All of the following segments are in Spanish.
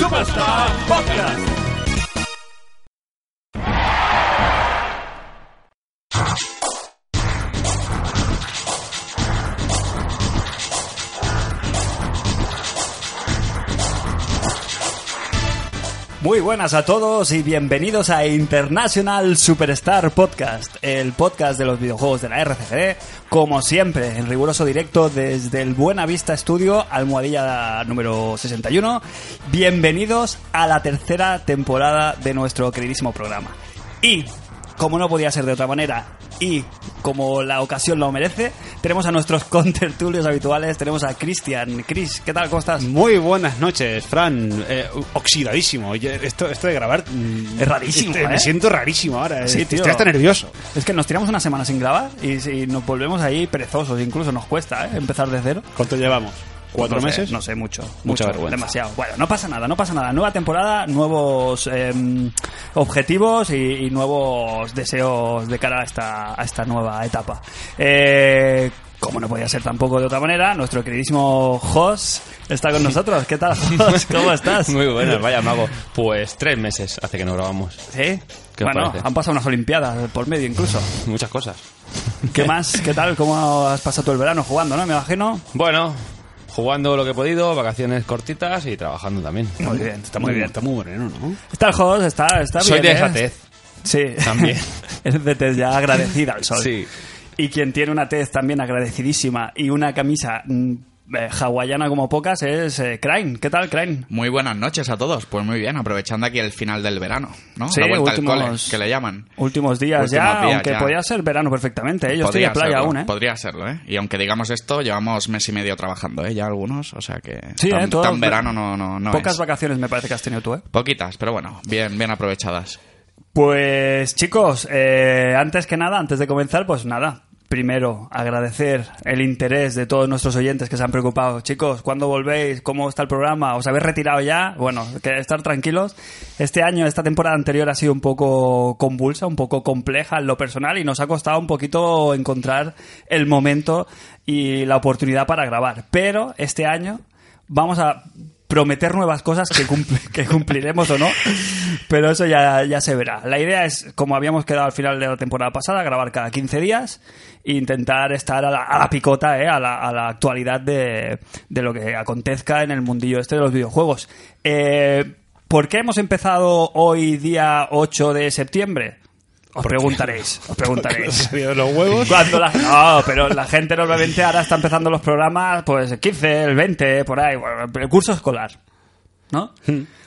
Superstar Podcast. Muy buenas a todos y bienvenidos a International Superstar Podcast, el podcast de los videojuegos de la RCG, como siempre, en riguroso directo desde el Buena Vista Studio, almohadilla número 61. Bienvenidos a la tercera temporada de nuestro queridísimo programa. Y, como no podía ser de otra manera, y como la ocasión lo merece, tenemos a nuestros contertulios habituales, tenemos a Cristian. Chris, ¿qué tal? ¿Cómo estás? Muy buenas noches, Fran. Eh, oxidadísimo. Yo- esto, esto de grabar. mm, Es rarísimo, este, ¿eh? Me siento rarísimo ahora. Sí, eh. tío. Estoy hasta nervioso. Es que nos tiramos una semana sin grabar y, y nos volvemos ahí perezosos, incluso nos cuesta ¿eh? empezar de cero. ¿Cuánto llevamos? ¿Cuatro No sé, meses? no sé, mucho. Mucha mucho, vergüenza. Demasiado. Bueno, no pasa nada, no pasa nada. Nueva temporada, nuevos eh, objetivos y, y nuevos deseos de cara a esta, a esta nueva etapa. Eh, como no podía ser tampoco de otra manera, nuestro queridísimo Jos está con nosotros. ¿Qué tal, Jos? ¿Cómo estás? Muy buenas, vaya mago. Pues tres meses hace que no grabamos. ¿Sí? ¿Qué os Bueno, parece? han pasado unas Olimpiadas por medio incluso. Muchas cosas. ¿Qué más? ¿Qué tal? ¿Cómo has pasado todo el verano jugando, no? Me imagino. Bueno, jugando lo que he podido, vacaciones cortitas y trabajando también. Muy bien, está muy Muy- bien. Mm. Está muy bueno, ¿no? Está el host, está, está Soy de bien. ¿eh? esa tez. Sí. También. es de tez ya agradecida al sol. Sí. Y quien tiene una tez también agradecidísima y una camisa mm, eh, hawaiana como pocas es eh, Crane. ¿Qué tal, Crane? Muy buenas noches a todos. Pues muy bien, aprovechando aquí el final del verano, ¿no? Sí, la vuelta al cole, últimos- que le llaman. Últimos días Últimos ya, días aunque ya. podía ser verano perfectamente. ¿eh? Yo estoy en playa serlo, aún, ¿eh? Podría serlo, ¿eh? Y aunque digamos esto, llevamos mes y medio trabajando, ¿eh? Ya algunos, o sea que Sí, tan, ¿eh? Todo- tan verano no, no, no Pocas es. vacaciones me parece que has tenido tú, ¿eh? Poquitas, pero bueno, bien, bien aprovechadas. Pues chicos, eh, antes que nada, antes de comenzar, pues nada. Primero, agradecer el interés de todos nuestros oyentes que se han preocupado. Chicos, ¿cuándo volvéis? ¿Cómo está el programa? ¿Os habéis retirado ya? Bueno, que estar tranquilos. Este año, esta temporada anterior ha sido un poco convulsa, un poco compleja en lo personal y nos ha costado un poquito encontrar el momento y la oportunidad para grabar. Pero este año vamos a prometer nuevas cosas que, cumpl- que cumpliremos o no, pero eso ya, ya se verá. La idea es, como habíamos quedado al final de la temporada pasada, grabar cada 15 días e intentar estar a la, a la picota, ¿eh? a, la, a la actualidad de, de lo que acontezca en el mundillo este de los videojuegos. Eh, ¿Por qué hemos empezado hoy día 8 de septiembre? Os preguntaréis, os preguntaréis. Salido de los huevos. Cuando la- no, pero la gente normalmente ahora está empezando los programas, pues el 15, el 20, por ahí, bueno, el curso escolar. ¿No?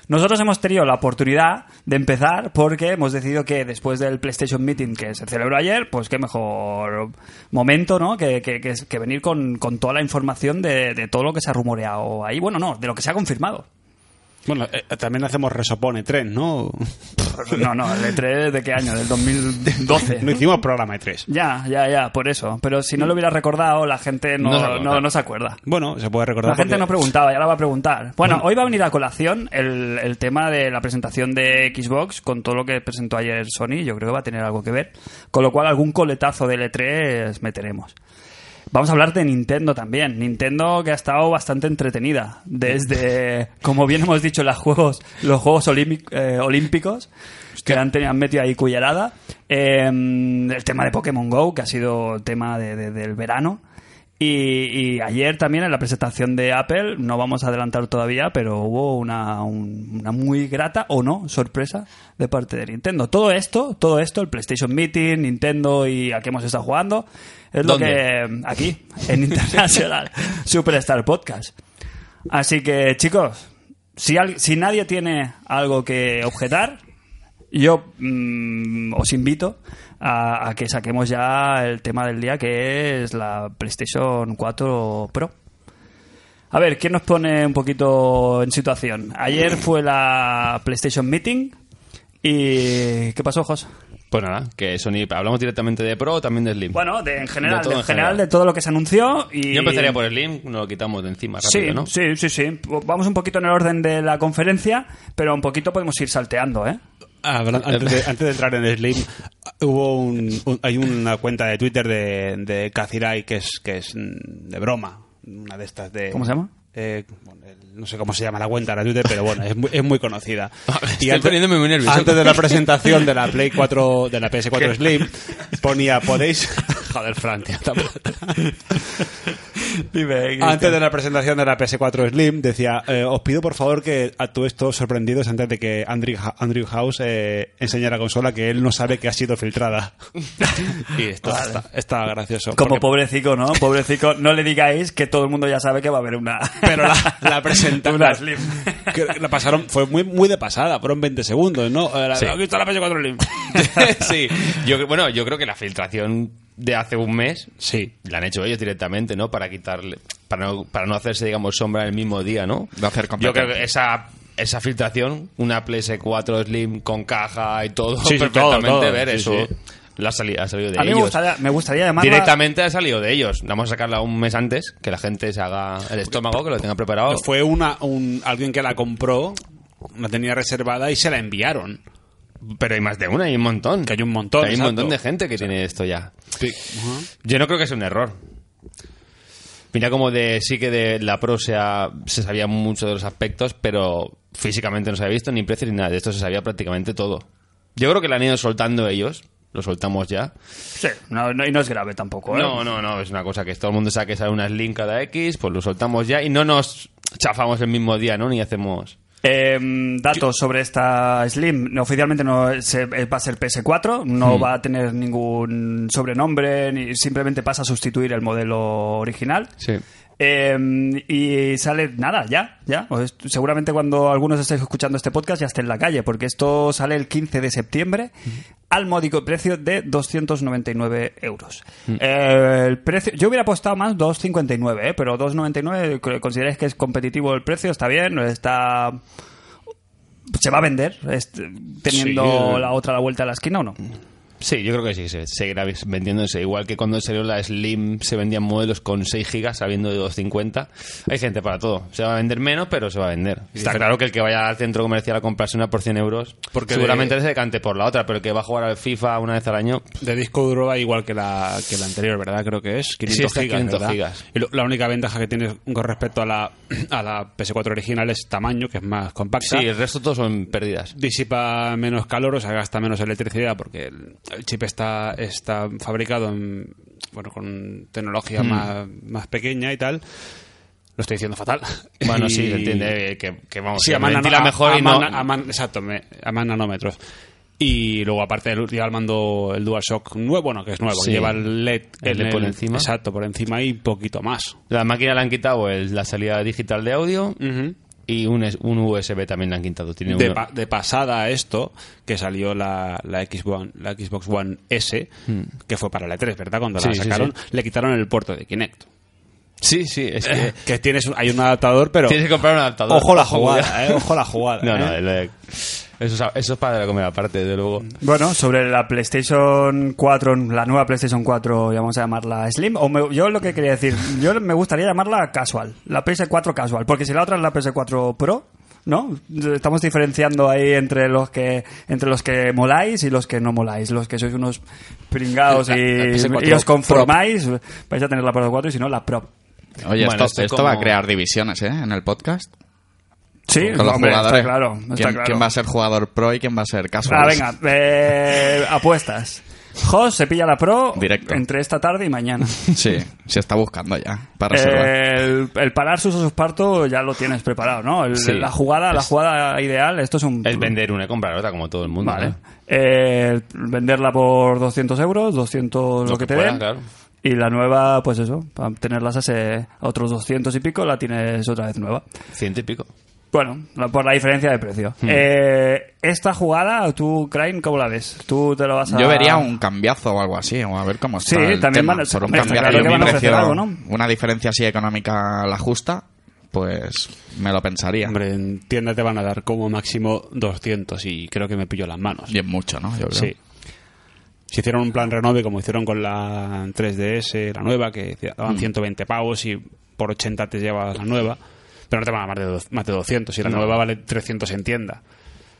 Nosotros hemos tenido la oportunidad de empezar porque hemos decidido que después del PlayStation Meeting que se celebró ayer, pues qué mejor momento, ¿no? Que, que- que- que venir con, con toda la información de, de todo lo que se ha rumoreado ahí. Bueno, no, de lo que se ha confirmado. Bueno, eh, también hacemos resopone 3, ¿no? No, no, el E3 de qué año, del 2012. No hicimos programa de 3. Ya, ya, ya, por eso. Pero si no lo hubiera recordado, la gente no, No se no, acuerda. no se acuerda. Bueno, se puede recordar. La gente porque- no preguntaba, ya la va a preguntar. Bueno, hoy va a venir a colación el, el tema de la presentación de Xbox con todo lo que presentó ayer Sony. Yo creo que va a tener algo que ver. Con lo cual, algún coletazo del E3 meteremos. Vamos a hablar de Nintendo también. Nintendo que ha estado bastante entretenida. Desde, como bien hemos dicho, los Juegos, los juegos olímpic- eh, Olímpicos, que han, tenido- han metido ahí cullerada. Eh, el tema de Pokémon Go, que ha sido tema de- de- del verano. Y, y ayer también en la presentación de Apple, no vamos a adelantar todavía, pero hubo una, un- una muy grata o no sorpresa de parte de Nintendo. Todo esto, todo esto, el PlayStation Meeting, Nintendo y a qué hemos estado jugando, es lo ¿Dónde? que Em, aquí, en International Superstar Podcast. Así que chicos, si, al- si nadie tiene algo que objetar, yo mm, os invito a, a que saquemos ya el tema del día que es la PlayStation 4 Pro. A ver, ¿quién nos pone un poquito en situación? Ayer fue la PlayStation Meeting y... ¿Qué pasó, Jos? Pues nada, que Sony. Hablamos directamente de Pro, también de Slim. Bueno, de, en general, de, todo en en general, general. de todo lo que se anunció y... Yo empezaría por Slim, nos lo quitamos de encima rápido, sí, ¿no? sí, sí, sí. Vamos un poquito en el orden de la conferencia, pero un poquito podemos ir salteando, ¿eh? Ah, habla- antes, de, antes de entrar en Slim, hubo un, un- hay una cuenta de Twitter de, de Kazirai que es, que es mm, de broma. Una de estas de. ¿Cómo se llama? eh, bueno, el- no sé cómo se llama la cuenta de Twitter, pero bueno, es muy, es muy conocida. Estoy poniéndome muy nervioso. Antes de la presentación de la Play 4, de la PS4 Slim, ponía, podéis... Joder, Fran, tío, tampoco- Dime, Antes de la presentación de la PS4 Slim decía, eh, os pido por favor que actuéis todos sorprendidos antes de que Andrew, Ha- Andrew House eh, enseñe a la consola que él no sabe que ha sido filtrada. y esto está, está gracioso. Como porque- pobrecico, ¿no? Pobrecico, no le digáis que todo el mundo ya sabe que va a haber una. Pero la, la presentación... Una Slim. que la pasaron, fue muy, muy de pasada, fueron 20 segundos, ¿no? Eh, la- Sí. Aquí está la PS4 Slim. sí. Yo, bueno, yo creo que la filtración de hace un mes Sí. la han hecho ellos directamente, ¿no? Para quitarle, para no, para no hacerse, digamos, sombra en el mismo día, ¿no? De hacer Yo competencia. creo que esa, esa filtración, una PS4 Slim con caja y todo, Sí, sí, perfectamente todo, todo, ver sí, eso. sí. La ha sali- ha salido de A mí ellos. me gustaría, me gustaría llamarla- Directamente ha salido de ellos. Vamos a sacarla un mes antes, que la gente se haga el estómago, que lo tenga preparado. Fue una, un, alguien que la compró, la tenía reservada y se la enviaron. Pero hay más de una, hay un montón. Que hay un montón, Hay un exacto. montón de gente que tiene esto ya. Ujú. Yo no creo que sea un error. Mira como de sí que de la Pro se, ha- se sabía mucho de los aspectos, pero físicamente no se había visto ni precio ni nada. De esto se sabía prácticamente todo. Yo creo que la han ido soltando ellos. Lo soltamos ya. Sí, no, no- y no es grave tampoco. ¿eh? No, no, no. Es una cosa que todo el mundo sabe que sale unas link cada X, pues lo soltamos ya y no nos chafamos el mismo día, ¿no? Ni hacemos... Eh, datos sobre esta Slim. Oficialmente no se- eh, va a ser PS4, no va a tener ningún sobrenombre, ni simplemente pasa a sustituir el modelo original. Sí. Eh, y sale nada, ya, ya. O es- seguramente cuando algunos estéis escuchando este podcast ya esté en la calle, porque esto sale el 15 de septiembre al módico precio de 299 euros. Eh, el precio, yo hubiera apostado más 259, eh, pero 299 creo- consideráis que es competitivo el precio, está bien, está se va a vender este, teniendo Sí. la otra a la vuelta a la esquina o no. Sí, yo creo que sí, se seguirá vendiéndose. Igual que cuando salió la Slim se vendían modelos con 6 gigas sabiendo de 250. Hay gente para todo. Se va a vender menos, pero se va a vender. Está claro que el que vaya al centro comercial a comprarse una por 100 euros, Porque seguramente de- se decante por la otra, pero el que va a jugar al FIFA una vez al año... de disco duro va igual que la, que la anterior, ¿verdad? Creo que es 500 está gigas. 500 ¿verdad? gigas. Y lo- la única ventaja que tiene con respecto a la, a la PS4 original es tamaño, que es más compacta. Sí, el resto todos son pérdidas. Disipa menos calor, o sea, gasta menos electricidad porque el, el chip está, está fabricado en- bueno, con tecnología Hmm. más, más pequeña y tal. Lo estoy diciendo fatal. Bueno, Y- sí, se entiende eh, que, que vamos, Sí, que a man, ventila a- mejor a y no... man- a man- exacto, me- a man nanómetros. Y luego, aparte, el- lleva el mando el DualShock nuevo, bueno, que es nuevo, Sí. que lleva el LED, El en LED por encima. Exacto, por encima y poquito más. La máquina le han quitado el- la salida digital de audio y un, es- un USB también le han quitado. Tiene de, uno- pa- de pasada a esto, que salió la, la, Xbox, One- la Xbox One S, que fue para la 3, ¿verdad? Cuando la Hmm. Sí, Eh. sí, sacaron, le quitaron el puerto de Kinect. Eh, Sí, sí, es que... Que tienes, un- hay un adaptador, pero. Tienes que comprar un adaptador. Ojo la cuidado. jugada, ¿eh? Ojo la jugada. No, ¿eh? no, el- eso, es, eso es para comer aparte, desde luego. Bueno, sobre la PlayStation 4, la nueva PlayStation 4, ya vamos a llamarla Slim, o me- yo lo que quería decir, yo me gustaría llamarla casual, la PS4 casual, porque si la otra es la PS4 Pro, ¿no? Estamos diferenciando ahí entre los que entre los que moláis y los que no moláis, los que sois unos pringados La- y, la PS4 y os conformáis, vais a tener la PS4 y si no, la Pro. Oye, Bueno, esto, estoy esto como- va a crear divisiones, ¿eh? En el podcast. Sí, Con los hombre, jugadores. está claro, está ¿Quién, claro. quién va a ser jugador pro y quién va a ser casual? Ah, venga, eh, apuestas. Jos se pilla la Pro Directo. entre esta tarde y mañana. Sí, se está buscando ya. Eh, Para reservar. El, el parar sus osos parto ya lo tienes preparado, ¿no? El- Sí. la jugada, la jugada ideal, esto es un... Es vender una y comprar otra, como todo el mundo. Vale. ¿no? Eh, venderla por 200 euros, 200 lo, Lo que, que te pueda, den. claro. Y la nueva, pues eso, para tenerlas a ese- a otros 200 y pico, la tienes otra vez nueva. Ciento y pico. Bueno, la- por la diferencia de precio. Hmm. Eh, esta jugada, tú, Crane, ¿cómo la ves? Tú te lo vas a... Yo vería un cambiazo o algo así, o a ver cómo está. Sí, el también tema. van a- Por un hombre, está cambiazo claro yo que van a me ofrecer refiero algo, ¿no? Una diferencia así económica a la justa, pues me lo pensaría. Hombre, en tienda te van a dar como máximo 200 y creo que me pillo las manos. Y es mucho, ¿no? Yo creo. Sí. Si hicieron un plan renove como hicieron con la 3DS, la nueva, que te daban 120 pavos y por 80 te llevas la nueva, pero no te van a dar más de, do- más de 200 y la nueva vale 300 en tienda.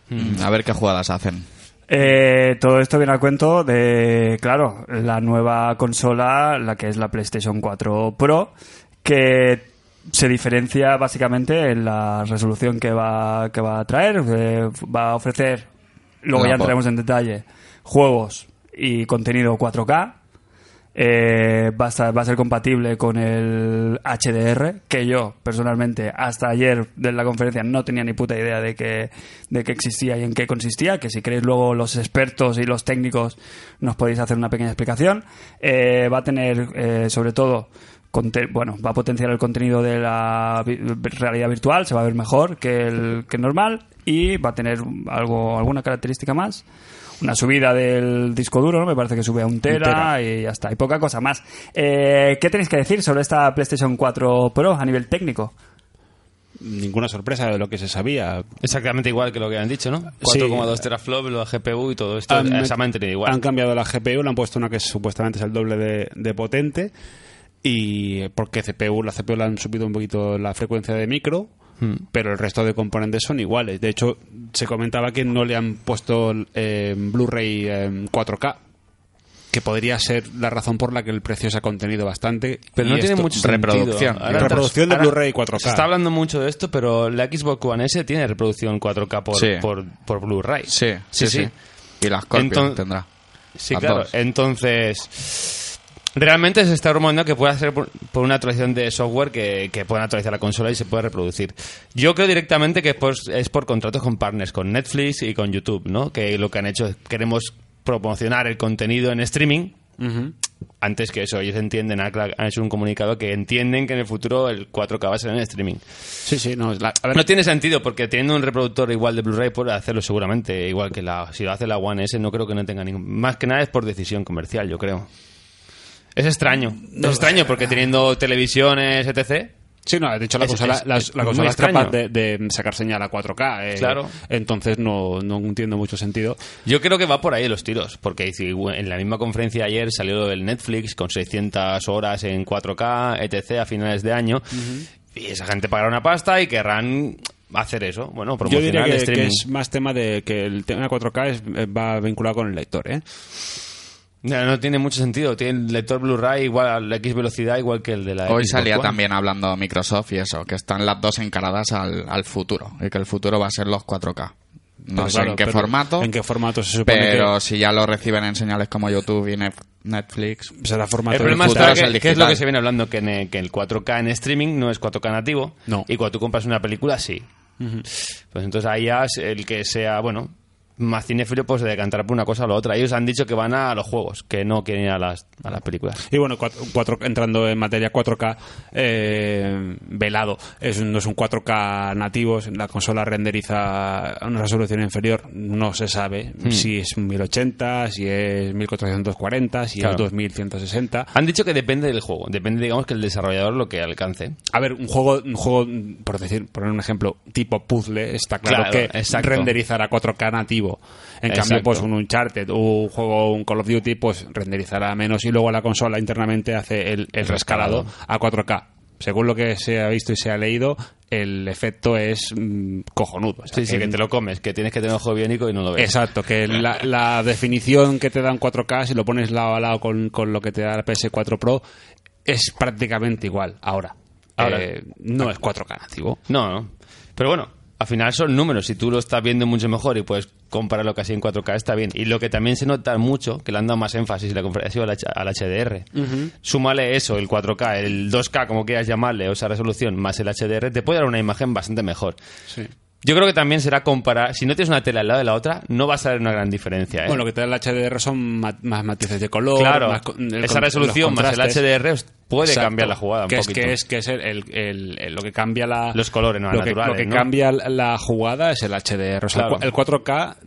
Mm, A ver qué jugadas hacen. Eh, todo esto viene a cuento de, claro, la nueva consola, la que es la PlayStation 4 Pro, que se diferencia básicamente en la resolución que va, que va a traer. que va a ofrecer, luego Ah, ya po- entraremos en detalle, juegos y contenido 4K. Eh, va, a estar- va a ser compatible con el HDR, que yo personalmente hasta ayer de la conferencia no tenía ni puta idea de que, de que existía y en qué consistía, que si queréis luego los expertos y los técnicos nos podéis hacer una pequeña explicación. Eh, va a tener eh, sobre todo... conte- Bueno, va a potenciar el contenido de la vi- realidad virtual, se va a ver mejor que el que el normal y va a tener algo, alguna característica más. Una subida del disco duro, ¿no? Me parece que sube a un tera, y ya está. Y poca cosa más. Eh, ¿Qué tenéis que decir sobre esta PlayStation 4 Pro a nivel técnico? Ninguna sorpresa de lo que se sabía. Exactamente igual que lo que han dicho, ¿no? Sí. 4,2 teraflops, la GPU y todo esto. Han- se ha mantenido igual. Han cambiado la GPU, le han puesto una que supuestamente es el doble de, de potente. Y porque CPU, la CPU le han subido un poquito la frecuencia de micro, Hmm. pero el resto de componentes son iguales. De hecho, se comentaba que no le han puesto eh, Blu-ray eh, 4K, que podría ser la razón por la que el precio se ha contenido bastante. Pero Y no tiene esto- mucho reproducción. sentido. Ahora- Reproducción de ahora Blu-ray 4K. Se está hablando mucho de esto, pero la Xbox One S tiene reproducción 4K por, Sí. por, por Blu-ray. Sí, sí, sí. Y las Enton- Scorpion tendrá. Sí, Las claro. dos. Entonces, realmente se está rumorando que puede ser por, por una actualización de software que, que puedan actualizar la consola y se puede reproducir. Yo creo directamente que es por, es por contratos con partners, con Netflix y con YouTube, ¿no? Que lo que han hecho es queremos promocionar el contenido en streaming. Antes que eso, ellos entienden, han han hecho un comunicado que entienden que en el futuro el 4K va a ser en streaming. Sí, sí, no. la- a ver, No tiene sentido, porque teniendo un reproductor igual de Blu-ray puede hacerlo seguramente, igual que la, si lo hace la One S, no creo que no tenga ningún... Más que nada es por decisión comercial, yo creo. Es extraño. es extraño, porque teniendo televisiones, etc... Sí, no, de hecho la Es- consola, es- la- es la muy consola es extraño. capaz de, de sacar señal a 4K. eh, Claro. Entonces no, no entiendo mucho sentido. Yo creo que va por ahí los tiros, porque si en la misma conferencia ayer salió lo del Netflix con 600 horas en 4K, etc., a finales de año, y esa gente pagará una pasta y querrán hacer eso, bueno, Yo promocionar diría el que, que streaming. es más tema de que el tema de 4K es- eh, va vinculado con el lector, ¿eh? No, no tiene mucho sentido. Tiene el lector Blu-ray igual a la X velocidad, igual que el de eh, la pues Hoy Xbox salía One. también hablando Microsoft y eso, que están las dos encaradas al, al futuro, y que el futuro va a ser los 4K. No Pero sé claro, en qué pero- formato, En qué formato se supone pero si ya lo reciben en señales como YouTube y Nef- Netflix, que será formato El problema del futuro está es que, el que es lo que digital. se viene hablando, que, en, el- que el 4K en streaming no es 4K nativo. No. Y cuando tú compras una película, sí. Pues entonces ahí ya es el que sea, bueno, más cinéfilo, pues se decantará por una cosa o la otra. Ellos han dicho que van a los juegos, que no quieren ir a las, a las películas. Y bueno, 4, 4K entrando en materia 4K eh, velado, es un- no es un 4K nativo, es- la consola renderiza a una resolución inferior, no se sabe Hmm. si es 1080, si es 1440, si Claro. es 2160. Han dicho que depende del juego, depende, digamos, que el desarrollador lo que alcance. A ver, un juego, un juego por decir, poner un ejemplo, tipo puzzle, está claro, Claro, que exacto. renderizará 4K nativo. En Exacto. cambio, pues un Uncharted o un juego, un Call of Duty, pues renderizará menos y luego la consola internamente hace el, el rescalado a 4K. Según lo que se ha visto y se ha leído, el efecto es mm, cojonudo. O sea, Sí, sí, que- que te lo comes, que tienes que tener ojo biónico y no lo ves. Exacto, que la, la definición que te dan 4K, si lo pones lado a lado con, con lo que te da la PS4 Pro, es prácticamente igual ahora. Ahora. Eh, no es 4K nativo. No, no. Pero bueno, al final son números. Si tú lo estás viendo mucho mejor y puedes compararlo casi en 4K, está bien. Y lo que también se nota mucho, que le han dado más énfasis en la conferencia, ha sido al H- al HDR. Súmale eso, el 4K, el 2K, como quieras llamarle, o esa resolución, más el HDR, te puede dar una imagen bastante mejor. Eh. Yo creo que también será comparar. Si no tienes una tela al lado de la otra, no va a ser una gran diferencia. ¿eh? Bueno, lo que te da el HDR son ma- más matices de color, claro, más con- el esa con- resolución los más el contrastes. HDR os puede Exacto. cambiar la jugada un que poquito. Es que es, que es el, el- el- el- lo que cambia la... Los colores, ¿no? lo que, Naturales, lo que ¿no? cambia la- la jugada es el HDR. O sea, Claro. el cua- el 4K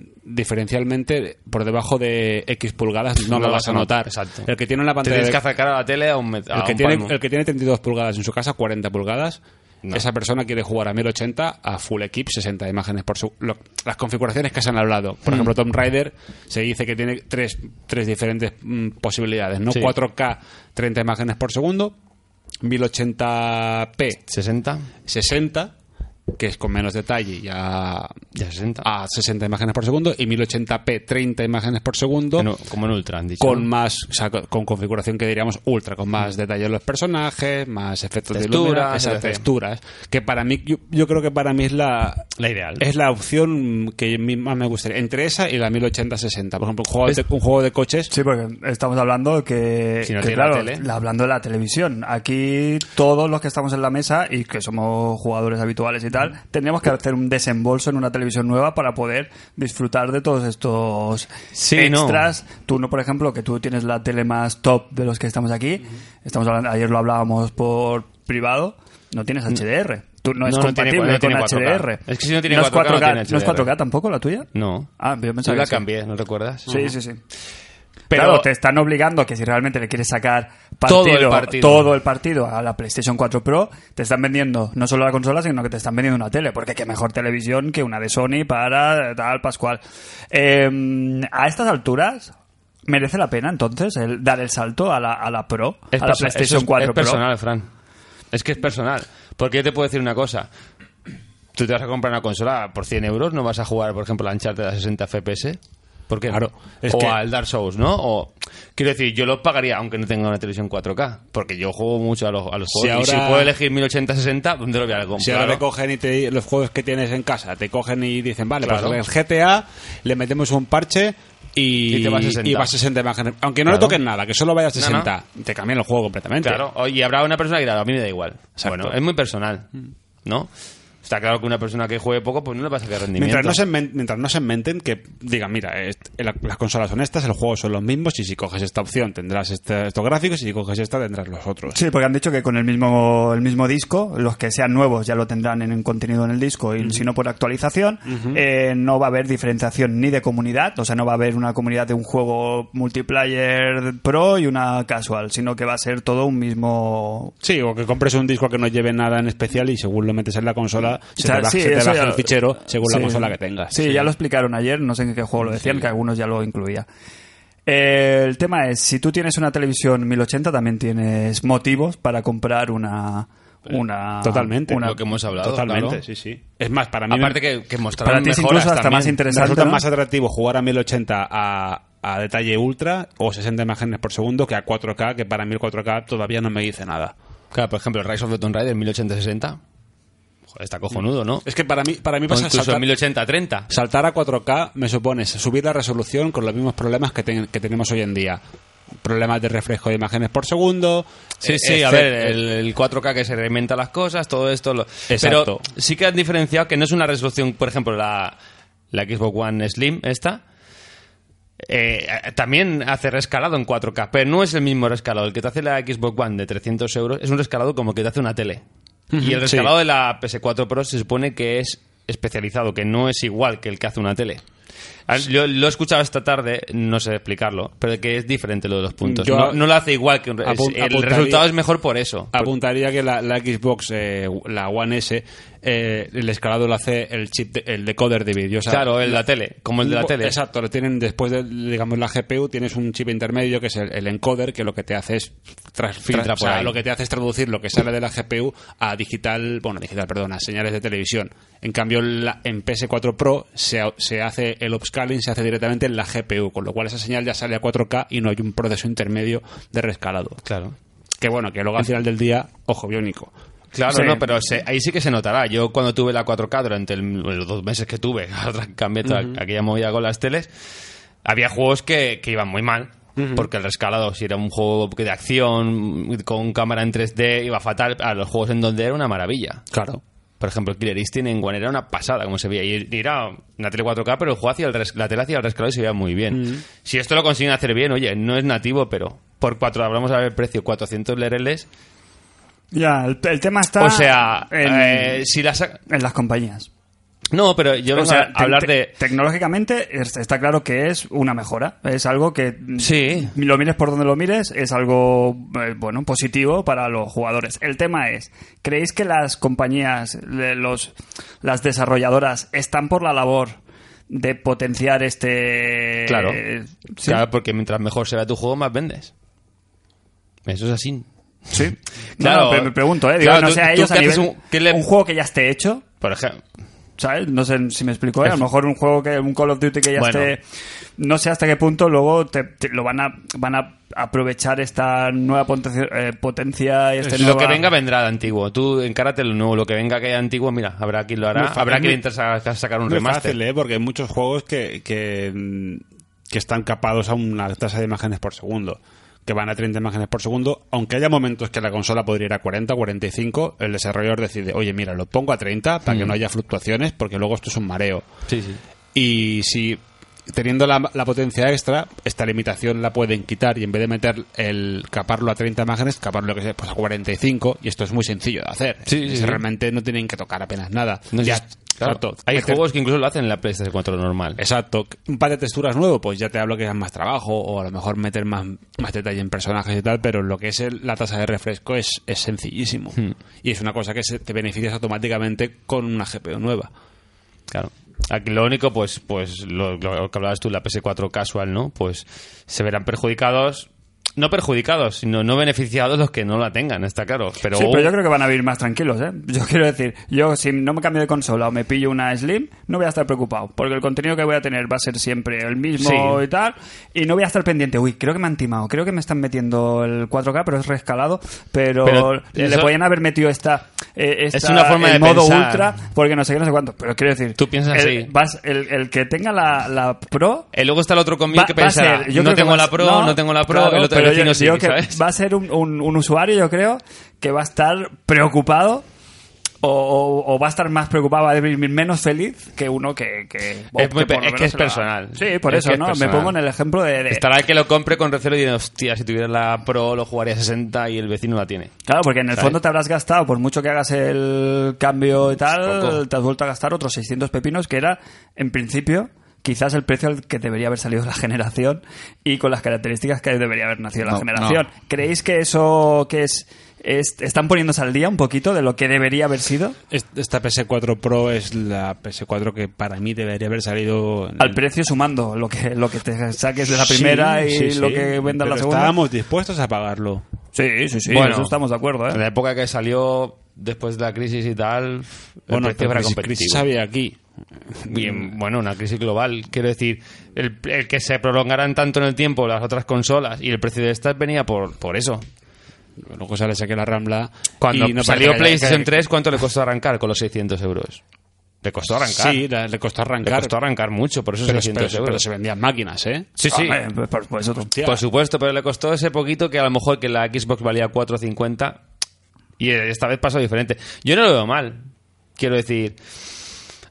diferencialmente por debajo de X pulgadas no, lo vas a notar. exacto. El que tiene una Te pantalla tienes de- que acercar a la tele a un, met- a el que, un tiene, palmo. el que tiene 32 pulgadas en su casa, 40 pulgadas, No. esa persona quiere jugar a 1080 a full equip, 60 imágenes por su... lo- las configuraciones que se han hablado. Mm. Por ejemplo, Tomb Raider se dice que tiene tres, tres diferentes mm, posibilidades, ¿no? Sí. 4K, 30 imágenes por segundo, 1080p, 60. 60 que es con menos detalle y a, Ya 60. a 60 imágenes por segundo, y 1080p 30 imágenes por segundo. En u- como en Ultra, han dicho. con ¿no? más, o sea, con- con configuración que diríamos ultra, con más detalle de los personajes, más efectos Texturas, de lumina, esas etcétera. texturas, que para mí, yo, yo creo que para mí es la, La ideal. es la opción que a mí más me gustaría, entre esa y la 1080-60, por ejemplo, un juego, de, un juego de coches, Sí, porque estamos hablando que, Si no que, tiene claro, la tele. la- hablando de la televisión. Aquí todos los que estamos en la mesa y que somos jugadores habituales y tal, tendríamos que hacer un desembolso en una televisión nueva para poder disfrutar de todos estos Sí, no. extras. Tú no, por ejemplo, que tú tienes la tele más top de los que estamos aquí. Estamos hablando, ayer lo hablábamos por privado. No tienes HDR. Tú no, es No, no tiene compatible cua- no tiene con 4K. HDR. Es que si no tiene es 4K, no 4K, tiene ¿no es HDR. 4K tampoco la tuya? No. Ah, yo Yo pensaba la que sí. cambié, ¿no recuerdas? Sí, sí, sí. Pero- Pero te están obligando a que si realmente le quieres sacar partido, Todo el partido. todo el partido a la PlayStation 4 Pro, te están vendiendo no solo la consola, sino que te están vendiendo una tele, porque qué mejor televisión que una de Sony para tal Pascual. Eh, a estas alturas, ¿merece la pena entonces el dar el salto a la, a la Pro, Es a la perso- eso PlayStation es- 4 Es Pro? personal, Fran. Es que es personal. Porque yo te puedo decir una cosa. Tú te vas a comprar una consola por 100 euros, no vas a jugar, por ejemplo, a Uncharted a 60 FPS. ¿Por qué? no? Claro, es o que- al Dark Souls, ¿no? O, quiero decir, yo lo pagaría aunque no tenga una televisión 4K. Porque yo juego mucho a los, a los Si juegos. Y ahora- si puedo elegir 1080-60, ¿dónde lo voy a comprar? Si ahora no? te cogen y te, los juegos que tienes en casa, te cogen y dicen, vale, Claro. pues el GTA le metemos un parche y, Y te va a 60. y va a 60 imágenes. Aunque no le Claro. toques nada, que solo vaya a No, 60. Te cambian el juego completamente. Claro, o- y habrá una persona que dirá, a mí me da igual. Exacto. Mm. Bueno, es muy personal, ¿no? Está claro que una persona que juegue poco, pues no le va a sacar rendimiento. Mientras no, se men- mientras no se inventen que digan, mira, est- la- las consolas son estas, el juego son los mismos y si coges esta opción tendrás este- estos gráficos y si coges esta tendrás los otros. Sí, porque han dicho que con el mismo, el mismo disco, los que sean nuevos ya lo tendrán en, en contenido en el disco y si no por actualización, eh, no va a haber diferenciación ni de comunidad, o sea, no va a haber una comunidad de un juego multiplayer pro y una casual, sino que va a ser todo un mismo... Sí, o que compres un disco que no lleve nada en especial y según lo metes en la consola, se O sea, te, baja, sí, se te eso baja ya- el fichero según sí. la consola que tengas. Sí, ya lo explicaron ayer, no sé en qué juego lo decían, que algunos ya lo incluía. Eh, el tema es, si tú tienes una televisión 1080, también tienes motivos para comprar una... una Eh, Totalmente. una- Lo que hemos hablado. Totalmente, claro. sí, sí. Es más, para mí me- Aparte que, que mostraron Para ti es mejoras incluso hasta también. más interesante. resulta ¿no? más atractivo jugar a 1080 a, a detalle ultra o 60 imágenes por segundo que a 4K, que para mí el 4K todavía no me dice nada. Claro, por ejemplo, Rise of the Tomb Raider 1080-60. Joder, está cojonudo, ¿no? Es que para mí, para mí O pasa incluso saltar, 1080-30. saltar a 4K me supone subir la resolución con los mismos problemas que, ten- que tenemos hoy en día. Problemas de reflejo de imágenes por segundo. Sí, eh, sí, a etc- ver, el, el 4K que se reinventa las cosas, todo esto. lo- Exacto. Pero sí que han diferenciado que no es una resolución, por ejemplo, la, la Xbox One Slim, esta. eh, también hace rescalado en 4K, pero no es el mismo rescalado. El que te hace la Xbox One de 300 euros es un rescalado como el que te hace una tele. Y el Ujú, rescalado sí. de la PS4 Pro se supone que es especializado, que no es igual que el que hace una tele. Ah, Yo lo he escuchado esta tarde, no sé explicarlo, pero que es diferente lo de los puntos. Yo- no, no lo hace igual que un, re- Apun- es- el apuntaría- resultado es mejor por eso. apuntaría que la, la Xbox, eh, la One S, eh, el escalado lo hace el chip, de- el decoder de vídeo. o sea, claro, el de la tele, como el de la Bo- tele. Exacto, lo tienen después de, digamos, la GPU, tienes un chip intermedio que es el, el encoder, que lo que te hace es tras- Filtra tras- o por sea, ahí. lo que te hace es traducir lo que sale de la GPU a digital, bueno, digital, perdón, a señales de televisión. En cambio, la- en PS4 Pro se, ha- se hace el upscaling, se hace directamente en la GPU, con lo cual esa señal ya sale a 4K y no hay un proceso intermedio de rescalado. Claro. Que bueno, que luego al final del día, ojo biónico. Claro, Sí. no, pero se- ahí sí que se notará. Yo cuando tuve la 4K durante el- los dos meses que tuve, ahora cambié toda aquella movida con las teles, había juegos que, que iban muy mal. Porque el rescalado, si era un juego de acción con cámara en 3D, iba fatal. A los juegos en donde era una maravilla. Claro. Por ejemplo, Killer Instinct en One era una pasada, como se veía. Y era una tele 4K, pero el juego hacia el res- la tele hacía el rescalado y se veía muy bien. Mm. Si esto lo consiguen hacer bien, oye, no es nativo, pero por cuatro, hablamos a ver el precio, 400 lereles. Ya, el, el tema está... o sea, en- eh, si la saca- en las compañías. No, pero yo O vengo sea, a hablar te- de... te- Tecnológicamente es- está claro que es una mejora. Es algo que. mm, Sí. Lo mires por donde lo mires, es algo, eh, bueno, positivo para los jugadores. El tema es: ¿creéis que las compañías, le- los, las desarrolladoras, están por la labor de potenciar este. Claro. eh, sí? Claro, porque mientras mejor sea tu juego, más vendes. Eso es así. Sí. Claro. Claro, me pregunto, ¿eh? Digo, Claro, no tú- sé a tú ellos a qué haces nivel- un- qué le- un juego que ya esté hecho. Por Por ejemplo, ¿Sabes? No sé si me explico. ¿eh? A lo mejor un juego que un Call of Duty que ya Bueno. esté. No sé hasta qué punto luego te, te- lo van a van a aprovechar esta nueva potencia, eh, potencia y este lo nueva- que venga vendrá de antiguo. Tú encárate lo nuevo, lo que venga que haya antiguo, mira, habrá quien lo hará, Muy fácil, habrá quien muy- entre a a sacar un Muy remaster. fácil, ¿eh? Porque hay muchos juegos que, que, mm, que están capados a una tasa de imágenes por segundo. Que van a 30 imágenes por segundo. Aunque haya momentos que la consola podría ir a 40, 45, el desarrollador decide, oye, mira, lo pongo a 30 para Mm. que no haya fluctuaciones, porque luego esto es un mareo. Sí, sí. Y si teniendo la, la potencia extra, esta limitación la pueden quitar y en vez de meter el caparlo a 30 imágenes, caparlo que sea, pues a 45 y esto es muy sencillo de hacer. Sí, Es sí, decir, sí. Realmente no tienen que tocar apenas nada. No Ya, existe- claro, exacto. hay Meter- juegos que incluso lo hacen en la PlayStation 4 normal. Exacto. Un par de texturas nuevo, pues ya te hablo que es más trabajo o a lo mejor meter más, más detalle en personajes y tal, pero lo que es el- la tasa de refresco es, es sencillísimo. Y es una cosa que se- te beneficias automáticamente con una GPU nueva. Claro. Aquí lo único, pues, pues lo, lo que hablabas tú, la PS4 casual, ¿no? Pues se verán perjudicados, no perjudicados, sino no beneficiados los que no la tengan, está claro. Pero, uh. Sí, pero yo creo que van a vivir más tranquilos, ¿eh? Yo quiero decir, yo si no me cambio de consola o me pillo una Slim, no voy a estar preocupado, porque el contenido que voy a tener va a ser siempre el mismo Sí. y tal, y no voy a estar pendiente, uy, creo que me han timado, creo que me están metiendo el 4K, pero es rescalado, pero, Pero le eso- podían haber metido esta, eh, esta- Es una forma el de modo pensar. ultra, porque no sé qué, no sé cuánto, pero quiero decir, Tú piensas el, así. vas- el, el que tenga la, la Pro Eh, luego está el otro conmigo Va- que va a pensará, ser, yo no creo que tengo va- la Pro, no, tengo la Pro, claro, el otro pero yo- vecino sí, yo que ¿sabes? Va a ser un, un- un usuario, yo creo, que va a estar preocupado o, o- o va a estar más preocupado, va a vivir menos feliz que uno que... que Es muy que por pe- lo es que menos es se la- personal. Sí, por Es eso, que es ¿no? Me personal. pongo en el ejemplo de... de- Estará el que lo compre con recelo y dirá, hostia, si tuviera la Pro lo jugaría a 60 y el vecino la tiene. Claro, porque en el ¿sabes? fondo te habrás gastado, por mucho que hagas el cambio y tal, Poco. te has vuelto a gastar otros 600 pepinos, que era, en principio, quizás el precio al que debería haber salido la generación y con las características que debería haber nacido la No, generación. ¿Creéis que eso que es, es- están poniéndose al día un poquito de lo que debería haber sido? Es- Esta PS4 Pro es la PS4 que para mí debería haber salido en- Al precio sumando lo que, lo que te saques de la Sí, primera y sí, sí. lo que vendas la Pero segunda. Estábamos dispuestos a pagarlo. Sí, sí, sí, Bueno. eso estamos de acuerdo. ¿eh? En la época que salió, después de la crisis y tal, el Bueno, precio era pero si competitivo. Chris sabe aquí. Mm. Bien, bueno, una crisis global. Quiero decir, el, el que se prolongaran tanto en el tiempo las otras consolas y el precio de estas venía por, por eso. Luego sale saqué la Rambla. Cuando y no parece salió que- PlayStation que- 3, ¿cuánto le costó arrancar con los 600 euros? Le costó arrancar. Sí, la- le costó le arrancar. costó arrancar mucho, por esos pero, 600 pero- pero euros. se vendían máquinas, ¿eh? sí, sí. Hombre, pues, por- por eso tú- Hostia. Por supuesto, pero le costó ese poquito que a lo mejor que la Xbox valía 4.50 y eh, esta vez pasó diferente. Yo no lo veo mal. Quiero decir,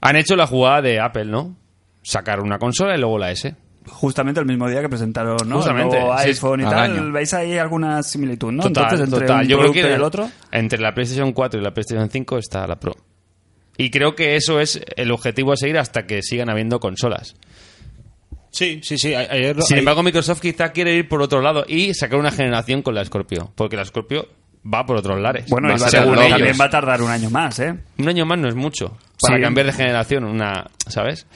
han hecho la jugada de Apple, ¿no? Sacar una consola y luego la S. Justamente el mismo día que presentaron, ¿no? Justamente, El nuevo sí, iPhone y al tal. año. ¿Veis ahí alguna similitud, no? Total, Entonces, entre total. un Yo creo producto que y el otro. entre la PlayStation 4 y la PlayStation 5 está la Pro. Y creo que eso es el objetivo a seguir hasta que sigan habiendo consolas. Sí, sí, sí. a- Ayer, Sin ayer- embargo, Microsoft quizá quiere ir por otro lado y sacar una generación con la Scorpio, porque la Scorpio va por otros lares. Bueno, Va y va a según tardar- ellos. también va a tardar un año más, ¿eh? Un año más no es mucho para Sí. cambiar de generación, una, ¿sabes?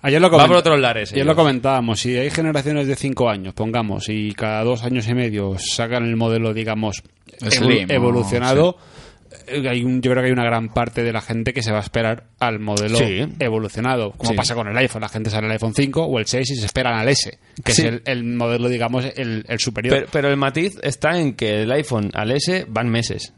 ayer lo va coment- por otros lares, Ayer ellos. lo comentábamos. Si hay generaciones de 5 años, pongamos, y cada dos años y medio sacan el modelo, digamos, evo- Slim, o- evolucionado. eh, Hay un, yo creo que hay una gran parte de la gente que se va a esperar al modelo Sí. evolucionado, como Sí. pasa con el iPhone. La gente sale al iPhone 5 o el 6 y se esperan al S, que Sí. es el, el modelo, digamos, el, el superior. Pero, pero el matiz está en que el iPhone al S van meses.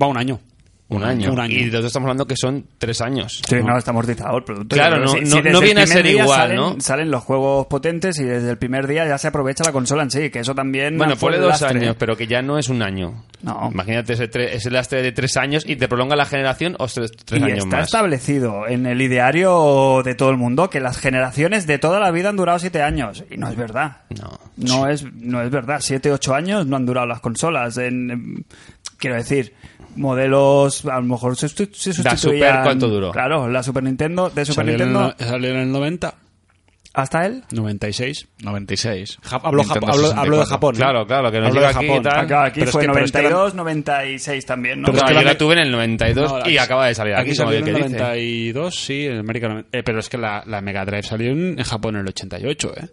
va un año. Un año. Un año. Y nosotros estamos hablando que son tres años. Sí, no, está amortizado el producto. Claro, Yo creo que no- no- desde no el viene a primer ser día igual, salen, ¿no? Salen los juegos potentes y desde el primer día ya se aprovecha la consola en sí, que eso también... Bueno, fue ponle el dos lastre. años, pero que ya no es un año. No. Imagínate ese, tre- ese lastre de tres años y te prolonga la generación o tres, tres y años está más. establecido en el ideario de todo el mundo que las generaciones de toda la vida han durado siete años. Y no es verdad. No. No es, no es verdad. Siete, ocho años no han durado las consolas. En, en- quiero decir, modelos, a lo mejor se, sustitu- se La Super, sustituían... ¿cuánto duró? Claro, la Super Nintendo, de Super Salió en el Nintendo no- salió en el 90, hasta él. 96. 96. Ja- hablo, Nintendo Jap- hablo- hablo de 64. Japón. ¿no? Claro, claro, que nos Hablo llega de aquí y Japón. tal. Acá, aquí Ah, Pero es fue que- pero es que la- 92, 96 también, ¿no? Pero es No, que yo la- la tuve en el 92 No, la- y acaba de salir aquí, como salió el que en el dice. 92, sí, en el América. Eh, pero es que la, la Mega Drive salió en, en Japón en el 88, ¿eh?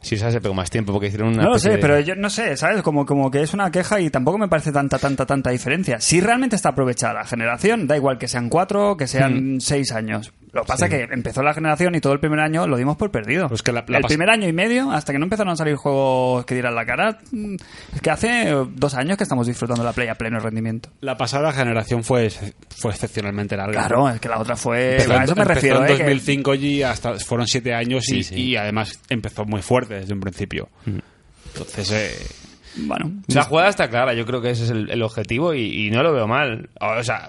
Si esa se pegó más tiempo porque hicieron una. No lo especie sé, de- pero yo no sé, ¿sabes? Como, como que es una queja y tampoco me parece tanta, tanta, tanta diferencia. Si realmente está aprovechada la generación, da igual que sean cuatro, que Hmm. sean seis años. Lo que pasa es que empezó la generación y todo el primer año lo dimos por perdido. Pues que la- la el pas- primer año y medio, hasta que no empezaron a salir juegos que dieran la cara, mm, es que hace eh, dos años que estamos disfrutando la play a pleno rendimiento. La pasada generación fue, fue excepcionalmente larga. Claro, es que la otra fue... Empezó a eso en- me empezó refiero, en ¿eh? que- 2005 y hasta fueron siete años y, Sí, sí. y además empezó muy fuerte desde un principio. Entonces, eh, Bueno, La jugada está clara, yo creo que ese es el, el objetivo y, y no lo veo mal. O sea,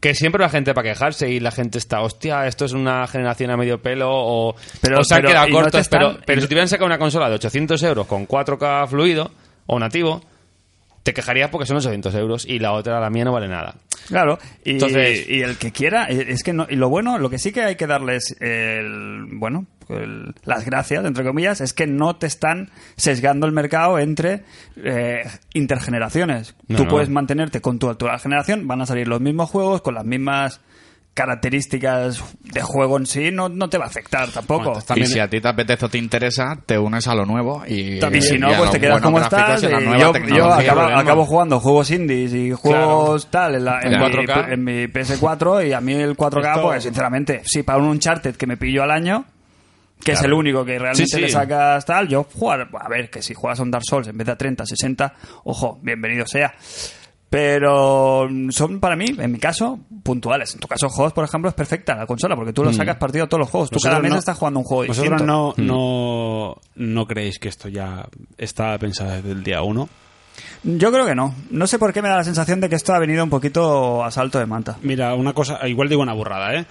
que siempre la gente para quejarse y la gente está, hostia, esto es una generación a medio pelo o, Pero- o se han pero- quedado y no te cortos, están- pero, pero y- si te hubieran sacado una consola de 800 euros con 4K fluido o nativo, te quejarías porque son 800 euros y la otra, la mía, no vale nada. Claro, y, Entonces- y el que quiera, eh, es que no, y lo bueno, lo que sí que hay que darles el, bueno, el- las gracias, entre comillas, es que no te están sesgando el mercado entre eh, intergeneraciones. No, Tú no. puedes mantenerte con tu actual generación, van a salir los mismos juegos, con las mismas características de juego en sí, no, no te va a afectar tampoco. Bueno, También- y si a ti te apetece o te interesa, te unes a lo nuevo y, y si no, y a pues los te quedas buenos como estás. gráficos y a la y nueva yo yo tecnología, acabo, problema. acabo jugando juegos indies y juegos tal en, la- en En mi- 4K. en mi, PS4 y a mí el 4K, Esto- pues sinceramente, si para un Uncharted que me pillo al año, que es el único que realmente Sí, sí. le sacas tal, yo jugar, a ver, que si juegas a un Dark Souls en vez de a 30, 60, ojo, bienvenido sea. Pero mm, son para mí, en mi caso, puntuales. En tu caso, juegos, por ejemplo, es perfecta la consola, porque tú lo sacas partido a todos los juegos. Tú cada Vosotros mes no- estás jugando un juego ¿Vosotros distinto. Hmm. no, no, no creéis que esto ya está pensado desde el día uno? Yo creo que no. No sé por qué me da la sensación de que esto ha venido un poquito a salto de manta. Mira, una cosa, igual digo una burrada, ¿eh?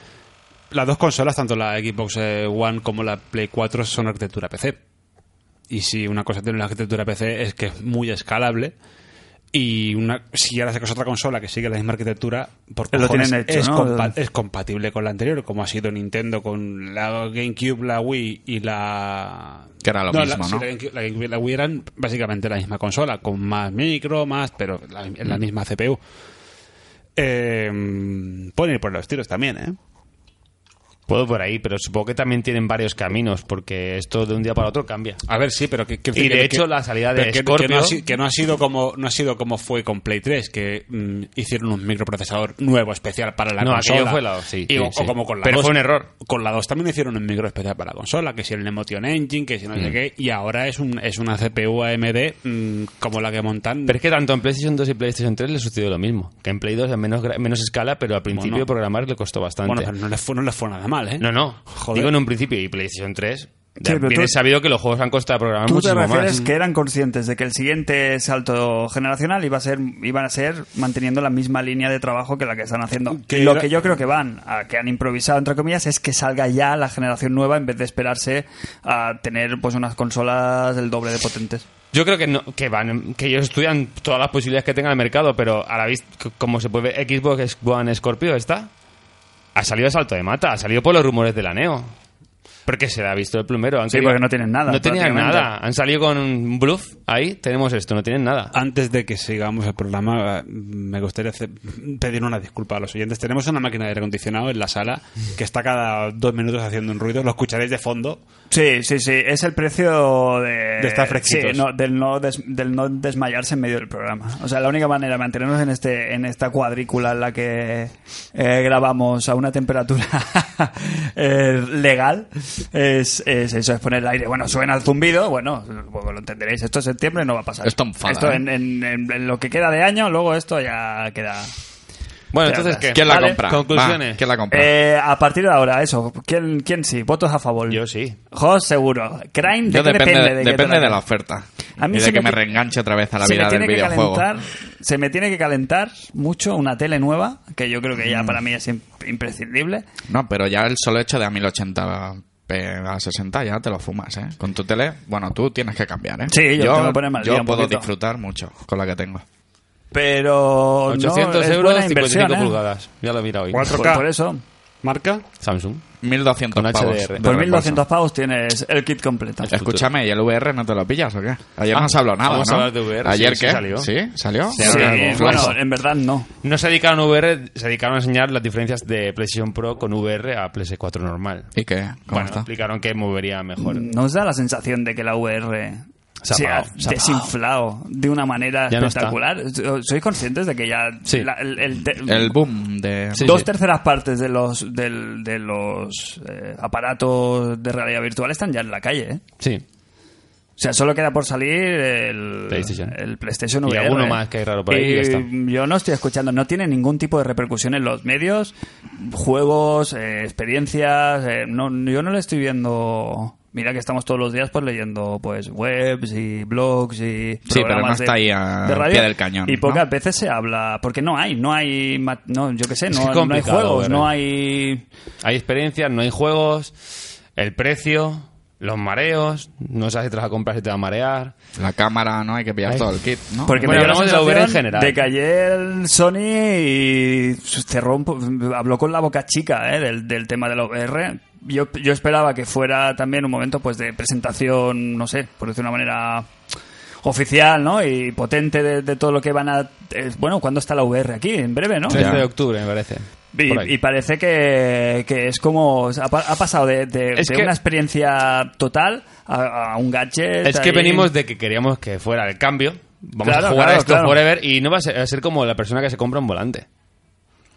Las dos consolas, tanto la Xbox eh, One como la Play 4, son arquitectura PC. Y si una cosa tiene una arquitectura PC es que es muy escalable. Y una, si ahora sacas otra consola que sigue la misma arquitectura, por Lo cojones, tienen hecho, es, ¿no? compa- es compatible con la anterior, como ha sido Nintendo con la GameCube, la Wii y la. Que era lo la- mismo, sí, ¿no? la GameCube- la GameCube y la Wii eran básicamente la misma consola, con más micro, más, pero la, en la misma CPU. Eh, pueden ir por los tiros también, ¿eh? Puedo por ahí, pero supongo que también tienen varios caminos porque esto de un día para otro cambia. A ver, sí, pero que, que- Y de que- hecho, que- la salida de pero que- Scorpio- que no, ha, si- que no ha sido como no ha sido como fue con Play 3, que mm, hicieron un microprocesador nuevo especial para la No, consola. aquello fue la- sí, Y- sí, o, sí. como con la Pero 2. fue un error. Con la 2 también hicieron un micro especial para la consola, que si el Emotion Engine, que si no sé qué, y ahora es un es una CPU AMD mm, como la que montan. Pero es que tanto en PlayStation 2 y PlayStation 3 les sucedió lo mismo. Que en Play 2 en menos, gra- menos escala, pero al principio Bueno. programar le costó bastante. bueno, pero no les fue, no les fue nada mal, ¿eh? No, no. Joder. Digo en un principio, y PlayStation 3. pero tú- bien es sabido que los juegos han costado programar Tú te muchísimo refieres más. ¿eh? que eran conscientes de que el siguiente salto generacional iba a ser iban a ser manteniendo la misma línea de trabajo que la que están haciendo. Que Lo era- que yo creo que van, a, que han improvisado entre comillas, es que salga ya la generación nueva en vez de esperarse a tener pues unas consolas el doble de potentes. Yo creo que, no, que, van, que ellos estudian todas las posibilidades que tenga el mercado, pero a la vista, c- como se puede ver, Xbox One Scorpio está. Ha salido a salto de mata, ha salido por los rumores de la Neo. Porque se le ha visto el plumero. han Sí, porque no tienen nada, No tenían prácticamente. nada. Han salido con un bluff. Ahí tenemos esto, no tienen nada. Antes de que sigamos el programa, eh, me gustaría hacer- pedir una disculpa a los oyentes. Tenemos una máquina de aire acondicionado en la sala que está cada dos minutos haciendo un ruido. Lo escucharéis de fondo. Sí, sí, sí, es el precio de, De estar fresquitos. Sí, no, del, no des- del no desmayarse en medio del programa. O sea, la única manera de mantenernos en este en esta cuadrícula en la que eh, grabamos a una temperatura eh, legal es, es eso, es poner el aire. Bueno, suena el zumbido, bueno, pues lo entenderéis. Esto es septiembre no va a pasar. Esto enfada, Esto ¿eh? en, en- en- en lo que queda de año, luego esto ya queda... Bueno, Ya entonces, está. ¿qué? ¿Quién la Vale, compra? Conclusiones. Va, ¿Quién la compra? Eh, a partir de ahora, eso. ¿Quién, ¿Quién sí? ¿Votos a favor? Yo sí. Jos, seguro. Crime, ¿de Yo qué depende, depende? depende, de de, que te la- la oferta. A mí y se de que me me ti- reenganche otra vez a la se me vida del tiene que videojuego. calentar, se me tiene que calentar mucho una tele nueva, que yo creo que Mm. ya para mí es im- imprescindible. No, pero ya el solo hecho de a 1080p a 60 ya te lo fumas, ¿eh? Con tu tele, bueno, tú tienes que cambiar, ¿eh? Sí, yo tengo que ponerme al yo día un puedo poquito. disfrutar mucho con la que tengo. Pero 800 Pues no, es euros, buena 55 inversión, ¿eh? pulgadas. Ya lo he mirado hoy. Por, por eso. ¿Marca? Samsung. 1200 Con pavos. HDR. de Por Por reembolso. 1.200 Pues pavos tienes el kit completo. Es- Escúchame, ¿y el VR no te lo pillas o qué? Ayer no has hablado nada, vamos a ¿no? hablar de VR, ¿Ayer sí, qué? sí salió. ¿Sí? ¿Salió? Sí, Sí, ahora algo. bueno, en verdad no. No se dedicaron a VR, se dedicaron a enseñar las diferencias de PlayStation Pro con VR a PlayStation 4 normal. ¿Y qué? ¿Cómo Bueno, está? Mm. explicaron que movería mejor. Nos da la sensación de que la VR Se ha se ha apagado, se ha desinflado de una manera Ya no está. espectacular. ¿Sois conscientes de que ya Sí. la- el- el- El boom de... Sí, dos sí. terceras partes de los del- de los eh, aparatos de realidad virtual están ya en la calle? ¿eh? Sí. O sea, solo queda por salir el PlayStation. el PlayStation Y VR. alguno más que hay raro por ahí, Y ya está. Yo no estoy escuchando, no tiene ningún tipo de repercusión en los medios, juegos, eh, experiencias. eh, no, yo no le estoy viendo. Mira que estamos todos los días pues leyendo pues webs y blogs y Sí, pero programas no está de- ahí a- de al radio. pie del cañón, Y ¿no? pocas veces se habla porque no hay, no hay, ma- no, yo qué sé, Es que no, es no hay complicado, juegos, ver. no hay. Hay experiencias, no hay juegos, el precio, los mareos, no sabes si te vas a comprar si te va a marear. La cámara, ¿no? Hay que pillar Ay. todo el kit, ¿no? Porque Bueno, me dio la hablamos de sensación la VR en general. de que ayer Sony y cerró un po- habló con la boca chica eh, del, del tema de la VR. Yo, yo esperaba que fuera también un momento pues de presentación, no sé, por decir de una manera oficial, ¿no? Y potente de, de todo lo que van a... eh, bueno, ¿cuándo está la VR aquí? En breve, ¿no? 13 Ya. de octubre, me parece. Por ahí. Y, y parece que, que es como... Ha, pa- ha pasado de, de- Es de que- una experiencia total a, a un gadget. Es que ahí. venimos de que queríamos que fuera el cambio. Vamos Claro, a jugar claro, a esto claro. forever y no va a ser, va a ser como la persona que se compra un volante.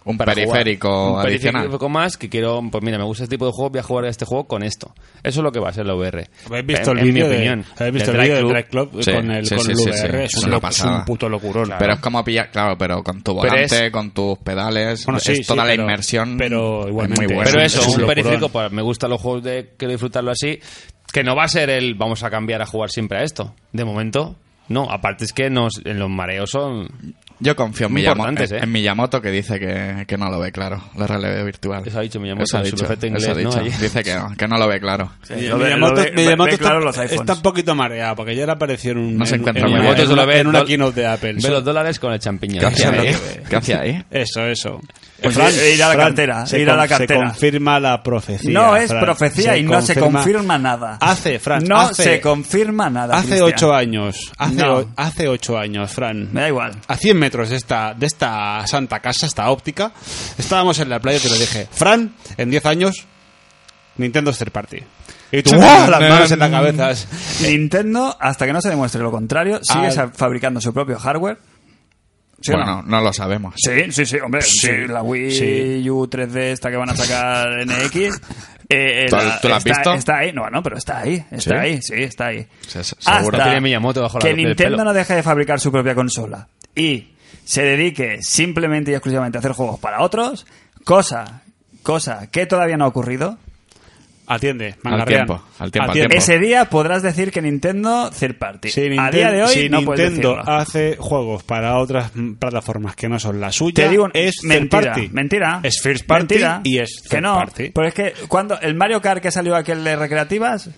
Un para jugar. periférico Un adicional. periférico más que quiero, pues mira, me gusta este tipo de juego, voy a jugar a este juego con esto. Eso es lo que va a ser la VR. ¿Habéis visto el En- en mi vídeo de, opinión. ¿habéis visto el Drive vídeo de Club. Drive Club Sí, con el, sí, con sí, el sí, VR? sí. Es, Es un una lo- es pasada. un puto locurón. Pero es como pillar, claro, pero con tu Pero volante, es- con tus pedales, Bueno, sí, es toda sí, la pero- inmersión. pero es igualmente. muy buena. Pero Es eso, un un, locurón. periférico, pues me gustan los juegos de quiero disfrutarlo así, que no va a ser el vamos a cambiar a jugar siempre a esto. De momento, no. Aparte es que nos, en los mareos son... Yo confío en Miyamoto, Importantes, ¿eh? en Miyamoto que dice que, que no lo ve claro, la realidad virtual. Eso ha dicho Miyamoto Eso ha en su dicho, perfecto inglés, eso ha ¿no? dicho. Ahí. Dice que no, que no lo ve claro. Sí, lo de- Miyamoto, lo de- Miyamoto ve está, claro los iPhones. está un poquito mareado porque ayer apareció en un No se en- encuentra en, muy una- bien. en una- en una dol- keynote de Apple. Ve Eso- los dólares con el champiñón. ¿Qué hacía Ya ahí? ves. ¿Qué hacía ahí? Eso, eso. Pues ir- ir a la cartera, se ir a con- la se cartera. confirma la profecía. No es Fran. profecía Se y no se confirma nada. Hace, Fran, No hace- se confirma nada. Hace Cristian. ocho años, hace, No. o- hace ocho años, Fran. Me da igual. A 100 metros de esta, de esta santa casa, esta óptica, estábamos en la playa y te lo dije. Fran, en 10 años, Nintendo es third party. Y tú, ¡guau! las manos en la cabeza. Nintendo, hasta que no se demuestre lo contrario, sigue Ah. sa- fabricando su propio hardware. ¿Sí o no? bueno, no lo sabemos. Sí, sí, sí, hombre. Sí, sí, la Wii sí. U 3D, esta que van a sacar NX. eh, eh, ¿Tú- tú la has está, visto? Está ahí, no, no, pero está ahí, está ¿Sí? ahí, sí, está ahí. Se- se- Hasta seguro. Tiene Miyamoto bajo la- que del Nintendo pelo. no deje de fabricar su propia consola y se dedique simplemente y exclusivamente a hacer juegos para otros, cosa, cosa que todavía no ha ocurrido. Atiende, Al mangarrean. tiempo, al tiempo, al Atiende. tiempo. Ese día podrás decir que Nintendo third party. Si Ninten- a día de hoy si no puedes Nintendo decirlo. hace juegos para otras mm, plataformas que no son la suya, Te digo, un- es third mentira, party. mentira. Es first party mentira, y es third que no, party. Pero es que cuando el Mario Kart que salió aquel de recreativas,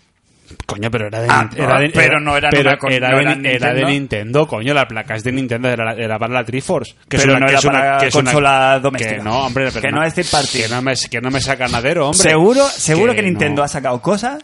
Coño, pero era de, Ah, Nin- era de- pero no eran pero una con- era no de, eran era de Nintendo. Nintendo, coño, la placa es de Nintendo, era, era para la Triforce. Que es Pero una- no que era es una- para que es una- consola doméstica. Que no, hombre, pero Que no es third party. Que no me, que no me saca nadero, hombre. seguro, seguro que, Nintendo no. ha sacado cosas.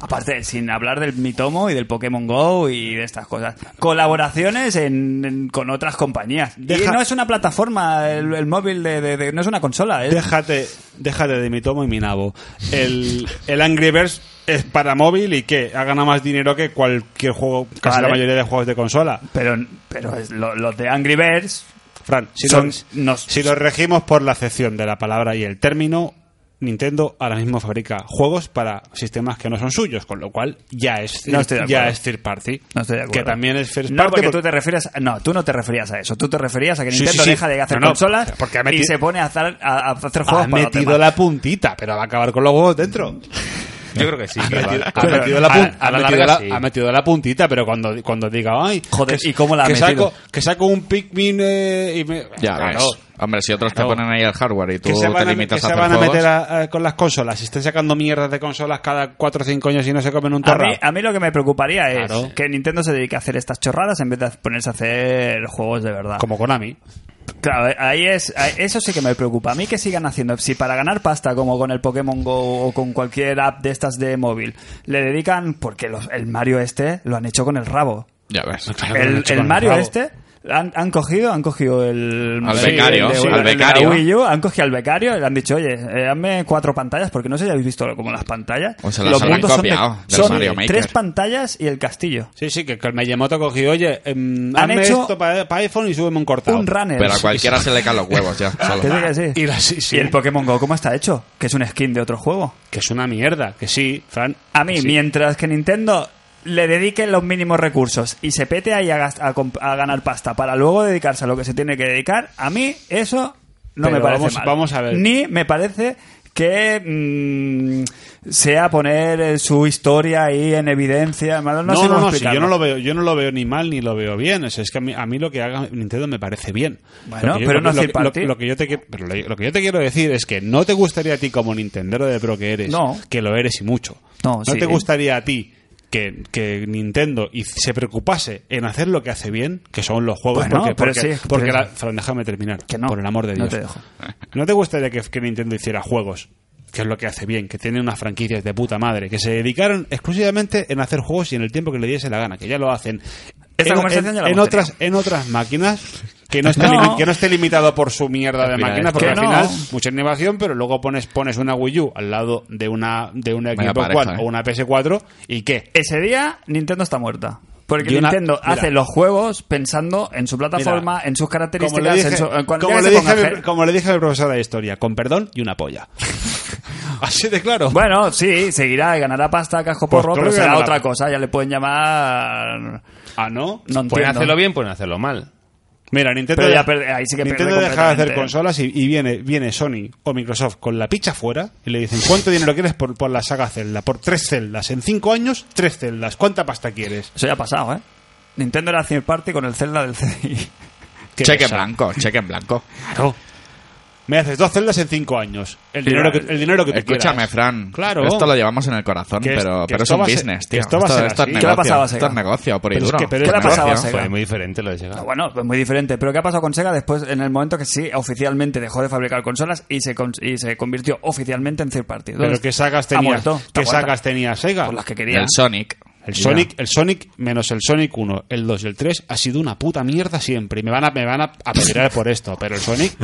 Aparte, sin hablar del Mitomo y del Pokémon Go y de estas cosas. Colaboraciones en- en- con otras compañías. Deja- Y no es una plataforma, el, el móvil de, de- de- No es una consola, ¿eh? es Déjate, déjate de mi tomo y mi nabo. El, el Angry Birds es para móvil y que ha ganado más dinero que cualquier juego, casi Vale. la mayoría de juegos de consola. Pero, pero es lo- los de Angry Birds Fran, si, son. nos, nos- si nos regimos por la acepción de la palabra y el término, Nintendo ahora mismo fabrica juegos para sistemas que no son suyos, con lo cual ya es, No estoy de ya acuerdo. es third party. no estoy de acuerdo. Que también es first no, party. porque porque- tú te refieres. No, tú no te referías a eso. Tú te referías a que Sí, sí, Nintendo sí. deja de hacer No, no, consolas porque ha metido- y se pone a hacer, a- a hacer juegos Ha para los metido demás. la puntita, pero va a acabar con los huevos dentro. Yo creo que sí. que va- Ha metido la pun- a ha la metido larga la- sí. ha metido la puntita, pero cuando, cuando diga, ay, Joder, que- ¿y cómo la ha que metido? saco, que saco un Pikmin eh, y me... Ya Claro. ves. Hombre, si otros Claro. te ponen ahí el hardware y tú que se te van a, limitas que se a hacer van a juegos, meter a- a- con las consolas. Si estén sacando mierdas de consolas cada 4 o 5 años y no se comen un A torrado. mí, a mí lo que me preocuparía es Claro. que Nintendo se dedique a hacer estas chorradas en vez de ponerse a hacer juegos de verdad. Como Konami. Claro, ahí es, ahí- eso sí que me preocupa. A mí que sigan haciendo, si para ganar pasta como con el Pokémon Go o con cualquier app de estas de móvil, le dedican, porque los- el Mario este lo han hecho con el rabo. Ya ves. lo han El, hecho con el el Mario rabo. este han, han cogido, han cogido el Al sí, becario, el de- sí, al el de la becario. Wii U, han cogido al becario y le han dicho, oye, eh, hazme cuatro pantallas, porque no sé si habéis visto como las pantallas. O Pues se las habrán mundos son de- copiado del son Mario Maker. tres pantallas y el castillo. Sí, sí, que el Miyamoto ha cogido, oye, em, hazme hecho esto para iPhone y súbeme un cortado. Un runner. Pero a cualquiera se le caen los huevos ya. solo. Te digo que sí. Y la- sí, sí. ¿Y el Pokémon Go cómo está hecho? Que es un skin de otro juego. Que es una mierda, que sí, Fran. A mí, que sí. mientras que Nintendo le dedique los mínimos recursos y se pete ahí a, gast- a comp- a ganar pasta para luego dedicarse a lo que se tiene que dedicar, a mí eso no Pero me parece vamos- mal. vamos a ver. Ni me parece que mm, sea poner eh, su historia ahí en evidencia. No, No, sé no, cómo no, si yo explicarlo. no lo veo, yo no lo veo ni mal ni lo veo bien. O sea, es que a mí, a mí lo que haga Nintendo me parece bien. Bueno, Lo que yo- pero lo- no lo, hace que- para lo- ti. lo que yo te qui- pero lo, lo que yo te quiero decir es que no te gustaría a ti como Nintendero de pro que eres, No. que lo eres y mucho. No, sí. eh. te gustaría a ti que, que Nintendo y se preocupase en hacer lo que hace bien, que son los juegos, Bueno, porque, pero porque- sí, porque pero- la- Fran, déjame terminar, Que no, por el amor de no Dios. te dejo. ¿No te gustaría que, que Nintendo hiciera juegos? Que es lo que hace bien, que tiene unas franquicias de puta madre, que se dedicaron exclusivamente en hacer juegos y en el tiempo que le diese la gana, que ya lo hacen. en, Esta conversación en- ya la en hemos otras, en otras máquinas, que no, esté No. limi- que no esté limitado por su mierda de Al final máquinas, es porque que al no. final mucha innovación, pero luego pones, pones una Wii U al lado de una, de una Vaya Xbox pareja, One eh. o una PS4, ¿y qué? Ese día Nintendo está muerta. Porque Y una- Nintendo mira. hace los juegos pensando en su plataforma, Mira, en sus Como características, le, dije, en su- en cuando como ya le se dije a ponga mi- fe- como le dije a mi profesora de historia, con perdón y una polla. Así de claro. Bueno, sí, seguirá y ganará pasta, casco Pues porro, creo pero que será ganará. otra cosa. Ya le pueden llamar... Ah, ¿no? No Pueden entiendo. hacerlo bien, pueden hacerlo mal. Mira, Nintendo, Pero ya per- ahí sí que Nintendo pierde deja de hacer completamente. ¿eh? consolas y, y viene, viene Sony o Microsoft con la picha fuera y le dicen ¿cuánto dinero quieres por, por la saga Zelda? Por tres celdas. En cinco años, tres celdas. ¿Cuánta pasta quieres? Eso ya ha pasado, ¿eh? Nintendo era third party con el Zelda del CDI. Qué Cheque en pesado. blanco, cheque en blanco. Claro. Me haces dos celdas en cinco años. El dinero que, el dinero que tú Escúchame, quieras. Fran. Claro. Esto lo llevamos en el corazón, Que es- pero, que pero es esto un va a ser- business, que tío. esto va a ser esto es así. ¿Qué le ha pasado negocio. a Esto Sega? es negocio, por y Pero es duro. que- pero ¿Qué es le ha pasado a negocio. Sega? Fue muy diferente lo de llegar. Bueno, pues muy diferente. Pero ¿qué ha pasado con Sega después, en el momento que sí, oficialmente dejó de fabricar consolas y se, con- y se convirtió oficialmente en third party? Pero Entonces, ¿qué sagas ha tenía, muerto, está ¿qué muerta. sagas tenía Sega? Por las que quería. El Sonic. El Ya. Sonic, el Sonic menos el Sonic 1, el 2 y el 3 ha sido una puta mierda siempre. Y me van a, me van a apedrear por esto. Pero el Sonic,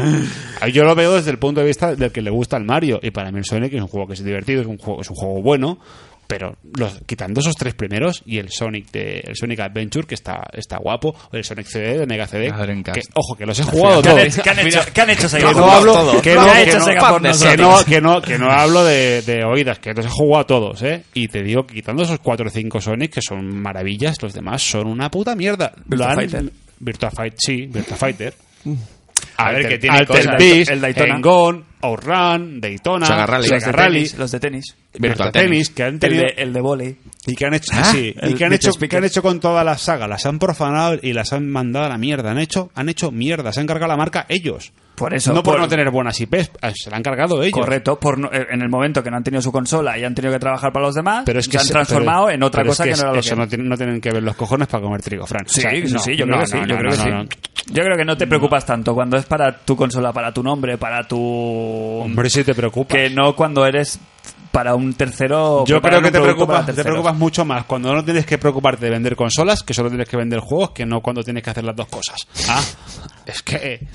yo lo veo desde el punto de vista del que le gusta el Mario. Y para mí el Sonic es un juego que es divertido, es un juego, es un juego bueno. Pero los, quitando esos tres primeros y el Sonic de el Sonic Adventure, que está, está guapo, o el Sonic CD de Mega CD, Ah, Dreamcast. que, ojo, que los he jugado ¿Qué han, todos. hecho, ¿Qué han hecho? ¿Qué han hecho Que Sega? no hablo, todo. que ¿Qué no, ha que hecho no- Sega por de nosotros? que no, que no, que no hablo de, de oídas, que los he jugado a todos, ¿eh? Y te digo que quitando esos 4 o 5 Sonic, que son maravillas, los demás son una puta mierda. Lo Virtua han- Fighter. Mm. Virtua Fight, sí, Virtua Fighter. A ver, que tiene Alter cosas. Beast, El Daytona. Hang-On, Outrun, Daytona, Sega Rally. Sega Los de Rally, tenis, los de tenis. Virtua Virtua Tennis, Tennis, que han El tenido... de, el de volei. Y que han hecho, Ah, sí, y el que han Beat hecho, Speaker. que han hecho con toda la saga, las han profanado y las han mandado a la mierda, han hecho, han hecho mierda, se han cargado la marca ellos. Por eso, no por, por- no tener buenas IPs, se la han cargado ellos. Correcto, por no- eh, en el momento que no han tenido su consola y han tenido que trabajar para los demás, Pero es que se han se- transformado pero- en otra pero es cosa que, no era lo eso que no, tiene- no tienen que ver los cojones para comer trigo, Fran. Sí, O sea, sí, no, sí, yo no, creo que sí. no, yo no, creo que no, sí. no, Mm. no. Yo creo que no te preocupas tanto cuando es para tu consola, para tu nombre, para tu. Hombre, sí te preocupa. Que no cuando eres para un tercero. yo creo preparar que un te producto preocupas, para te terceros. preocupas mucho más cuando no tienes que preocuparte de vender consolas, que solo tienes que vender juegos, que no cuando tienes que hacer las dos cosas. Ah, es que...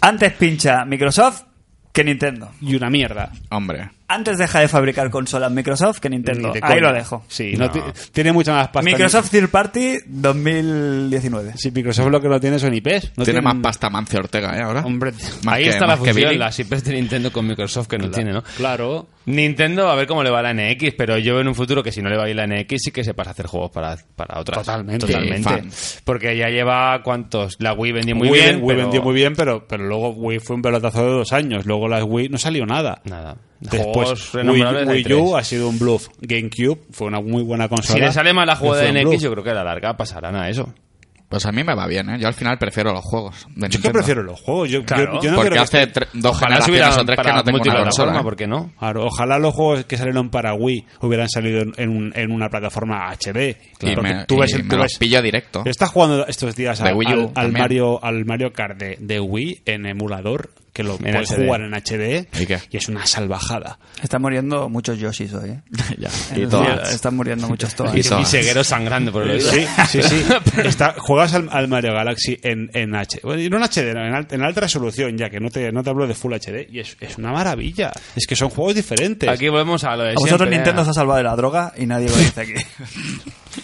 Antes pincha Microsoft que Nintendo. Y una mierda. Hombre. Antes deja de fabricar consolas Microsoft que Nintendo. Ni de Ahí coña. lo dejo. Sí, no ti- tiene mucha más pasta. Microsoft Third Party 2019. Si Microsoft lo que no tiene son IPs. No Tiene más tienen- pasta Mancio Ortega, ¿eh? Ahora. Hombre, Más Ahí que- está la más que Billy. fusión, las IPs de Nintendo con Microsoft que no tiene, ¿no? Claro. Nintendo, a ver cómo le va la NX, pero yo veo en un futuro que si no le va bien la NX sí que se pasa a hacer juegos para, para otras. Totalmente. Sí, fan. Porque ya lleva, ¿cuántos? La Wii vendió muy Wii, bien. Wii pero- vendió muy bien, pero, pero luego Wii fue un pelotazo de dos años. Luego la Wii no salió nada. Nada. Después Juegos Wii, renombrables hay Wii U tres. ha sido un bluff. GameCube fue una muy buena consola. Si le sale mal la jugada Fue de un NX, bluff. yo creo que a la larga pasarán a eso. Pues a mí me va bien, ¿eh? Yo al final prefiero los juegos. de Yo que Nintendo. prefiero los juegos. Yo, Claro, yo- yo no Porque quiero hace que- tre- dos Ojalá generaciones subieran o tres que para no tengo una multiplataforma, consola. ¿por qué no? Claro, ojalá los juegos que salieron para Wii hubieran salido en- en, un- en una plataforma HD. Y Porque me, tú ves, y el- me tú los ves- pillo directo. Estás jugando estos días De al, Wii U al- al también. Mario, al Mario Kart de, de Wii en emulador, que lo En puedes HD. jugar en HD, ¿Y qué? es una salvajada. Están muriendo muchos Yoshis hoy, ¿eh? Ya. En Y los todo. días Están muriendo muchos Toads. Y todo. Y ceguero sangrando por el oído. Sí, sí, sí. Está- juegas al, al Mario Galaxy en, en HD. Bueno, y no en HD, no, en, alt- en alta resolución, ya que no te, no te hablo de Full HD. Y es, es una maravilla. Es que son juegos diferentes. Aquí volvemos a lo de A vosotros siempre, Nintendo ¿eh? os ha salvado de la droga y nadie lo dice aquí.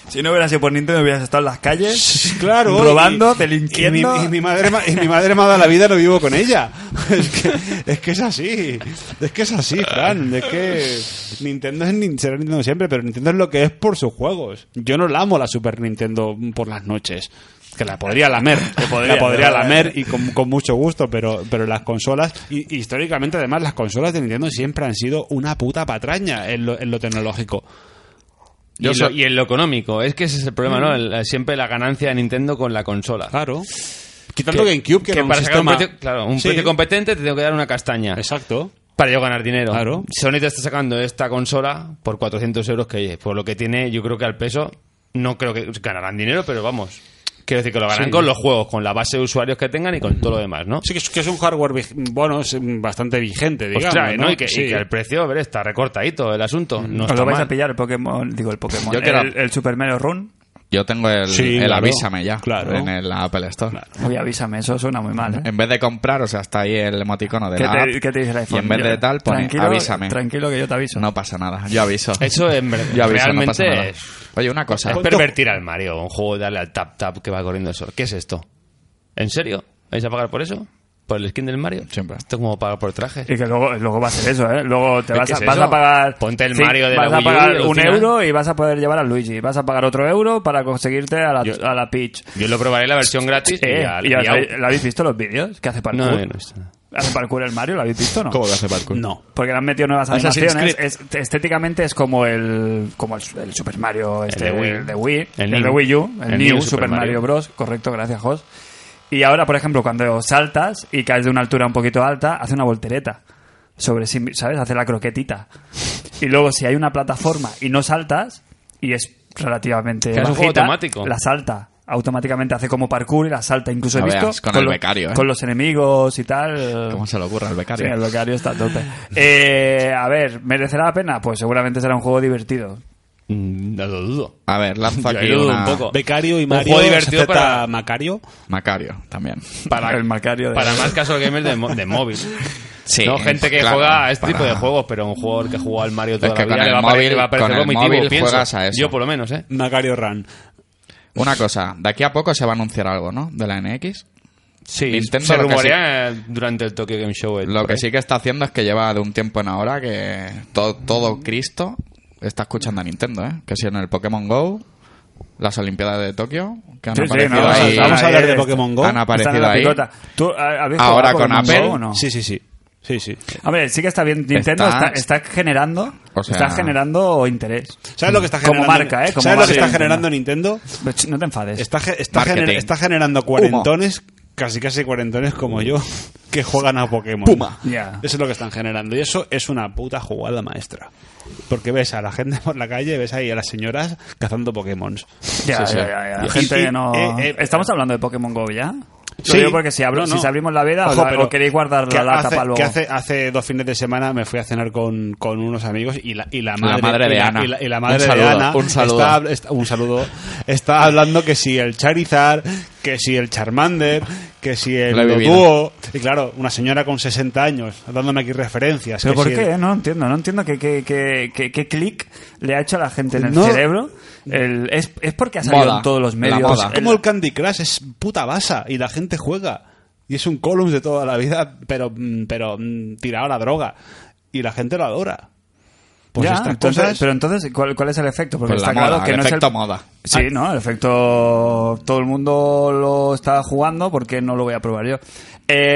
si no hubiera sido por Nintendo, hubieras estado en las calles, Claro. robando, y- delinquiendo. Y mi, y mi madre, ma- y mi madre me ha dado la vida, no vivo con ella. Es que es, que es así. Es que es así, Fran. Es que Nintendo es nin- será Nintendo siempre, pero Nintendo es lo que es por sus juegos. Yo no la amo la Super Nintendo por las noches. Que la podría lamer. podría, la podría ¿no? lamer y con, con mucho gusto, pero, pero las consolas. Y, históricamente, además, las consolas de Nintendo siempre han sido una puta patraña en lo, en lo tecnológico. Y, en Yo lo, so- y en lo económico, es que ese es el problema, ¿no? El- siempre la ganancia de Nintendo con la consola. Mm. Claro. Quitando GameCube, que, era un para sacar un sistema- precio, claro, un Sí, precio competente te tengo que dar una castaña Exacto. para yo ganar dinero. Claro. Sony te está sacando esta consola por 400 euros que oye, por lo que tiene, yo creo que al peso no creo que ganarán dinero, pero vamos. Quiero decir que lo ganan Sí. con los juegos, con la base de usuarios que tengan y con todo lo demás, ¿no? Sí, que es, que es un hardware, vig- bueno, es mm, bastante vigente, digamos. Ostras, ¿no? ¿no? Y, que, y Sí. Mm. que el precio, a ver, está recortadito el asunto. No Os está lo vais mal. a pillar el Pokémon, digo el Pokémon, Yo que era- el, el Super Mario Run. Yo tengo el, Sí, el claro. avísame ya Claro. en el Apple Store. Oye, avísame, eso suena muy mal, ¿eh? En vez de comprar, o sea, está ahí el emoticono de ¿Qué la te, app, qué te dice el Y iPhone? en vez de Yo- tal, pone tranquilo, avísame. Tranquilo que yo te aviso. No pasa nada, yo aviso. Eso en verdad- yo aviso, no pasa realmente nada. es, Oye, una cosa. es pervertir al Mario. Un juego de darle al tap tap que va corriendo el sol. ¿Qué es esto? ¿En serio? ¿Vais a pagar por eso? ¿Por el skin del Mario? Siempre. Esto es como pagar por trajes. Y que luego, luego va a ser eso, ¿eh? Luego te ¿Qué vas, a, es vas eso? a pagar... Ponte el sí, Mario de la Vas Wii a U y pagar un alucina. euro y vas a poder llevar a Luigi. Vas a pagar otro euro para conseguirte a la, a la Peach. Yo lo probaré la versión gratis y Eh, al- ¿y y os- au. ¿Lo habéis visto los vídeos? ¿Qué hace parkour? No, yo no he visto nada. ¿Hace parkour el Mario? ¿Lo habéis visto o no? ¿Cómo que hace parkour? No. Porque le han metido nuevas Assassin's animaciones. Es- estéticamente es como el como el, el Super Mario este, de Wii. el de Wii, El el, New. de Wii U, el, New El New Super, Super Mario Mario. Bros. Correcto, gracias, Jos. Y ahora, por ejemplo, cuando saltas y caes de una altura un poquito alta, hace una voltereta sobre sí, mi- ¿sabes? Hace la croquetita. Y luego, si hay una plataforma y no saltas, y es relativamente Que es un juego bajita, automático. la salta. Automáticamente hace como parkour y la salta. Incluso he No visto veas, con el becario, ¿eh? con los enemigos y tal. ¿Cómo se le ocurre al Sí, becario? el becario está a tope. Eh, a ver, ¿merecerá la pena? Pues seguramente será un juego divertido. Mm, No lo dudo. A ver, lanzo Yo aquí dudo una... un poco. Becario y Un Mario. juego divertido ¿se acepta para- Macario. Macario, también. Para, el marcario de... para más casos gamers de, mo- de móvil. Sí, no gente que claro, juega a este tipo de para- juegos, pero un jugador que juega al Mario toda Es que la vida con le el va a parecer- móvil- le va a parecer con el vomitivo, móvil pienso. juegas a eso. Yo por lo menos, ¿eh? Macario Run. Una cosa, de aquí a poco se va a anunciar algo, ¿no? De la NX. Sí, Nintendo se lo que rumorea eh, durante el Tokyo Game Show. eh, Lo por que ahí. sí que está haciendo es que lleva de un tiempo en ahora que todo, todo Cristo está escuchando a Nintendo, ¿eh? Que si en el Pokémon GO, las Olimpiadas de Tokio, que han Sí, sí, aparecido no, Vamos, a- ahí... vamos a ahí hablar de está. Pokémon Go. han Está en aparecido la ahí. picota. ¿Tú, a- habéis jugado Ahora a con Pokémon Apple, Go o no? Sí, sí, sí. Sí, sí. Hombre, sí que está bien. Nintendo está, Está- está generando O sea- está generando interés. ¿Sabes lo que está Como generando? marca, ¿eh? Como ¿Sabes lo que está marca Nintendo. generando Nintendo? Ch, No te enfades. Está, ge- está, Marketing. gener- está generando cuarentones, casi casi cuarentones como yo, que juegan a Pokémon. Puma. Ya. Eso es lo que están generando. Y eso es una puta jugada maestra. Porque ves a la gente por la calle, ves ahí a las señoras cazando Pokémon. Ya, Sí, sí. ya, ya, ya. Y- Gente y- que no... eh, eh, Estamos hablando de Pokémon GO ya. Lo Sí. digo porque si, abro- No, no. si abrimos la veda Ojo, o, la- pero o queréis guardar que la lata hace, para luego. que hace, hace dos fines de semana me fui a cenar con, con unos amigos y la, y la madre, madre de y la- Ana. Y la, y la madre Un saludo, de Ana un saludo. Está, está- un saludo. Está hablando que si el Charizard, que si el Charmander, que si el Lo he vivido. Lotuo. Y claro, una señora con 60 años, dándome aquí referencias. ¿Pero que por si qué? el- No entiendo, no entiendo qué, qué, qué, qué- qué clic le ha hecho a la gente en el No. cerebro. El- es, es porque ha salido Moda. en todos los La medios. moda. Es como el Candy Crush, es puta basa y la gente juega. Y es un Columns de toda la vida, pero, mm, pero mm, tirado a la droga. Y la gente lo adora. Pues Ya, estas entonces- cosas. Pero entonces, ¿cuál, cuál es el efecto? Porque Pues la está moda, claro que el no efecto es el... moda. Sí, Ah. ¿no? El efecto... Todo el mundo lo está jugando porque no lo voy a probar yo.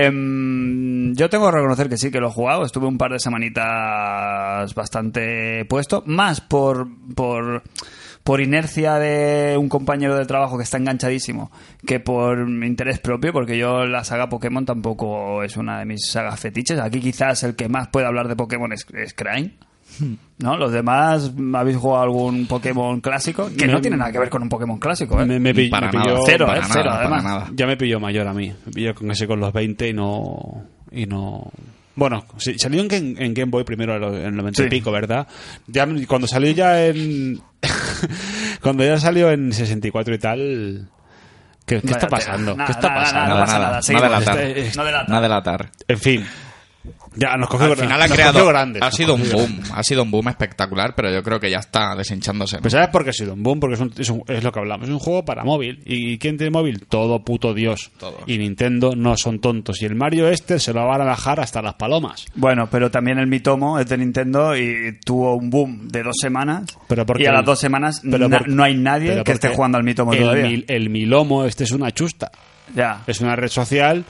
Em, yo tengo que reconocer que sí, que lo he jugado. Estuve un par de semanitas bastante puesto. Más por... por por inercia de un compañero de trabajo que está enganchadísimo que por mi interés propio, porque yo la saga Pokémon tampoco es una de mis sagas fetiches. Aquí quizás el que más puede hablar de Pokémon es, es Crane. ¿No? Los demás, ¿habéis jugado algún Pokémon clásico? Que no tiene nada que ver con un Pokémon clásico, ¿eh? Me, me pi- Para me nada, pilló, Cero, para eh, nada, cero, para además. nada. Ya me pilló mayor a mí. Me pilló con ese con los 20 y no. Y no... Bueno, sí, salió en, Game- en Game Boy primero en los- en el 90 y Sí. pico, ¿verdad? Ya, cuando salió ya en. cuando ya salió en 64 y tal. ¿Qué, qué Vaya está tela. pasando? Nada, ¿Qué está nada, pasando? nada, Nada, pasa nada, nada, nada seguimos. delatar. Este- este- no delatar. Nada delatar. En fin. Ya nos cogió Al final ha nos creado. cogió grandes, ha nos sido un cogió boom. Ha sido un boom espectacular, pero yo creo que ya está deshinchándose. ¿no? Pues ¿sabes por qué ha sido un boom? Porque es, un- es un- es lo que hablamos, es un juego para móvil. ¿Y quién tiene móvil? Todo puto Dios. Todo. Y Nintendo no son tontos. Y el Mario este se lo van a bajar hasta las palomas. Bueno, pero también el Mitomo es de Nintendo y tuvo un boom de dos semanas. Pero porque- y a las dos semanas pero na- porque- no hay nadie pero que esté porque jugando al Mitomo el todavía. mil- el Milomo este es una chusta. Ya. Es una red social.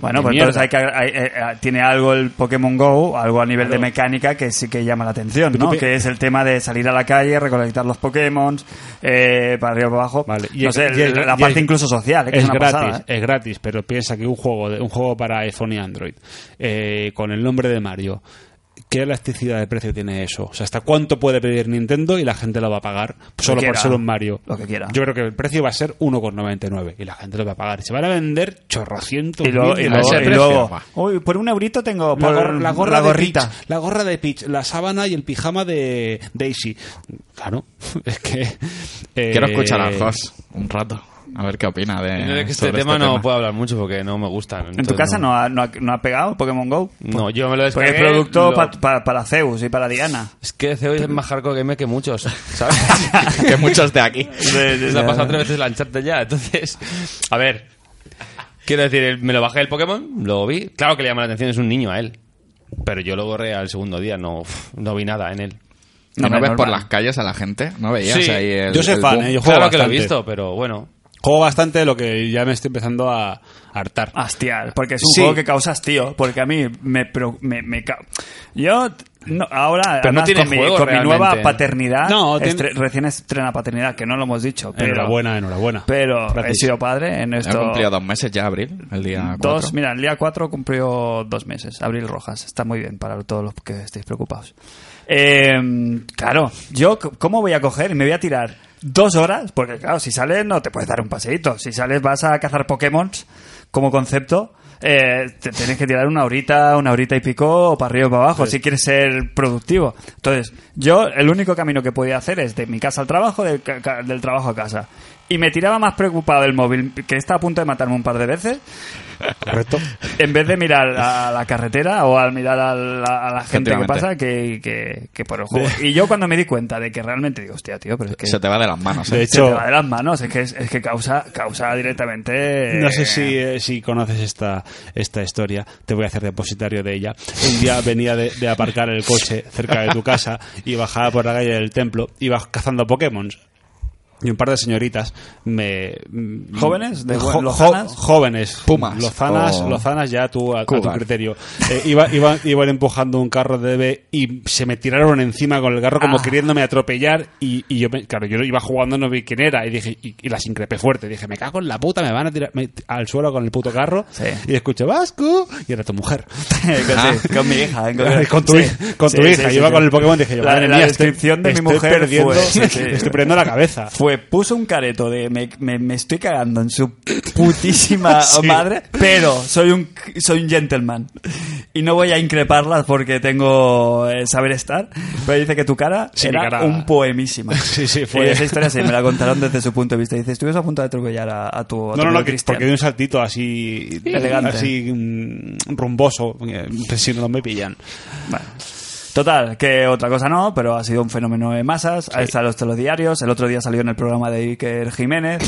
Bueno, de pues mierda. entonces hay que, hay- eh, eh, tiene algo el Pokémon Go, algo a nivel Claro. de mecánica que sí que llama la atención, ¿no? Pero- Que es el tema de salir a la calle, recolectar los Pokémon, eh, para arriba y para abajo. Vale. No sé, es- la y parte es- incluso social, eh, que es, es, una gratis, pasada, eh. es gratis, pero piensa que un juego, de, un juego para iPhone y Android eh, con el nombre de Mario, ¿qué elasticidad de precio tiene eso? O sea, ¿hasta cuánto puede pedir Nintendo y la gente lo va a pagar solo por quiera, ser un Mario? lo que quiera. Yo creo que el precio va a ser 1,99 y la gente lo va a pagar. Se van a vender chorrocientos Y luego, mil y de luego- ese y precio. luego, uy, por un eurito tengo La, por gor- la gorra la de gorrita. Peach, la gorra de Peach, la sábana y el pijama de Daisy. Claro, es que... eh, Quiero escuchar a Jos un rato. A ver qué opina de. Yo de que este sobre tema este no puedo hablar mucho porque no me gustan. ¿En tu entonces casa no ha, no ha- no ha pegado Pokémon Go? No, yo me lo Porque descargué. es producto lo- pa- pa- para Zeus y para Diana. Es que Zeus es más hardcore gamer que muchos, ¿sabes? que muchos de aquí. Se ha pasado tres veces la Uncharted ya, entonces... A ver, quiero decir, el- me lo bajé el Pokémon, lo vi. Claro que le llama la atención, es un niño a él. Pero yo lo borré al segundo día, no, uf, no vi nada en él. ¿Y no, hombre, ves por normal. las calles a la gente? ¿No veías Sí, ahí el, yo soy el fan, boom? ¿eh? Yo juego Claro que lo he bastante. visto, pero bueno. Juego bastante, lo que ya me estoy empezando a hartar. Hastiar, porque es un Sí. juego que causas tío, porque a mí me... pro- me, me ca- yo no, ahora, Pero no además, tiene con, mi- juego con mi, realmente. nueva paternidad, No, estre- tiene- recién estrena paternidad, que no lo hemos dicho, pero, enhorabuena, enhorabuena. pero he Gratis. sido padre en Ha esto... cumplido dos meses ya, abril, el día cuatro. Dos, mira, el día 4 cumplió dos meses, Abril Rojas. Está muy bien para todos los que estéis preocupados. Eh, claro, yo, c- ¿cómo voy a coger? Me voy a tirar dos horas, porque claro, si sales no te puedes dar un paseíto. Si sales vas a cazar Pokémon como concepto. eh, te tienes que tirar una horita, una horita y pico, o para arriba o para abajo, si quieres ser productivo. Entonces, yo el único camino que podía hacer es de mi casa al trabajo, del, ca- ca- del trabajo a casa. Y me tiraba más preocupado el móvil, que está a punto de matarme un par de veces, Correcto. en vez de mirar a la carretera o al mirar a la, a la gente que Efectivamente. pasa que, que, que por el juego. Y yo cuando me di cuenta de que realmente digo, hostia, tío, pero es que Se te va de las manos. ¿eh? De se te hecho, va de las manos, es que, es, es que causa, causa directamente... no sé si, eh, si conoces esta, esta historia, te voy a hacer depositario de ella. Un día venía de, de aparcar el coche cerca de tu casa y bajaba por la calle del templo, ibas cazando Pokémon. Y un par de señoritas me... mm, ¿Jóvenes? ¿De jo- lozanas? Oh. jo- jóvenes. Pumas. Lozanas, O- lozanas ya tú, a, a tu Cougar. criterio. Eh, iba- iba- iban empujando un carro de bebé y se me tiraron encima con el carro como Ah. queriéndome atropellar y, y yo, me- claro, yo iba jugando, no vi quién era y dije y, y las increpé fuerte. Dije, me cago en la puta, me van a tirar me- al suelo con el puto carro Sí. y escucho, Vasco, y era tu mujer. con, Ah. sí, con mi hija. ¿eh? con tu, hi- con tu Sí, hija, sí, yo iba sí, con sí. el Pokémon y dije, yo, La- madre la mía, descripción de mi estoy mujer perdiendo, este fue- sí, sí. estoy perdiendo la cabeza. Fue, puso un careto de me, me- me estoy cagando en su putísima Sí. madre, pero soy un, soy un gentleman y no voy a increparla porque tengo eh, saber estar, pero dice que tu cara Sí, mi era cara- un poemísima. Sí, sí, fue- Y esa historia sí, me la contaron desde su punto de vista. Dice, estuviste a punto de atropellar a, a tu... a No, no, tu no, amigo que- Cristian". porque de un saltito así Elegante. así mm, rumboso, eh, si no me pillan. Bueno. Total, que otra cosa no, pero ha sido un fenómeno de masas. Ahí están los telediarios. El otro día salió en el programa de Iker Jiménez.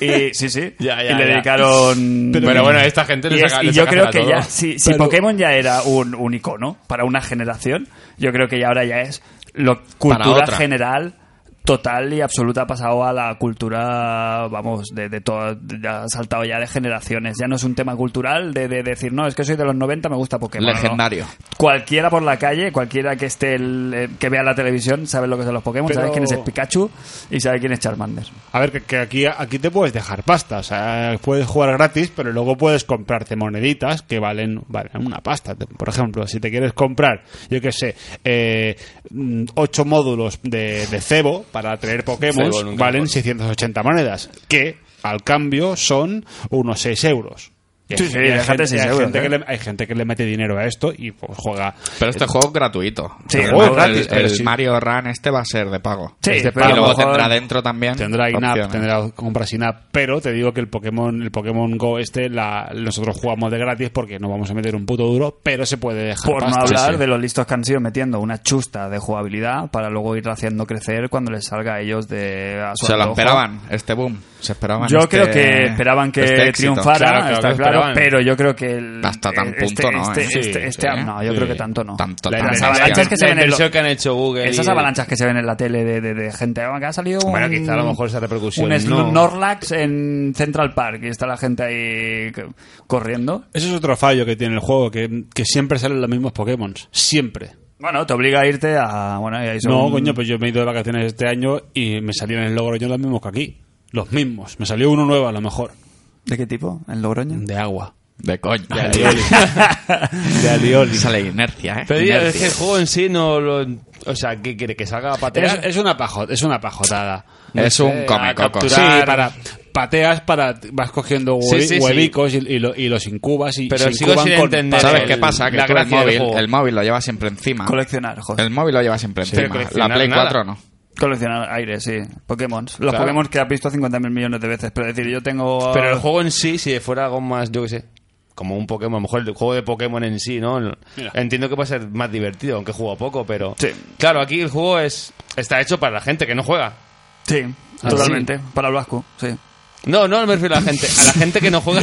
Y sí, sí. Ya, ya, y le ya. dedicaron. Pero bueno, esta gente le y es- saca- y le yo saca creo a que todo. ya, si, si Pero- Pokémon ya era un, un icono para una generación, yo creo que ya ahora ya es lo cultura otra. general total y absoluta ha pasado a la cultura, vamos, de, de todo, de- ha saltado ya de generaciones. Ya no es un tema cultural de, de decir, no, es que soy de los 90, me gusta Pokémon. ¿no? Legendario. Cualquiera por la calle, cualquiera que esté el- eh, que vea la televisión, sabe lo que son los Pokémon, Pero- sabe quién es el Pikachu y sabe quién es Charmander. A ver, que, que aquí, aquí te puedes dejar pasta. O sea, puedes jugar gratis, pero luego puedes comprarte moneditas que valen, valen una pasta. Te- Por ejemplo, si te quieres comprar, yo qué sé, eh, mm, ocho módulos de, de cebo para traer Pokémon, Cebo nunca valen mejor. 680 monedas, que al cambio son unos 6 euros. Y hay- Sí, sí, y hay déjate gente- 6 hay euros, gente ¿eh? que le- hay gente que le mete dinero a esto y pues juega. Pero este juego es gratuito. Sí, el, el juego- juego es gratis, el- el pero sí. Mario Run este va a ser de pago. Sí, Es de pero pago. a Y lo luego mejor tendrá dentro también. Tendrá in-app, opciones. tendrá compras in-app, pero te digo que el Pokémon, el Pokémon Go este, la, nosotros jugamos de gratis porque no vamos a meter un puto duro, pero se puede dejar Por no pasta. hablar de los listos que han sido metiendo una chusta de jugabilidad para luego ir haciendo crecer cuando les salga a ellos de a su Se lo antojo. esperaban, este boom. Se esperaban Yo este- creo que esperaban que este éxito. triunfara, Claro, claro, está que claro, esperaban. pero yo creo que el, Hasta tan este- punto no, este, ¿eh? este- Sí, este- sí. no, yo Sí. creo que tanto no. Tanto, La- tanto. las avalanchas que se La ven en lo- inversión que han hecho Google. Esas y- avalanchas que se ven en la tele de, de, de gente "Ah, que ha salido Bueno, un, quizá a lo mejor esa repercusión un no. Snorlax Norlax en Central Park y está la gente ahí c- corriendo. Ese es otro fallo que tiene el juego, que, que siempre salen los mismos Pokémon. Siempre. Bueno, te obliga a irte a bueno, y ahí son- No, coño, pues yo me he ido de vacaciones este año y me salieron en Logroño los mismos que aquí. Los mismos. Me salió uno nuevo a lo mejor. ¿De qué tipo? ¿En Logroño? De agua. De coño. De alioli. de alioli. Sale inercia, ¿eh? Pero tío, es Inercia. que el juego en sí no lo... O sea, ¿qué quiere? ¿Que salga a Es, patear? es una pajo- es una pajotada. Es un a comecoco. capturar- Sí, para pateas para vas cogiendo hue- Sí, sí, sí. huevicos y- Y, lo- y los incubas y Pero se sigo incuban sin con entender patas. Pues ¿Sabes el- qué pasa? Que la tú el gracia del móvil, juego. el móvil lo lleva siempre encima. Ah. Coleccionar, joder. El móvil lo lleva siempre pero encima. La coleccionar Play nada. 4 no. Coleccionar aire, sí. Pokémon. Los Claro. Pokémon que has visto 50.000 millones de veces. Pero es decir, yo tengo. Pero el juego en sí, si fuera algo más, yo qué sé, como un Pokémon, a lo mejor el juego de Pokémon en sí, ¿no? Mira. Entiendo que va a ser más divertido, aunque juego poco, pero... Sí. Claro, aquí el juego es está hecho para la gente que no juega. Sí, Ah, totalmente. Para el Vasco, sí. No, no me refiero a la gente, a la gente que no juega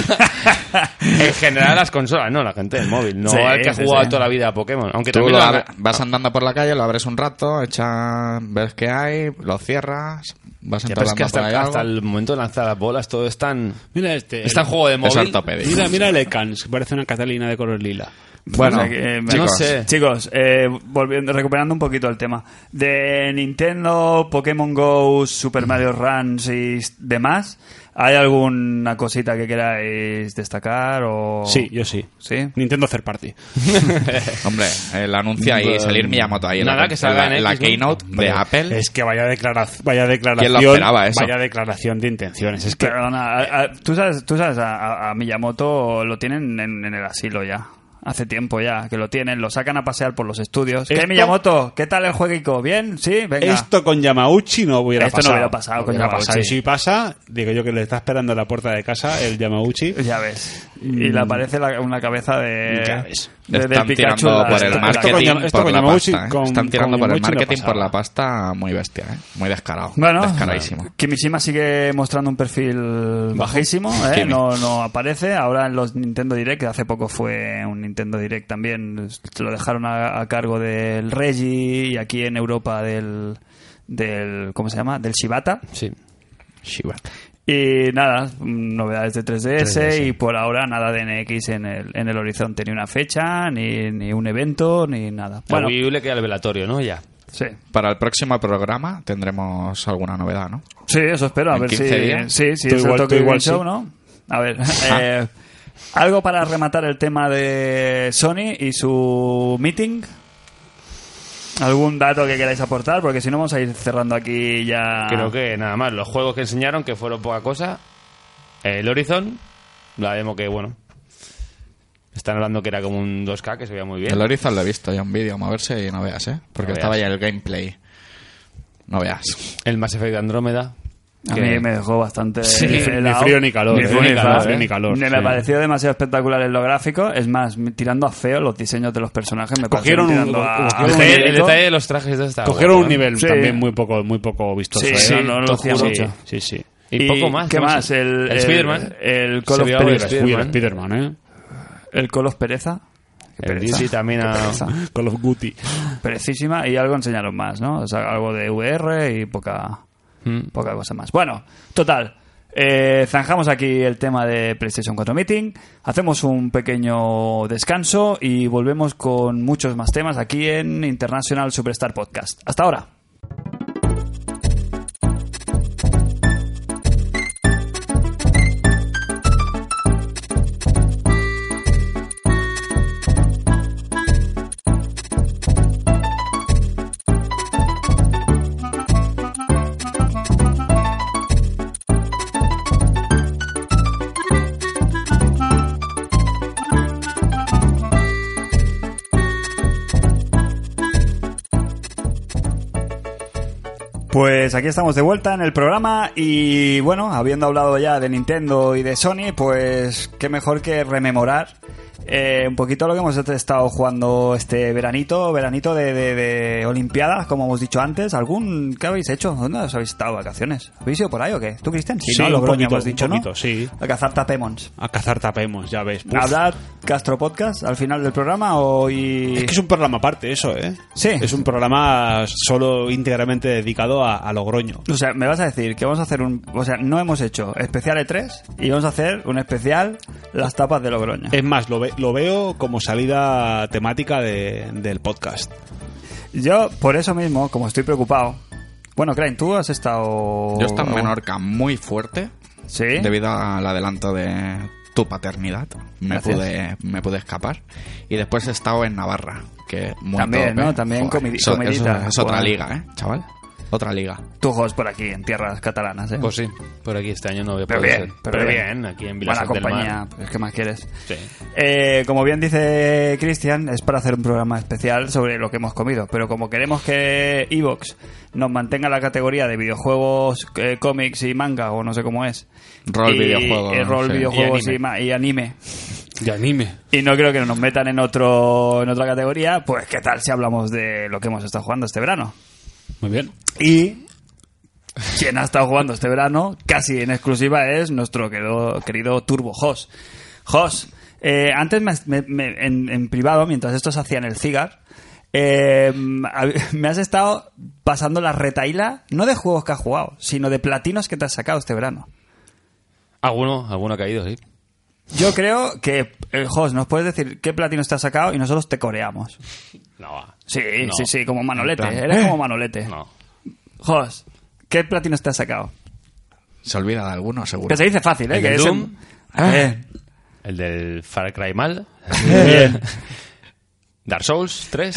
en general a las consolas, no, la gente del móvil, no Sí, al que ha sí, jugado sí. toda la vida a Pokémon, aunque Tú también lo lo abre- vas andando por la calle, lo abres un rato, echas, ves qué hay, lo cierras, vas Ya, pero es entrando que por ahí hasta, hasta algo. el momento de lanzar las bolas todo es tan... Mira este. Es tan juego de Es móvil. ortopédico. Mira, mira el Ekans, que parece una Catalina de color lila. Bueno, O sea que, eh, no chicos, sé. Chicos, eh, volviendo, recuperando un poquito el tema. De Nintendo, Pokémon Go, Super Mario Runs y s- demás, ¿hay alguna cosita que queráis destacar? O... Sí, yo sí. ¿Sí? Nintendo Third Party. Hombre, el anuncio ahí, salir Miyamoto ahí. en la- Mm, Nada, que salga en en la, X, la ¿no? keynote de Apple. Es que vaya, declaración vaya declaración. ¿Quién lo esperaba eso? Vaya declaración de intenciones. Es que. Perdona, a- a- tú sabes, tú sabes a, a- a Miyamoto lo tienen en, en el asilo ya. Hace tiempo ya que lo tienen, lo sacan a pasear por los estudios. ¿Qué, Esto- Miyamoto? ¿Qué tal el jueguico? ¿Bien? ¿Sí? Venga. Esto con Yamauchi no hubiera Esto no pasado. hubiera pasado con hubiera pasado. Yamauchi. Y si pasa, digo yo que le está esperando a la puerta de casa el Yamauchi. Ya ves. Y le aparece la- una cabeza de. Ya ves. de- del están Pikachu. tirando la- por el la- marketing Yam- esto por con la Yamauchi- pasta, ¿eh? con- Están tirando con por el Yamauchi no marketing por pasaba. la pasta muy bestia, ¿eh? Muy descarado. Bueno, descaradísimo. Kimishima sigue mostrando un perfil bajísimo, ¿eh? Kimi. no, no aparece. Ahora en los Nintendo Direct, que hace poco fue un Nintendo Direct también, se lo dejaron a, a cargo del Reggie y aquí en Europa del, del. ¿Cómo se llama? Del Shibata. Sí. Shiva. Y nada, mm, novedades de 3DS, 3DS. y por ahora nada de NX en el, en el horizonte, ni una fecha, ni, ni un evento, ni nada. Bueno. Bueno, Wii U le queda el velatorio, ¿no? Ya. sí. Para el próximo programa tendremos alguna novedad, ¿no? Sí, eso espero, a ¿En ver si... 15 días? Sí, sí, Tú es el igual- Tokyo tú Game igual Show, sí. ¿no? A ver, eh, algo para rematar el tema de Sony y su meeting. ¿Algún dato que queráis aportar? Porque si no vamos a ir cerrando aquí ya... Creo que nada más. Los juegos que enseñaron, que fueron poca cosa. El Horizon, la demo que, bueno. Están hablando que era como un 2K, que se veía muy bien. El Horizon lo he visto ya un vídeo moverse y no veas, ¿eh? Porque No estaba veas. ya el gameplay. No veas. El Mass Effect Andrómeda. A que- mí me dejó bastante. Sí, helado. ni frío ni calor, eh, frío ni fa- calor, eh, ni calor, Me, sí. me pareció demasiado espectacular en lo gráfico. Es más, me- tirando a feo los diseños de los personajes. Me Cogieron parecieron un- tirando a- cogieron a El un- detalle, el genérico. detalle de los trajes de esta. Cogieron guapo, un ¿eh? nivel Sí. también muy poco, muy poco vistoso. Sí, ¿eh? sí, no, no Te lo hacía juro. mucho. Sí, sí. sí. Y, poco más. ¿Qué más? El, eh, El Spider-Man. El, Se Call of vio Pereza. el Spider-Man. Spider-Man, ¿eh? El Call of Pereza. El DC también ha... Con los Guti. Precisísima y algo enseñaron más, ¿no? O sea, algo de VR y poca, Mm. poca cosa más. Bueno, total. eh, zanjamos aquí el tema de PlayStation 4 Meeting. Hacemos un pequeño descanso y volvemos con muchos más temas aquí en International Superstar Podcast. Hasta ahora. Pues aquí estamos de vuelta en el programa y bueno, habiendo hablado ya de Nintendo y de Sony, pues qué mejor que rememorar eh, un poquito lo que hemos estado jugando este veranito, veranito de, de- de Olimpiadas, como hemos dicho antes. ¿Algún qué habéis hecho? ¿Dónde os habéis estado de vacaciones? ¿Habéis ido por ahí o qué? ¿Tú, Cristian? Sí, un Logroño, poquito, hemos dicho, un poquito, ¿no? sí. A cazar tapemons. A cazar tapemos, ya ves. Puf. ¿Hablad gastropodcast al final del programa o y... Es que es un programa aparte, eso, ¿eh? Sí. Es un programa solo íntegramente dedicado a, a Logroño. O sea, me vas a decir que vamos a hacer un... O sea, no hemos hecho especial E3 y vamos a hacer un especial Las tapas de Logroño. Es más, lo, ve- lo veo como salida temática de- del podcast. Yo, por eso mismo, como estoy preocupado... Bueno, Crane, tú has estado... Yo estaba en Menorca muy fuerte Oh. Sí. debido al adelanto de tu paternidad. Me Gracias. pude, me pude escapar. Y después he estado en Navarra, que muy a También, tope. ¿no? También comidi- eso- eso comidita. es otra Joder. liga, ¿eh, chaval? Otra liga. Tú juegas por aquí, en tierras catalanas, ¿eh? Pues sí, por aquí este año no voy a pero poder bien, ser. pero, bien. aquí en Vilasar Buena del Mar. compañía, pues, ¿qué más quieres? Sí. Eh, como bien dice Cristian, es para hacer un programa especial sobre lo que hemos comido. Pero como queremos que Evox nos mantenga la categoría de videojuegos, eh, cómics y manga, o no sé cómo es. Rol y- videojuego, eh, rol sí. videojuegos Y anime. y, ma- y anime. De anime. Y no creo que nos metan en otro en otra categoría. Pues qué tal si hablamos de lo que hemos estado jugando este verano. Muy bien. Y quien ha estado jugando este verano, casi en exclusiva, es nuestro querido, querido Turbo Jos. Jos, eh, antes me- me- me- en, en privado, mientras estos hacían el cigar, eh, hab- me has estado pasando la retaíla, no de juegos que has jugado, sino de platinos que te has sacado este verano. Alguno, alguno ha caído, sí. Yo creo que, eh, Jos, nos puedes decir qué platinos te has sacado y nosotros te coreamos. No, va. Sí, No. sí, sí, como Manolete. En plan, Eres como Manolete. No. Jos, ¿qué platinos te has sacado? Se olvida de alguno, seguro. Que se dice fácil, ¿eh? El Que del es Doom. en- Ah, eh, El del Far Cry mal. Eh. Dark Souls 3.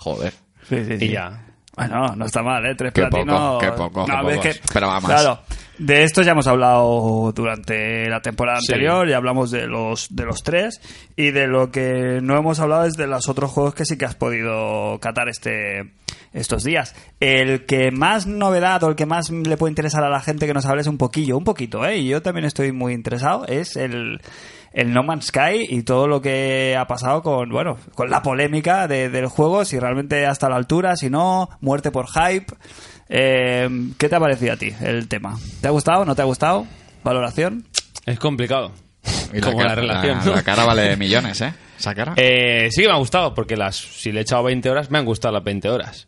Joder. sí, sí, sí. Y ya. Bueno, no está mal, ¿eh? Tres Qué platinos. poco, qué poco, No, qué ves pocos. que- Pero va más. Claro, de esto ya hemos hablado durante la temporada Sí. anterior, ya hablamos de los, de los tres, y de lo que no hemos hablado es de los otros juegos que sí que has podido catar este estos días. El que más novedad o el que más le puede interesar a la gente que nos hables un poquillo, un poquito, ¿eh? Y yo también estoy muy interesado, es el, el No Man's Sky y todo lo que ha pasado con, bueno, con la polémica de- del juego, si realmente hasta la altura, si no, muerte por hype. Eh, ¿Qué te ha parecido a ti el tema? ¿Te ha gustado? ¿No te ha gustado? ¿Valoración? Es complicado. Y Como ca- la, relación. La, ¿no? la cara vale millones, ¿eh? Esa cara. Eh, sí que me ha gustado, porque las, si le he echado 20 horas, me han gustado las 20 horas.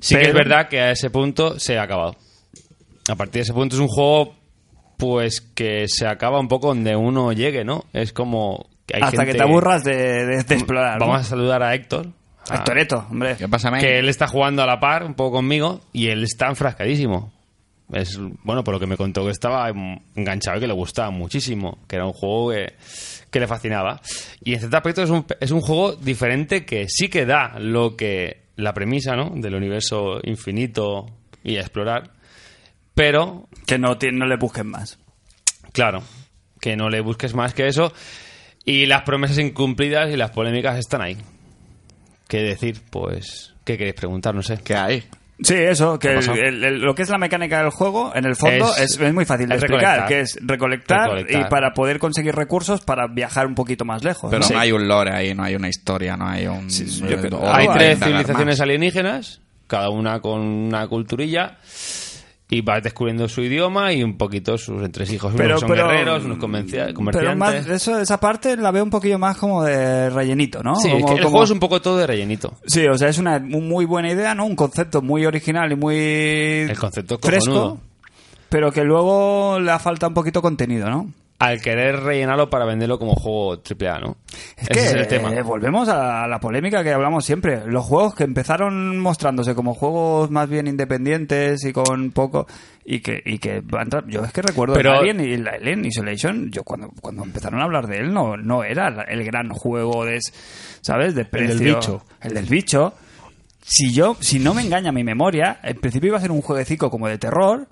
Sí que es Pero- verdad que a ese punto se ha acabado. A partir de ese punto es un juego pues que se acaba un poco donde uno llegue, ¿no? Es como... que hay Hasta gente- Mm, que te aburras de, de- de explorar. ¿no? Vamos a Ah. saludar a Héctor. a- Actoreto, hombre. ¿Qué pasa, men? que él está jugando a la par un poco conmigo y él está enfrascadísimo. Es, bueno, por lo que me contó que estaba en- enganchado y que le gustaba muchísimo, que era un juego que, que le fascinaba. Y en cierto aspecto es un, es un juego diferente que sí que da lo que la premisa ¿no? del universo infinito y a explorar, pero Que no, tiene- no le busquen más. Claro, que no le busques más que eso. Y las promesas incumplidas y las polémicas están ahí. ¿Qué decir? Pues, ¿qué queréis preguntar? No sé. ¿Qué hay? Sí, eso, que ¿Qué ha el- pasado? el- el- lo que es la mecánica del juego, en el fondo, Es- es, es muy fácil de es explicar, recolectar. que es recolectar, y Recolectar. para poder conseguir recursos para viajar un poquito más lejos. Pero ¿no? no hay un lore ahí, no hay una historia, no hay un... eh, sí, yo creo- o Ah, vale. Hay indagar tres más. civilizaciones alienígenas, cada una con una culturilla. Y vas descubriendo su idioma y un poquito sus entresijos. Unos Pero- son pero- guerreros, unos convenci- Pero comerciantes. más, eso, esa parte la veo un poquillo más como de rellenito, ¿no? Sí, es Como- que el como- juego es un poco todo de rellenito. Sí, o sea, es una mu- muy buena idea, ¿no? Un concepto muy original y muy El concepto es fresco, cojonudo. pero que luego le ha faltado un poquito contenido, ¿no? Al querer rellenarlo para venderlo como juego AAA, ¿no? Es Ese que es el tema. eh, volvemos a la polémica que hablamos siempre. Los juegos que empezaron mostrándose como juegos más bien independientes y con poco y que y que va a entrar- yo es que recuerdo Pero- el Alien y el Alien Isolation, yo cuando cuando empezaron a hablar de él no no era la- el gran juego de es- ¿sabes? de precio. bicho. El del bicho. Si yo si no me engaña mi memoria, en principio iba a ser un jueguecito como de terror,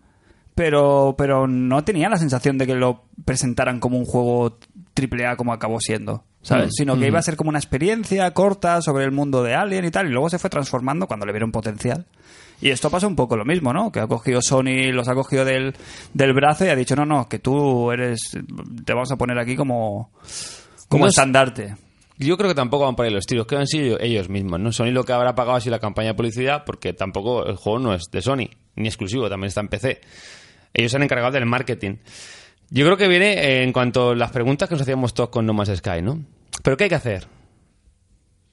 pero pero no tenía la sensación de que lo presentaran como un juego triple A como acabó siendo. ¿sabes? Sino que iba a ser como una experiencia corta sobre el mundo de Alien y tal, y luego se fue transformando cuando le vieron potencial. Y esto pasa un poco lo mismo, ¿no? Que ha cogido Sony, los ha cogido del, del brazo y ha dicho, no, no, que tú eres, te vamos a poner aquí como, como No es- estandarte. Yo creo que tampoco van para ahí los tiros, que han sido ellos mismos, ¿no? Sony lo que habrá pagado así la campaña de publicidad, porque tampoco el juego no es de Sony, ni exclusivo, también está en PC. Ellos se han encargado del marketing. Yo creo que viene eh, en cuanto a las preguntas que nos hacíamos todos con No Man's Sky, ¿no? ¿Pero qué hay que hacer?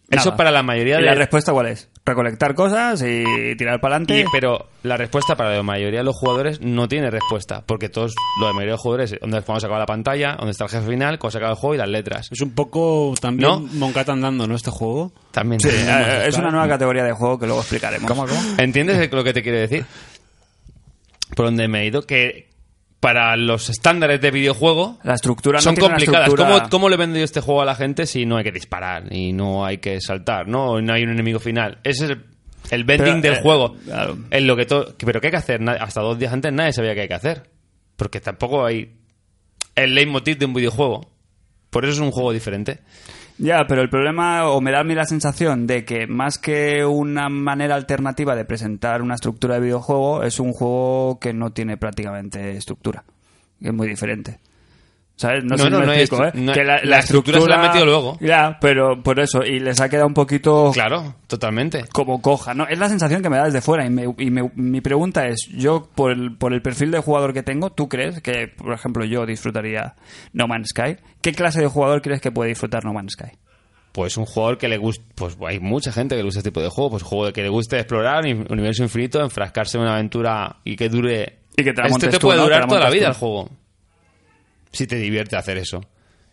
Eso Nada. para la ¿Y mayoría de... la respuesta cuál es? Recolectar cosas y tirar para adelante. Y- pero la respuesta para la mayoría de los jugadores no tiene respuesta, porque todos, la mayoría de los jugadores, donde cuando se acaba la pantalla, donde está el jefe final, cuando se acaba el juego y las letras. Es un poco también No. Moncata andando, ¿no? Este juego. También. Sí, tiene- eh, es una nueva categoría de juego que luego explicaremos. ¿Cómo, cómo? ¿Entiendes lo que te quiero decir? Por donde me he ido, que para los estándares de videojuego La estructura no son tiene una complicadas. estructura- ¿Cómo, ¿Cómo le vendo yo este juego a la gente si no hay que disparar y no hay que saltar, no, O no hay un enemigo final? Ese es el, el Pero, bending del eh, juego. claro. En lo que to- Pero ¿qué hay que hacer? Na- Hasta dos días antes nadie sabía qué hay que hacer. Porque tampoco hay el leitmotiv de un videojuego. Por eso es un juego diferente. Ya, pero el problema, o me da a mí la sensación de que más que una manera alternativa de presentar una estructura de videojuego, es un juego que no tiene prácticamente estructura. Es muy diferente. ¿Sabes? No, No, sé si no, me no hay explico, ¿eh? estru- no hay- la estructura se la han metido luego. Ya, pero por eso. Y les ha quedado un poquito Claro, totalmente. como coja, ¿no? Es la sensación que me da desde fuera. Y, me- y me- mi pregunta es, yo, por el, por el perfil de jugador que tengo, ¿tú crees que, por ejemplo, yo disfrutaría No Man's Sky? ¿Qué clase de jugador crees que puede disfrutar No Man's Sky? pues un jugador que le gusta, pues hay mucha gente que le gusta este tipo de juego, pues un juego que le guste explorar un universo infinito, enfrascarse en una aventura y que dure Y que te la este montes te tú, puede ¿no? Te durar la toda la montas vida tú. el juego. Si te divierte hacer eso.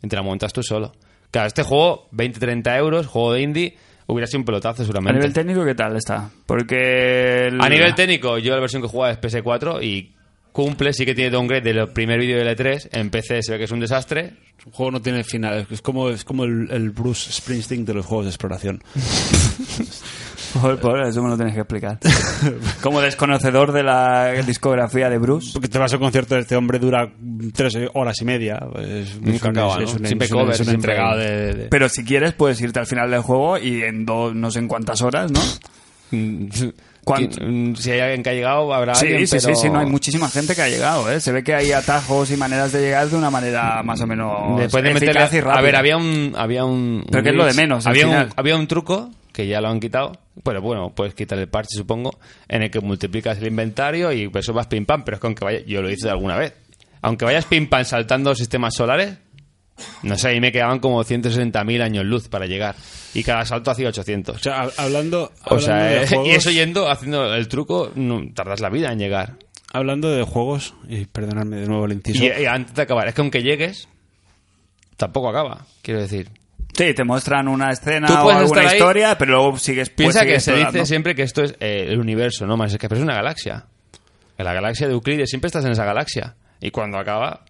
Y te la montas tú solo. Claro, este juego, 20-30 euros, juego de indie, hubiera sido un pelotazo A seguramente. nivel técnico, ¿qué tal está? Porque... el- A nivel técnico, yo la versión que jugaba es PS4 y cumple, sí que tiene downgrade del primer vídeo del E3. En PC se ve que es un desastre. El juego no tiene final. Es como, es como el, el Bruce Springsteen de los juegos de exploración. Por, por eso me lo tienes que explicar. Como desconocedor de la discografía de Bruce. Porque te vas a un concierto de este hombre, dura tres horas y media. Es, es Nunca un- acaba, es- es ¿no? un- Siempre es un- cover, es un siempre- entregado de- de- de- Pero si quieres, puedes irte al final del juego y en dos, no sé en cuántas horas, ¿no? Mm, ¿Cuánto? ¿Cuánto? Si hay alguien que ha llegado, habrá Sí, alguien, sí, sí, pero- sí, no hay muchísima gente que ha llegado, ¿eh? Se ve que hay atajos y maneras de llegar de una manera más o menos Después de Oh, eficaz meterle, y rápida. A ver, había un. Había un Pero un que es lo glitch. de menos, al Había un, final. había un truco que ya lo han quitado. Pero bueno, puedes quitar el parche, supongo. En el que multiplicas el inventario y eso vas pim pam. Pero es que aunque vaya. Yo lo hice alguna vez. Aunque vayas pim pam saltando sistemas solares. No sé, ahí me quedaban como 160.000 años luz para llegar. Y cada salto hacía 800. O sea, hab- hablando, O hablando sea, de eh, juegos, y eso yendo, haciendo el truco, no, tardas la vida en llegar. hablando de juegos, y perdonadme de nuevo el inciso, Y, eh, y antes de acabar, es que aunque llegues, tampoco acaba, quiero decir. Sí, te muestran una escena Tú o puedes alguna estar ahí- historia, pero luego sigues pues Piensa sigues que se dice explorando. siempre que esto es eh, el universo, no más, es que pero es una galaxia. En la galaxia de Euclides siempre estás en esa galaxia. Y cuando acaba,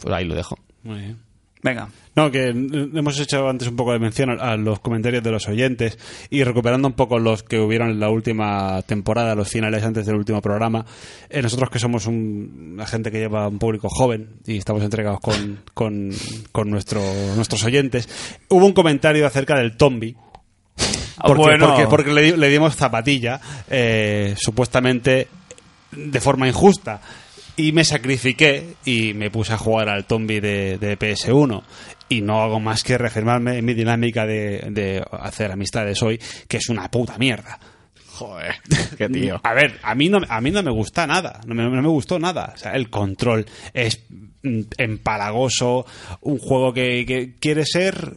pues ahí lo dejo. Muy bien. Venga. No, que mm, hemos hecho antes un poco de mención a, a los comentarios de los oyentes y recuperando un poco los que hubieron en la última temporada, los finales antes del último programa. eh, nosotros que somos un- una gente que lleva un público joven y estamos entregados con, con, con nuestro, nuestros oyentes, hubo un comentario acerca del Tombi. Porque, Bueno. porque, porque le, di- le dimos zapatilla, eh, supuestamente de forma injusta. Y me sacrifiqué y me puse a jugar al Tombi de, de PS1. Y no hago más que reafirmarme en mi dinámica de, de hacer amistades hoy, que es una puta mierda. Joder, qué tío. A ver, a mí no, a mí no me gusta nada. No me, no me gustó nada. O sea, el control es mm, empalagoso. Un juego que, que quiere ser.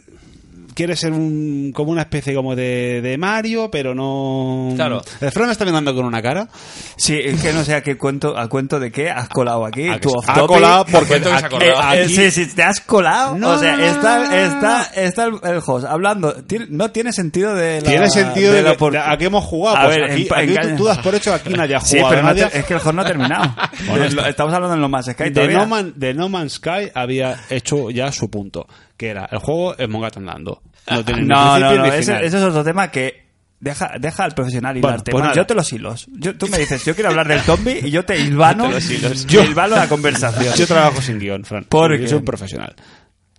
Quiere ser un, como una especie como de, de Mario, pero no. Claro. El Fran me está mirando con una cara. Sí, es que no sé a qué cuento, a cuento de qué has colado aquí. a Ah, que tu se- off ha topic. colado porque Cuento que se pues, ha aquí- colado. Eh, eh, aquí- sí, sí, te has colado. No, o sea, no, no, está, no, no, está, está el, el host hablando. Ti- No tiene sentido de la. Tiene sentido de, la que- por- de a qué hemos jugado. A Pues ver, aquí, en- aquí en- tú, tú das por hecho que aquí nadie ha Sí, jugado. pero no nadie te- es que el host no ha terminado. De lo- estamos hablando en lo más Sky de todavía. no, Man- de No Man's Sky había hecho ya su punto, que era el juego es Mongat andando. No tiene ni No, no, principio no, ni ese, final. ese es otro tema que deja, deja al profesional Bueno, hilarte. pues Bueno, nada. yo te los hilos. Yo, tú me dices, yo quiero hablar del zombie y yo te hilvano, yo hilvano la conversación. Yo trabajo sin guión, Fran. ¿Por Yo qué? soy un profesional.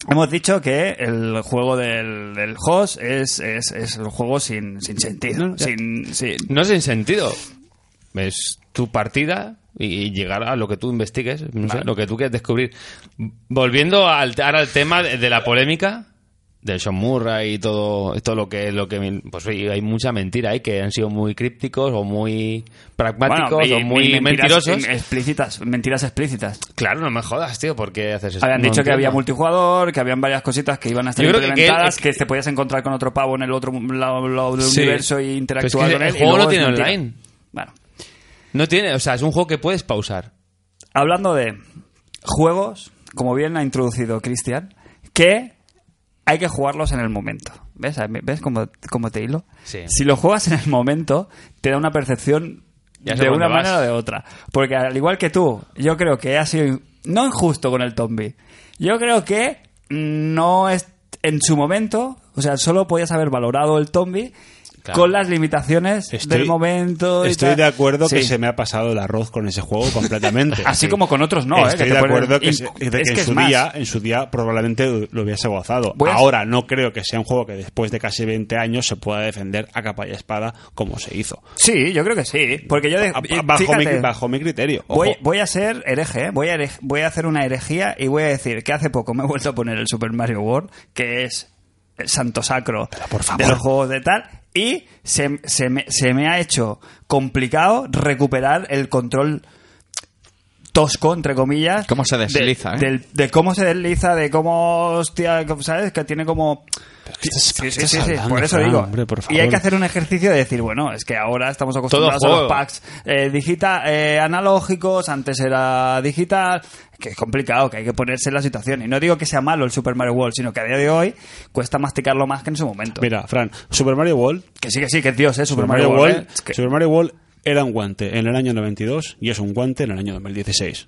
Hemos dicho que el juego del, del host es, es, es el juego sin, sin sentido. No, ya. sin, sin- No es sin sentido. Es tu partida y llegar a lo que tú investigues, no sé, lo que tú quieras descubrir. Volviendo al, ahora al tema de, de la polémica del Sean Murray y todo, todo lo que lo que pues oye, hay mucha mentira ahí que han sido muy crípticos o muy pragmáticos bueno, y- o muy y mentiras mentirosos. Explícitas, mentiras explícitas. Claro, no me jodas, tío, ¿por qué haces eso? Habían No dicho que entiendo. había multijugador, que habían varias cositas que iban a estar Yo creo que- que él- implementadas, que, te podías encontrar con otro pavo en el otro lado lado del Sí. universo y Pero es interactuar que con el él. y juego luego no es tiene mentira. online. Bueno, No tiene, o sea, es un juego que puedes pausar. hablando de juegos, como bien ha introducido Cristian, que hay que jugarlos en el momento. ¿Ves? ¿Ves cómo, cómo te hilo? Sí. Si lo juegas en el momento, te da una percepción Ya sé de por una dónde vas. manera o de otra. Porque al igual que tú, yo creo que ha sido no injusto con el zombie. Yo creo que no es en su momento, o sea, solo podías haber valorado el zombie Claro. con las limitaciones Estoy- del momento. y Estoy tal. de acuerdo que Sí. se me ha pasado el arroz con ese juego completamente. Así Sí. como con otros no, ¿eh? Estoy Que te de ponen acuerdo que, inc- se- de que es en, que es su más. día, en su día probablemente lo hubiese gozado. Voy a- Ahora no creo que sea un juego que después de casi 20 años se pueda defender a capa y espada como se hizo. Sí, yo creo que sí. Porque yo... de- A- a- bajo, mi, Eh, fíjate, bajo mi criterio. Ojo. Voy, voy a ser hereje, ¿eh? voy a, herej- voy a hacer una herejía y voy a decir que hace poco me he vuelto a poner el Super Mario World, que es el santo sacro por favor. de los juegos de tal, y se, se me, se me ha hecho complicado recuperar el control tosco, entre comillas. Cómo se de- desliza, ¿eh? del- de cómo se desliza, de cómo, hostia, ¿sabes? Que tiene como... ¿qué estás- Sí, qué sí, estás sí, sí, hablando, por eso Fran? digo. Hombre, por Y hay favor. que hacer un ejercicio de decir, bueno, es que ahora estamos acostumbrados a juego. los packs eh, digita- eh, analógicos, antes era digital, que es complicado, que hay que ponerse en la situación. Y no digo que sea malo el Super Mario World, sino que a día de hoy cuesta masticarlo más que en su momento. Mira, Fran, Super Mario World Que sí, que sí, que es Dios, ¿eh? Super, Super Mario World, ¿eh? Es que- Super Mario World era un guante en el año 92 y es un guante en el año 2016.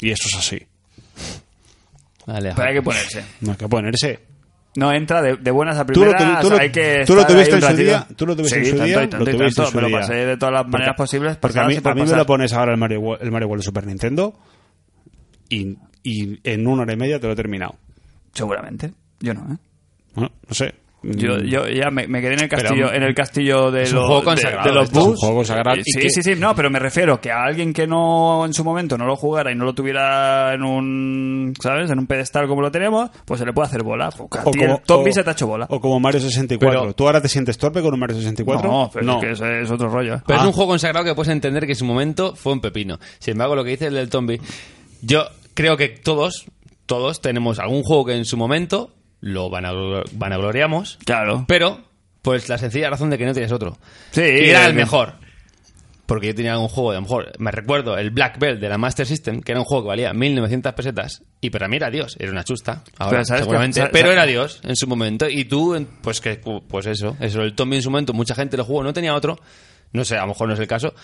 Y eso es así. Vale, Pero hay que ponerse. No hay que ponerse. No entra de, de buenas a Tú lo primeras, tu- tú lo- hay que tú lo tuviste estar ahí un en su ratito. día, tú lo tuviste Sí, en su tanto, día, y tanto, lo y tuviste tanto, en su me lo día. pasé de todas las maneras posibles. Porque a pasadas mí, y por a mí me pasar. lo pones ahora el Mario, Wo- el Mario World Super Nintendo y, y en una hora y media te lo he terminado. Seguramente. Yo no, ¿eh? Bueno, no sé. Yo, Mm, yo ya me, me quedé en el castillo, Pero, mm, en el castillo de es un los, juego de, consagrado, de los esto es un bus. juego consagrado. Eh, ¿Y Sí, qué? sí, sí, no, pero me refiero que a alguien que no en su momento no lo jugara y no lo tuviera en un, ¿sabes? En un pedestal como lo tenemos, pues se le puede hacer bola. Pues, a ti el zombie o- se te ha hecho bola. o como Mario 64. Pero- ¿Tú ahora te sientes torpe con un Mario 64? no, pero es que eso es otro rollo. Pero es Ah. un juego consagrado que puedes entender que en su momento fue un pepino. Sin embargo, lo que dice el del zombie, yo creo que todos, todos tenemos algún juego que en su momento lo vanaglo- vanagloriamos, Claro. pero pues la sencilla razón de que no tienes otro. Sí, y era eh, el mejor. Porque yo tenía un juego, a lo mejor, me recuerdo el Black Belt de la Master System, que era un juego que valía 1900 pesetas, y para mí era Dios, era una chusta, ahora Pero ¿sabes qué? seguramente, ¿Sabes- pero sabes- era Dios en su momento, y tú, en- pues que, pues eso, eso, el Tommy en su momento, mucha gente lo jugó, no tenía otro, no sé, a lo mejor no es el caso,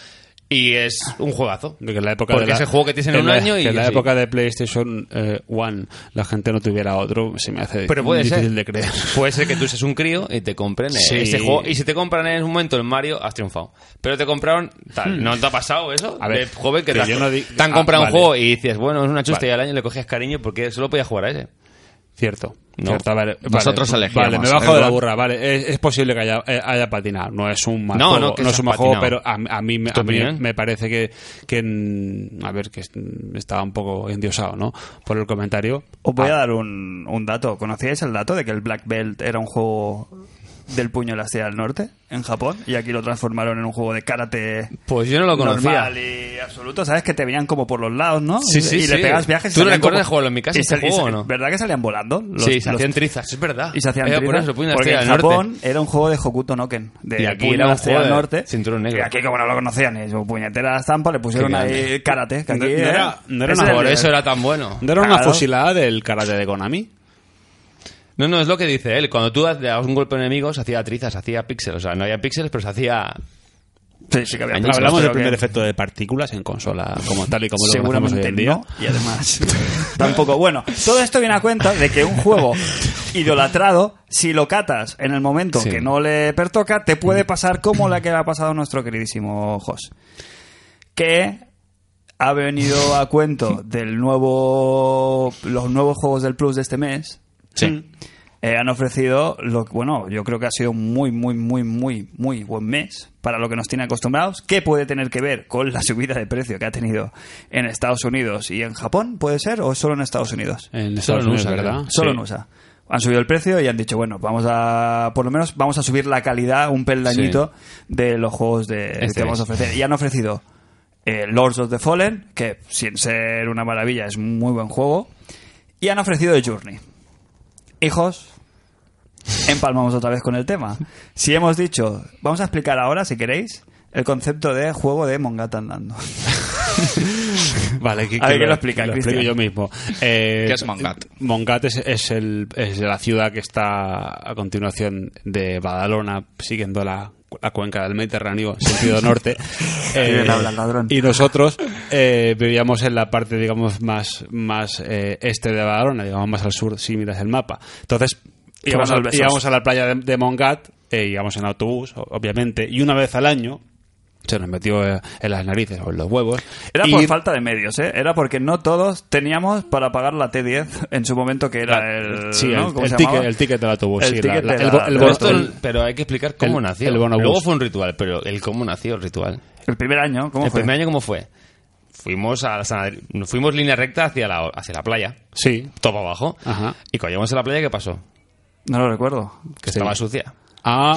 y es un juegazo. De que en la época Porque de la- es el juego que tienes en un la- año y que en la sí. época de PlayStation eh, One la gente no tuviera otro se me hace Pero puede difícil ser. de creer Puede ser que tú seas un crío y te compren Sí. ese juego. Y si te compran en un momento el Mario, has triunfado. Pero te compraron tal. ¿No te ha pasado eso? A ver, de joven que que te, has- yo no di- te han Ah, comprado vale. un juego y dices, bueno, es una chusta Vale. y al año le cogías cariño porque solo podías jugar a ese. cierto No. cierto, vale, vale. Nosotros elegíamos. vale me bajo de la Eduardo. burra vale es, es posible que haya, eh, haya patinado no es un mal No, juego no, que es sea un mal juego pero patinado. a, a mí, me- ¿Tu a mí opinión? me parece que, que mm, a ver que es- estaba un poco endiosado ¿no? por el comentario Ah. Os voy a dar un, un dato. ¿Conocíais el dato de que el Black Belt era un juego del puño y la estrella del norte en Japón y aquí lo transformaron en un juego de karate Pues yo no lo conocía. normal y absoluto, ¿sabes? Que te venían como por los lados, ¿no? Sí, sí, y le sí. pegas viajes. y ¿Tú salían recuerdas como- jugarlo en mi casa, y este sal- y juego, sal- o no? ¿Verdad que salían volando? Los- sí, se los- hacían trizas, es verdad. Y se hacían Era por trizas, eso, puño y la porque estrella en del norte. Japón era un juego de Hokuto Noken. De Y aquí puño era a la un estrella juego del de norte. cinturón negro. Y aquí, como no lo conocían, ni su puñetera estampa, le pusieron Qué ahí grande. karate. Que aquí No- no era- no era ese una- el Por nivel. eso era tan bueno. ¿No era una Claro. fusilada del karate de Konami? No, no, es lo que dice él. Cuando tú dabas un golpe a un enemigo, se hacía trizas, se hacía píxeles. O sea, no había píxeles, pero se hacía... Sí, sí que había Años muchos, Hablamos del pero primer que- efecto de partículas en consola, como tal y como lo conocemos hoy Seguramente en día. no, y además tampoco. Bueno, todo esto viene a cuenta de que un juego idolatrado, si lo catas en el momento Sí. que no le pertoca, te puede pasar como la que le ha pasado a nuestro queridísimo Jos. Que ha venido a cuento del nuevo los nuevos juegos del Plus de este mes. Sí. Eh, han ofrecido, lo, bueno, yo creo que ha sido un muy, muy, muy, muy, muy buen mes para lo que nos tiene acostumbrados. ¿Qué puede tener que ver con la subida de precio que ha tenido en Estados Unidos y en Japón? ¿Puede ser? ¿O solo en Estados Unidos? En Solo Estados en Unidos, USA, ¿verdad? creo. Solo Sí. en USA. Han subido el precio y han dicho, bueno, vamos a, por lo menos, vamos a subir la calidad un peldañito de los juegos de, Este que vamos a mes. ofrecer. Y han ofrecido eh, Lords of the Fallen, que sin ser una maravilla es un muy buen juego. Y han ofrecido The Journey. Hijos, empalmamos otra vez con el tema. Si hemos dicho, vamos a explicar ahora, si queréis, el concepto de juego de Mongata andando. Vale, que, A ver, ¿qué lo explica, lo explico Cristian? yo mismo. Eh, ¿Qué es Mongat? Mongat es, es el, es la ciudad que está a continuación de Badalona, siguiendo la, la cuenca del Mediterráneo, sentido norte. Eh, bien habla el ladrón. Y nosotros eh, vivíamos en la parte, digamos, más, más eh, este de Badalona, digamos, más al sur, si miras el mapa. Entonces, íbamos Fueron a, los besos. íbamos a la playa de, de Mongat, eh, íbamos en autobús, o- obviamente, y una vez al año se nos metió eh, en las narices o en los huevos. Era por ir- falta de medios, ¿eh? Era porque no todos teníamos para pagar la T10 en su momento, que era La- el... sí, ¿no? el- ¿Cómo el se ticket- llamaba? el ticket del autobús, El sí, ticket la- la- de el la- bo- el del Pero, bono- autobús. esto- el- pero hay que explicar cómo el- nació. el bonobús. Luego fue un ritual, pero el cómo nació el ritual. El primer año, ¿cómo ¿El fue? primer año cómo fue? Fuimos a San Adri- nos fuimos línea recta hacia la, hacia la playa, Sí. todo para abajo. Ajá. Y cuando llegamos a la playa, ¿qué pasó? No lo recuerdo. Que Sí. estaba sucia. Ah,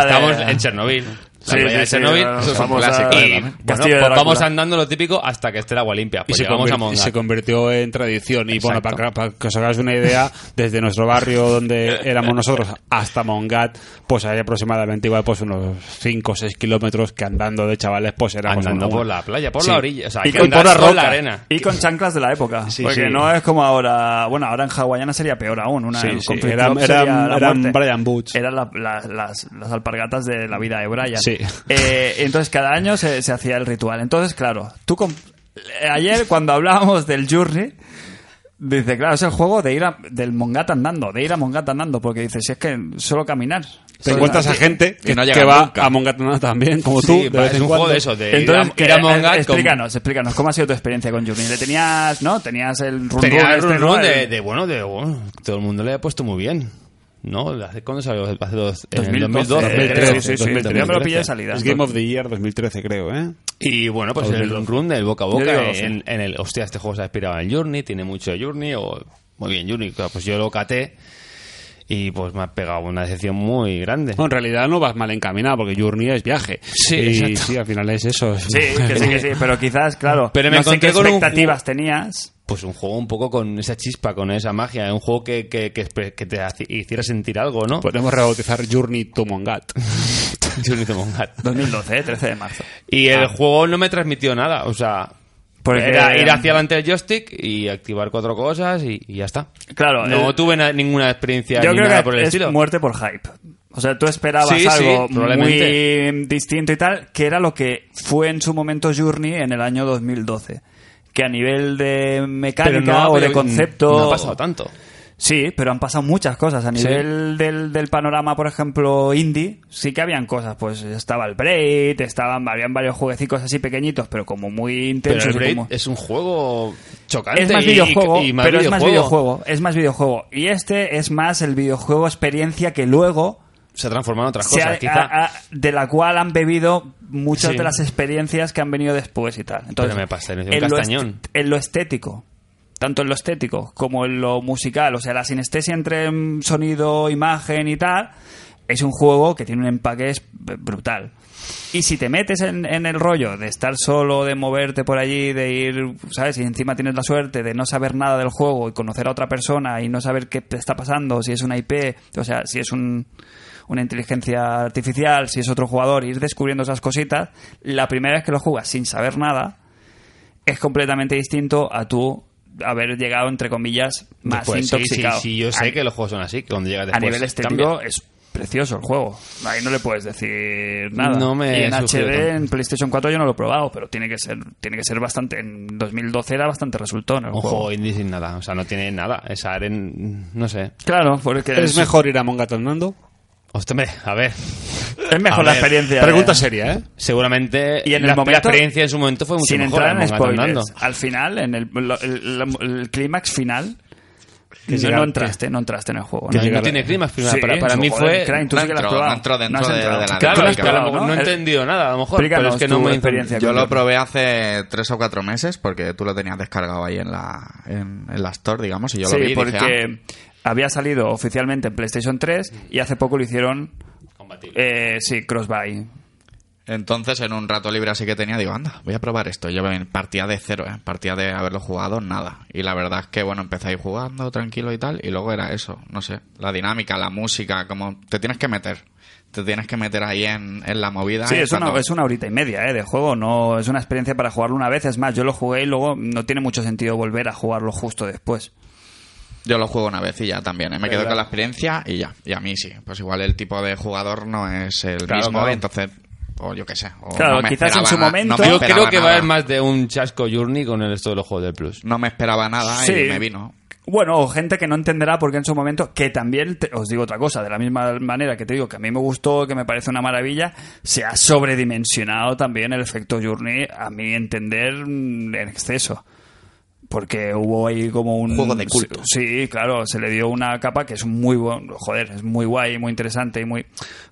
Ah, vale. Estamos en Chernobyl. La Sí, playa sí, de sí, Chernobyl. la eso es un famosa- clásico. Castillo Y, de bueno, Drácula. pues vamos andando lo típico hasta que esté el agua limpia. y Pues se, llegamos a convir- Monga. se convirtió en tradición. Y bueno, Exacto. para, para que os hagáis una idea, desde nuestro barrio donde éramos nosotros hasta Mongat, pues hay aproximadamente igual pues unos 5 o 6 kilómetros que andando de chavales, pues era pues, Andando una- por la playa, por Sí. la orilla. O sea, hay Y que con- andar por la por roca. la arena. Y con chanclas de la época. Sí, porque sí. no es como ahora... Bueno, ahora en hawaiana sería peor aún. Una, Sí, con sí, flip-flop eran- sería eran- la eran muerte. Brian Boots. Eran la- la- las, las alpargatas de la vida de Brian. Sí. Eh, entonces, cada año se, se hacía el ritual. Entonces, claro, tú... com- Ayer, cuando hablábamos del Journey... Dice, claro, es el juego de ir a, del Mongata andando, de ir a Mongata andando, porque dice, si es que solo caminar. Te Solo- encuentras a gente Y no que, llega que va nunca. a Mongat también, como tú. Sí, de vez es en un juego cuando. de eso, de ir a- Entonces, ir a eh, Mongat eh, con- explícanos, explícanos, ¿cómo ha sido tu experiencia con Journey? Le tenías, ¿no? Tenías el run Tenía run el este, run ¿no? run de, El- de, bueno, de bueno, todo el mundo le ha puesto muy bien. ¿no? ¿Hace- ¿Cuándo salió? Hace dos, en el 2012, 2012, creo. 2013, Eh, sí, sí, sí, 2013. yo me lo pillé de salida. Es Game of the Year 2013, creo, ¿eh? Y bueno, pues en el run run del boca a Yo digo boca, doce. en, en el, hostia, este juego se ha inspirado en Journey, tiene mucho de Journey, o muy bien Journey, Claro, pues yo lo caté y pues me ha pegado una decepción muy grande. Bueno, en realidad no vas mal encaminado porque Journey es viaje. Sí, y, exacto. sí, al final es eso. Sí, que sí, que sí, pero quizás, claro, Pero me no sé qué encontré con un expectativas tenías. Pues un juego un poco con esa chispa, con esa magia, un juego que, que, que, espe- que te haci- hiciera sentir algo, Pues. ¿no? Podemos rebautizar Journey to Mongat. Journey to Mongat. 2012, eh, 13 de marzo. Y el juego no me transmitió nada, o sea, Porque- era ir hacia adelante del joystick y activar cuatro cosas y, y ya está. Claro, no el- tuve na- ninguna experiencia Yo ni creo nada que por el es estilo. muerte por hype. O sea, tú esperabas Sí, sí, algo probablemente. muy distinto y tal, que era lo que fue en su momento Journey en el año 2012. Que a nivel de mecánica o de pero concepto... No ha pasado tanto. Sí, pero han pasado muchas cosas. A Sí. nivel del, del panorama, por ejemplo, indie, sí que habían cosas. Pues estaba el Braid, estaban, habían varios jueguecitos así pequeñitos, pero como muy Pero intensos. el y Braid como- es un juego chocante. Es más y- videojuego, y más pero es más videojuego. videojuego. Es más videojuego. Y este es más el videojuego experiencia que luego... Se ha transformado en otras se ha- cosas, quizá. a- a- de la cual han bebido muchas Sí. de las experiencias que han venido después y tal. Entonces, Pero me pasé, me hice un lo castañón. est- en lo estético, tanto en lo estético como en lo musical, o sea, la sinestesia entre mm, sonido, imagen y tal, es un juego que tiene un empaque es- brutal. Y si te metes en, en el rollo de estar solo, de moverte por allí, de ir, ¿sabes? Y encima tienes la suerte de no saber nada del juego y conocer a otra persona y no saber qué te está pasando, si es una IP, o sea, si es un, una inteligencia artificial, si es otro jugador, ir descubriendo esas cositas, la primera vez que lo juegas sin saber nada, es completamente distinto a tú haber llegado, entre comillas, más Después, Pues sí, sí, intoxicado. sí, yo A- sé que los juegos son así, que cuando llegas a después... nivel estético cambia. es precioso el juego. Ahí no le puedes decir nada. No me y en he sufrido HD, tanto. en PlayStation 4 yo no lo he probado, pero tiene que ser, tiene que ser bastante. En 2012 era bastante resultón el Un juego. juego indie sin nada, o sea, no tiene nada. Es aren... no sé. Claro, porque ¿Es es, mejor ir a Mongat andando? Hostia, hombre, a ver, es mejor A la ver, experiencia. Pregunta de- seria, ¿eh? seguramente Y en el la, la momento- experiencia en su momento fue mucho sin mejor. entrar en Among Us andando. spoilers. Al final, en el, lo- el- la- el clímax final, no, llega- no entraste, no entraste en el juego. No, ¿no? no llegar- tiene clima, Sí, para, para mí joder, fue... Crane, tú sí que lo has No entró- probado. no entró dentro has de- entrado. de la Claro, Claro, es que a lo claro, mejor ¿no? no he El- entendido nada, a lo mejor, pero Explícanos es que no tu me hizo- experiencia. Yo lo probé hace tres o cuatro meses porque tú lo tenías descargado ahí en la, en, en la store, digamos, y yo sí, lo vi y dije, porque "Ah". había salido oficialmente en PlayStation 3 y hace poco lo hicieron. Eh, sí, cross-buy. Entonces, en un rato libre así que tenía, digo, anda, voy a probar esto. Yo en partía de cero, ¿eh? partía de haberlo jugado, nada. Y la verdad es que, bueno, empecé ahí jugando tranquilo y tal, y luego era eso, no sé, la dinámica, la música, como te tienes que meter. Te tienes que meter ahí en, en la movida. Sí, y es una, cuando- es una horita y media eh, de juego. No es una experiencia para jugarlo una vez. Es más, yo lo jugué y luego no tiene mucho sentido volver a jugarlo justo después. Yo lo juego una vez y ya también. ¿eh? Me quedo con la experiencia y ya. Y a mí sí. Pues igual el tipo de jugador no es el Claro, mismo, claro. y entonces. O yo qué sé. o Claro, no me quizás en esperaba su na- momento- No me Yo esperaba creo que va a nada. haber más de un chasco journey con el resto de los juegos del Plus. No me esperaba nada Sí. y me vino. Bueno, o gente que no entenderá porque en su momento, que también, te- os digo otra cosa, de la misma manera que te digo que a mí me gustó, que me parece una maravilla, se ha sobredimensionado también el efecto Journey, a mi entender, mm, en exceso. Porque hubo ahí como un... Juego de culto. Sí, claro, se le dio una capa que es muy bueno, joder, es muy guay, muy interesante y muy...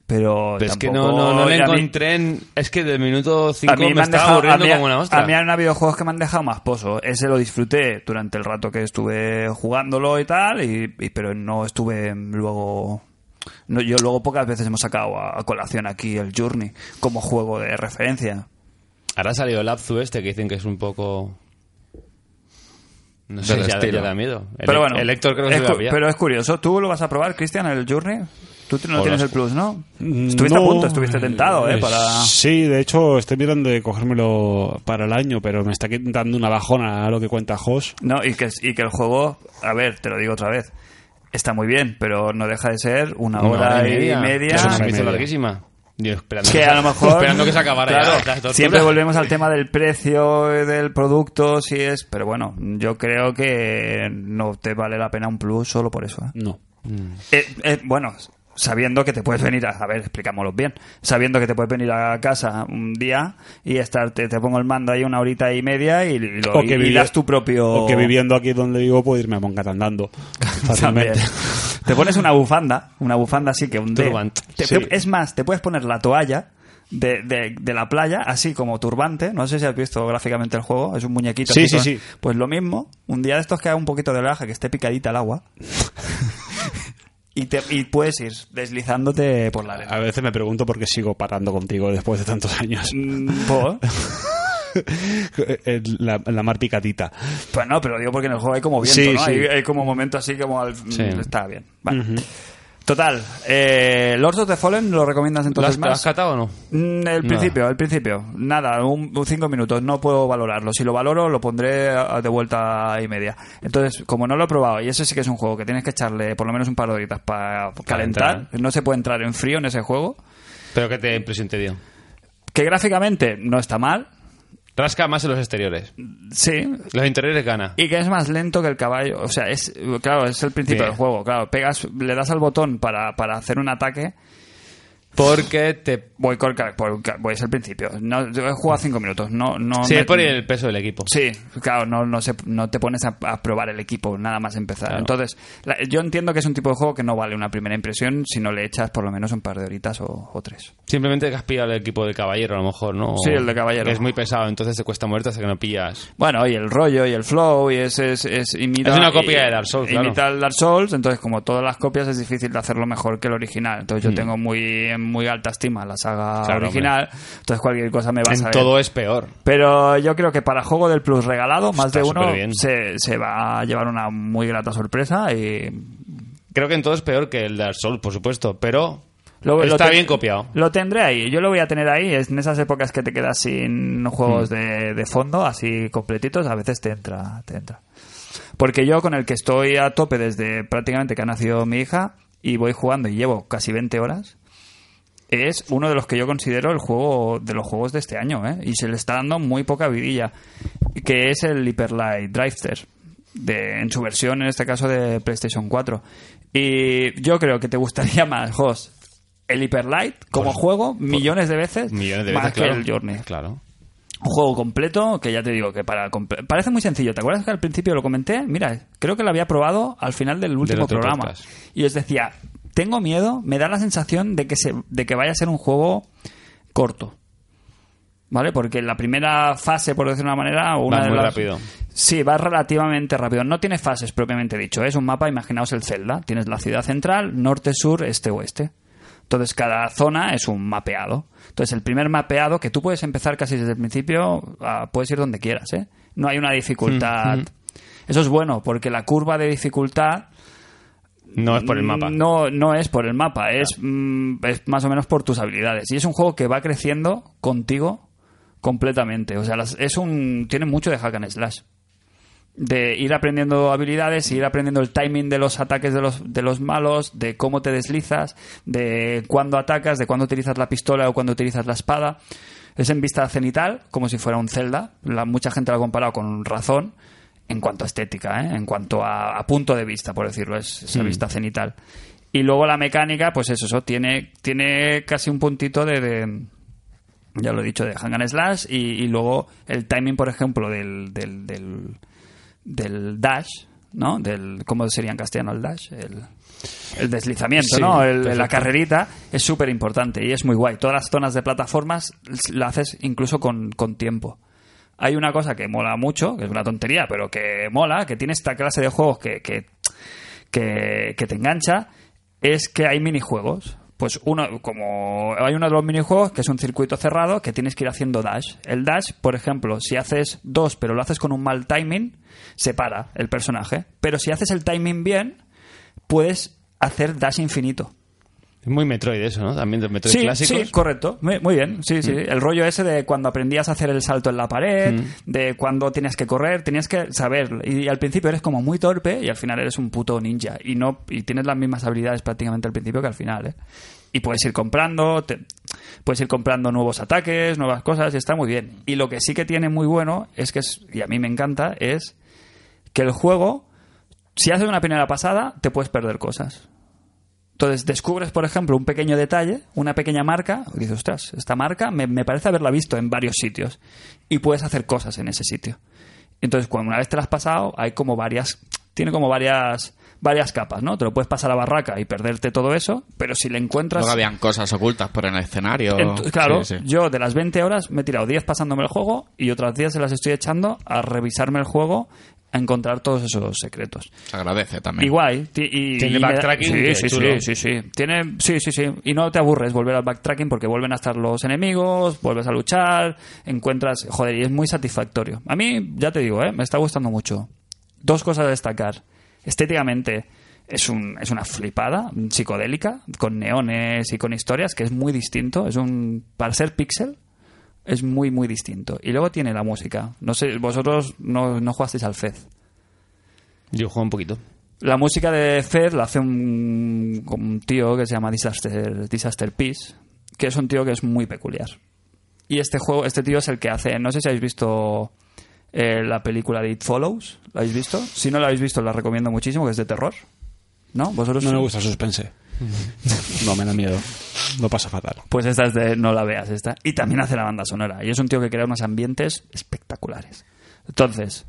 Pero, Pero es que no, tampoco- no, no le a mí- encontré en... Es que del minuto a 5 mí me, me, han estaba dejado, a aburriendo mí- como una ostra. a mí han habido juegos que me han dejado más pozo. Ese lo disfruté durante el rato que estuve jugándolo y tal, y, y- pero no estuve luego... No, yo luego pocas veces hemos sacado a, a colación aquí el Journey como juego de referencia. Ahora ha salido el Abzu este que dicen que es un poco... No sé, Del ya, estilo. ya da miedo. El, pero bueno, el Héctor creo que es se lo cu- había. pero es curioso. ¿Tú lo vas a probar, Cristian, el Journey? Tú no Joder, tienes el Plus, ¿no? Mm, Estuviste a No. punto, estuviste tentado, ¿eh? Para... Sí, de hecho, estoy mirando de cogérmelo para el año, pero me está dando una bajona a lo que cuenta Jos. No, y que, y que el juego, a ver, te lo digo otra vez, está muy bien, pero no deja de ser una, hora, y media. Que Es una Hora y misión media. larguísima. Yo esperando que a lo mejor. Esperando que se acabara Claro, ya. Las torturas. siempre volvemos al tema del precio eh, del producto, si es. Pero bueno, yo creo que no te vale la pena un plus solo por eso. Mm. ¿eh? No. Eh, eh, bueno, sabiendo que te puedes venir a, a ver, explicámoslo bien, sabiendo que te puedes venir a casa un día y estar, te, te pongo el mando ahí una horita y media y, y lo, y- y vivi- das tu propio... o que viviendo aquí donde vivo puedo irme a Mongat andando fácilmente. También. Te pones una bufanda, una bufanda así que un D. Turbante, Te- sí. Es más, te puedes poner la toalla de, de- de la playa, así como turbante. No sé si has visto gráficamente el juego, es un muñequito. Sí, así sí, con- sí. Pues lo mismo, un día de estos que haga un poquito de laja, que esté picadita el agua. y, te, y puedes ir deslizándote por la arena. A veces me pregunto por qué sigo parando contigo después de tantos años. Mm, ¿por? El- la, la mar picadita. Pues no, pero digo porque en el juego hay como viento, Sí, ¿no? sí. Hay, hay como momentos así como... al- Está bien. Vale. Ujú. Total, eh, Lords of the Fallen lo recomiendas ¿Lo entonces has, lo más. has catado o no? Mm, El Nada. principio, el principio. Nada, un, un cinco minutos. No puedo valorarlo. Si lo valoro, lo pondré a- de vuelta y media. Entonces, como no lo he probado, y ese sí que es un juego que tienes que echarle por lo menos un par de horitas para calentar. entrar, No se puede entrar en frío en ese juego. Pero que te impresión te dio. Que gráficamente no está mal. Rasca más en los exteriores. Sí. Los interiores gana. Y que es más lento que el caballo. O sea, es claro, es el principio Bien. del juego. Claro, pegas, le das al botón para, para hacer un ataque Porque te... Voy, con, cal- por, cal- voy es el principio. No, yo he jugado cinco minutos. No, no Sí, me- es por el peso del equipo. Sí, claro, no, no, se- no te pones a, a probar el equipo nada más empezar. Entonces, la- yo entiendo que es un tipo de juego que no vale una primera impresión si no le echas por lo menos un par de horitas o, o tres. Simplemente que has pillado el equipo de caballero, a lo mejor, ¿no? O- Sí, el de caballero. Es muy pesado, entonces te cuesta muerte hasta que no pillas. Bueno, y el rollo y el flow y es, es, es imita- Es una copia de Dark Souls, claro. Imita el Dark Souls, entonces como todas las copias es difícil de hacerlo mejor que el original. Entonces yo tengo muy en muy alta estima la saga Mm. Claro, original, entonces cualquier cosa me va a En saber. todo es peor. Pero yo creo que para juego del Plus regalado, más Está de uno superbién. se, se va a llevar una muy grata sorpresa y Creo que en todo es peor que el Dark Souls, por supuesto, pero Lo- lo está ten- bien copiado. Lo tendré ahí. Yo lo voy a tener ahí. Es en esas épocas que te quedas sin juegos Mm. de, de fondo, así completitos, a veces te entra, te entra. Porque yo con el que estoy a tope desde prácticamente que ha nacido mi hija y voy jugando y llevo casi 20 horas, es uno de los que yo considero el juego de los juegos de este año, ¿eh? Y se le está dando muy poca vidilla, que es el Hyperlight Drifter, de, en su versión, en este caso, de PlayStation 4. Y yo creo que te gustaría más, Jos, el Hyperlight como Por- juego millones de veces, Millones de más veces, que claro. el Journey. Claro. Un juego completo que ya te digo que para comple- parece muy sencillo. ¿Te acuerdas que al principio lo comenté? Mira, creo que lo había probado al final del último otro programa. podcast. Y os decía, tengo miedo, me da la sensación de que se, de que vaya a ser un juego corto. ¿Vale? Porque la primera fase, por decirlo de una manera, o una Va de muy las- rápido. Sí, va relativamente rápido. No tiene fases propiamente dicho. Es un mapa, imaginaos el Zelda. Tienes la ciudad central, norte, sur, este, oeste. Entonces cada zona es un mapeado. Entonces el primer mapeado, que tú puedes empezar casi desde el principio, ah, puedes ir donde quieras. ¿eh? No hay una Mm, dificultad. Eso es bueno, porque la curva de dificultad No es por el mapa. Mm, no, no es por el mapa, es, mm, es más o menos por tus habilidades. Y es un juego que va creciendo contigo completamente. O sea, las- es un tiene mucho de hack and slash. De ir aprendiendo habilidades, ir aprendiendo el timing de los ataques de los, de los malos, de cómo te deslizas, de cuándo atacas, de cuándo utilizas la pistola o cuándo utilizas la espada. Es en vista cenital, como si fuera un Zelda. La, mucha gente lo ha comparado con razón en cuanto a estética, ¿eh? en cuanto a, a punto de vista, por decirlo, es esa vista cenital. Y luego la mecánica, pues eso, eso tiene, tiene casi un puntito de, de- ya lo he dicho, de hang and slash y, y luego el timing, por ejemplo, del, del, del, del dash, ¿no? Del, ¿Cómo sería en castellano el dash? El, el deslizamiento, Sí, ¿no? El- la perfecto. carrerita es súper importante y es muy guay. Todas las zonas de plataformas la haces incluso con, con tiempo. Hay una cosa que mola mucho, que es una tontería, pero que mola, que tiene esta clase de juegos que, que que, que te engancha es que hay minijuegos. Pues uno, como hay uno de los minijuegos que es un circuito cerrado que tienes que ir haciendo dash. El dash, por ejemplo, si haces dos pero lo haces con un mal timing, se para el personaje. Pero si haces el timing bien, puedes hacer dash infinito. Es muy Metroid eso, ¿no? También de Metroid clásicos. Mm. Sí, correcto. Muy, muy bien. Sí, sí. El rollo ese de cuando aprendías a hacer el salto en la pared, de cuando tienes que correr, tenías que saber. Y, al principio eres como muy torpe y al final eres un puto ninja. Y no y tienes las mismas habilidades prácticamente al principio que al final, ¿eh? Y puedes ir comprando, te- puedes ir comprando nuevos ataques, nuevas cosas, y está muy bien. Y lo que sí que tiene muy bueno es que, es, y a mí me encanta, es que el juego, si haces una primera pasada, te puedes perder cosas. Entonces descubres, por ejemplo, un pequeño detalle, una pequeña marca, y dices, ostras, esta marca me, me parece haberla visto en varios sitios y puedes hacer cosas en ese sitio. Entonces, cuando una vez te la has pasado, hay como varias, tiene como varias, varias capas, ¿no? Te lo puedes pasar a barraca y perderte todo eso, pero si le encuentras... Luego habían cosas ocultas por en el escenario. Ento- claro, Sí, sí. yo de las 20 horas me he tirado 10 pasándome el juego y otras 10 se las estoy echando a revisarme el juego, a encontrar todos esos secretos. Se agradece también. Y guay. ti- Y, Tiene y me- backtracking, Sí, que sí, chulo. sí, sí, sí. Tiene, sí, sí, sí. Y no te aburres volver al backtracking porque vuelven a estar los enemigos, vuelves a luchar, encuentras... Joder, y es muy satisfactorio. A mí, ya te digo, ¿eh? me está gustando mucho. Dos cosas a destacar. Estéticamente es, un, es una flipada psicodélica con neones y con historias que es muy distinto. Es un... Para ser pixel... Es muy, muy distinto. Y luego tiene la música. No sé, vosotros no, no jugasteis al Fez. Yo juego un poquito. La música de Fed la hace un, un tío que se llama Disaster, Disaster Peace, que es un tío que es muy peculiar. Y este juego, este tío es el que hace. No sé si habéis visto eh, la película de It Follows. ¿La habéis visto? Si no la habéis visto, la recomiendo muchísimo, que es de terror. ¿No? ¿Vosotros No me sí? gusta el suspense. No, me da miedo. Lo pasa fatal. Pues esta es de No la veas, esta. Y también hace la banda sonora. Y es un tío que crea unos ambientes espectaculares. Entonces,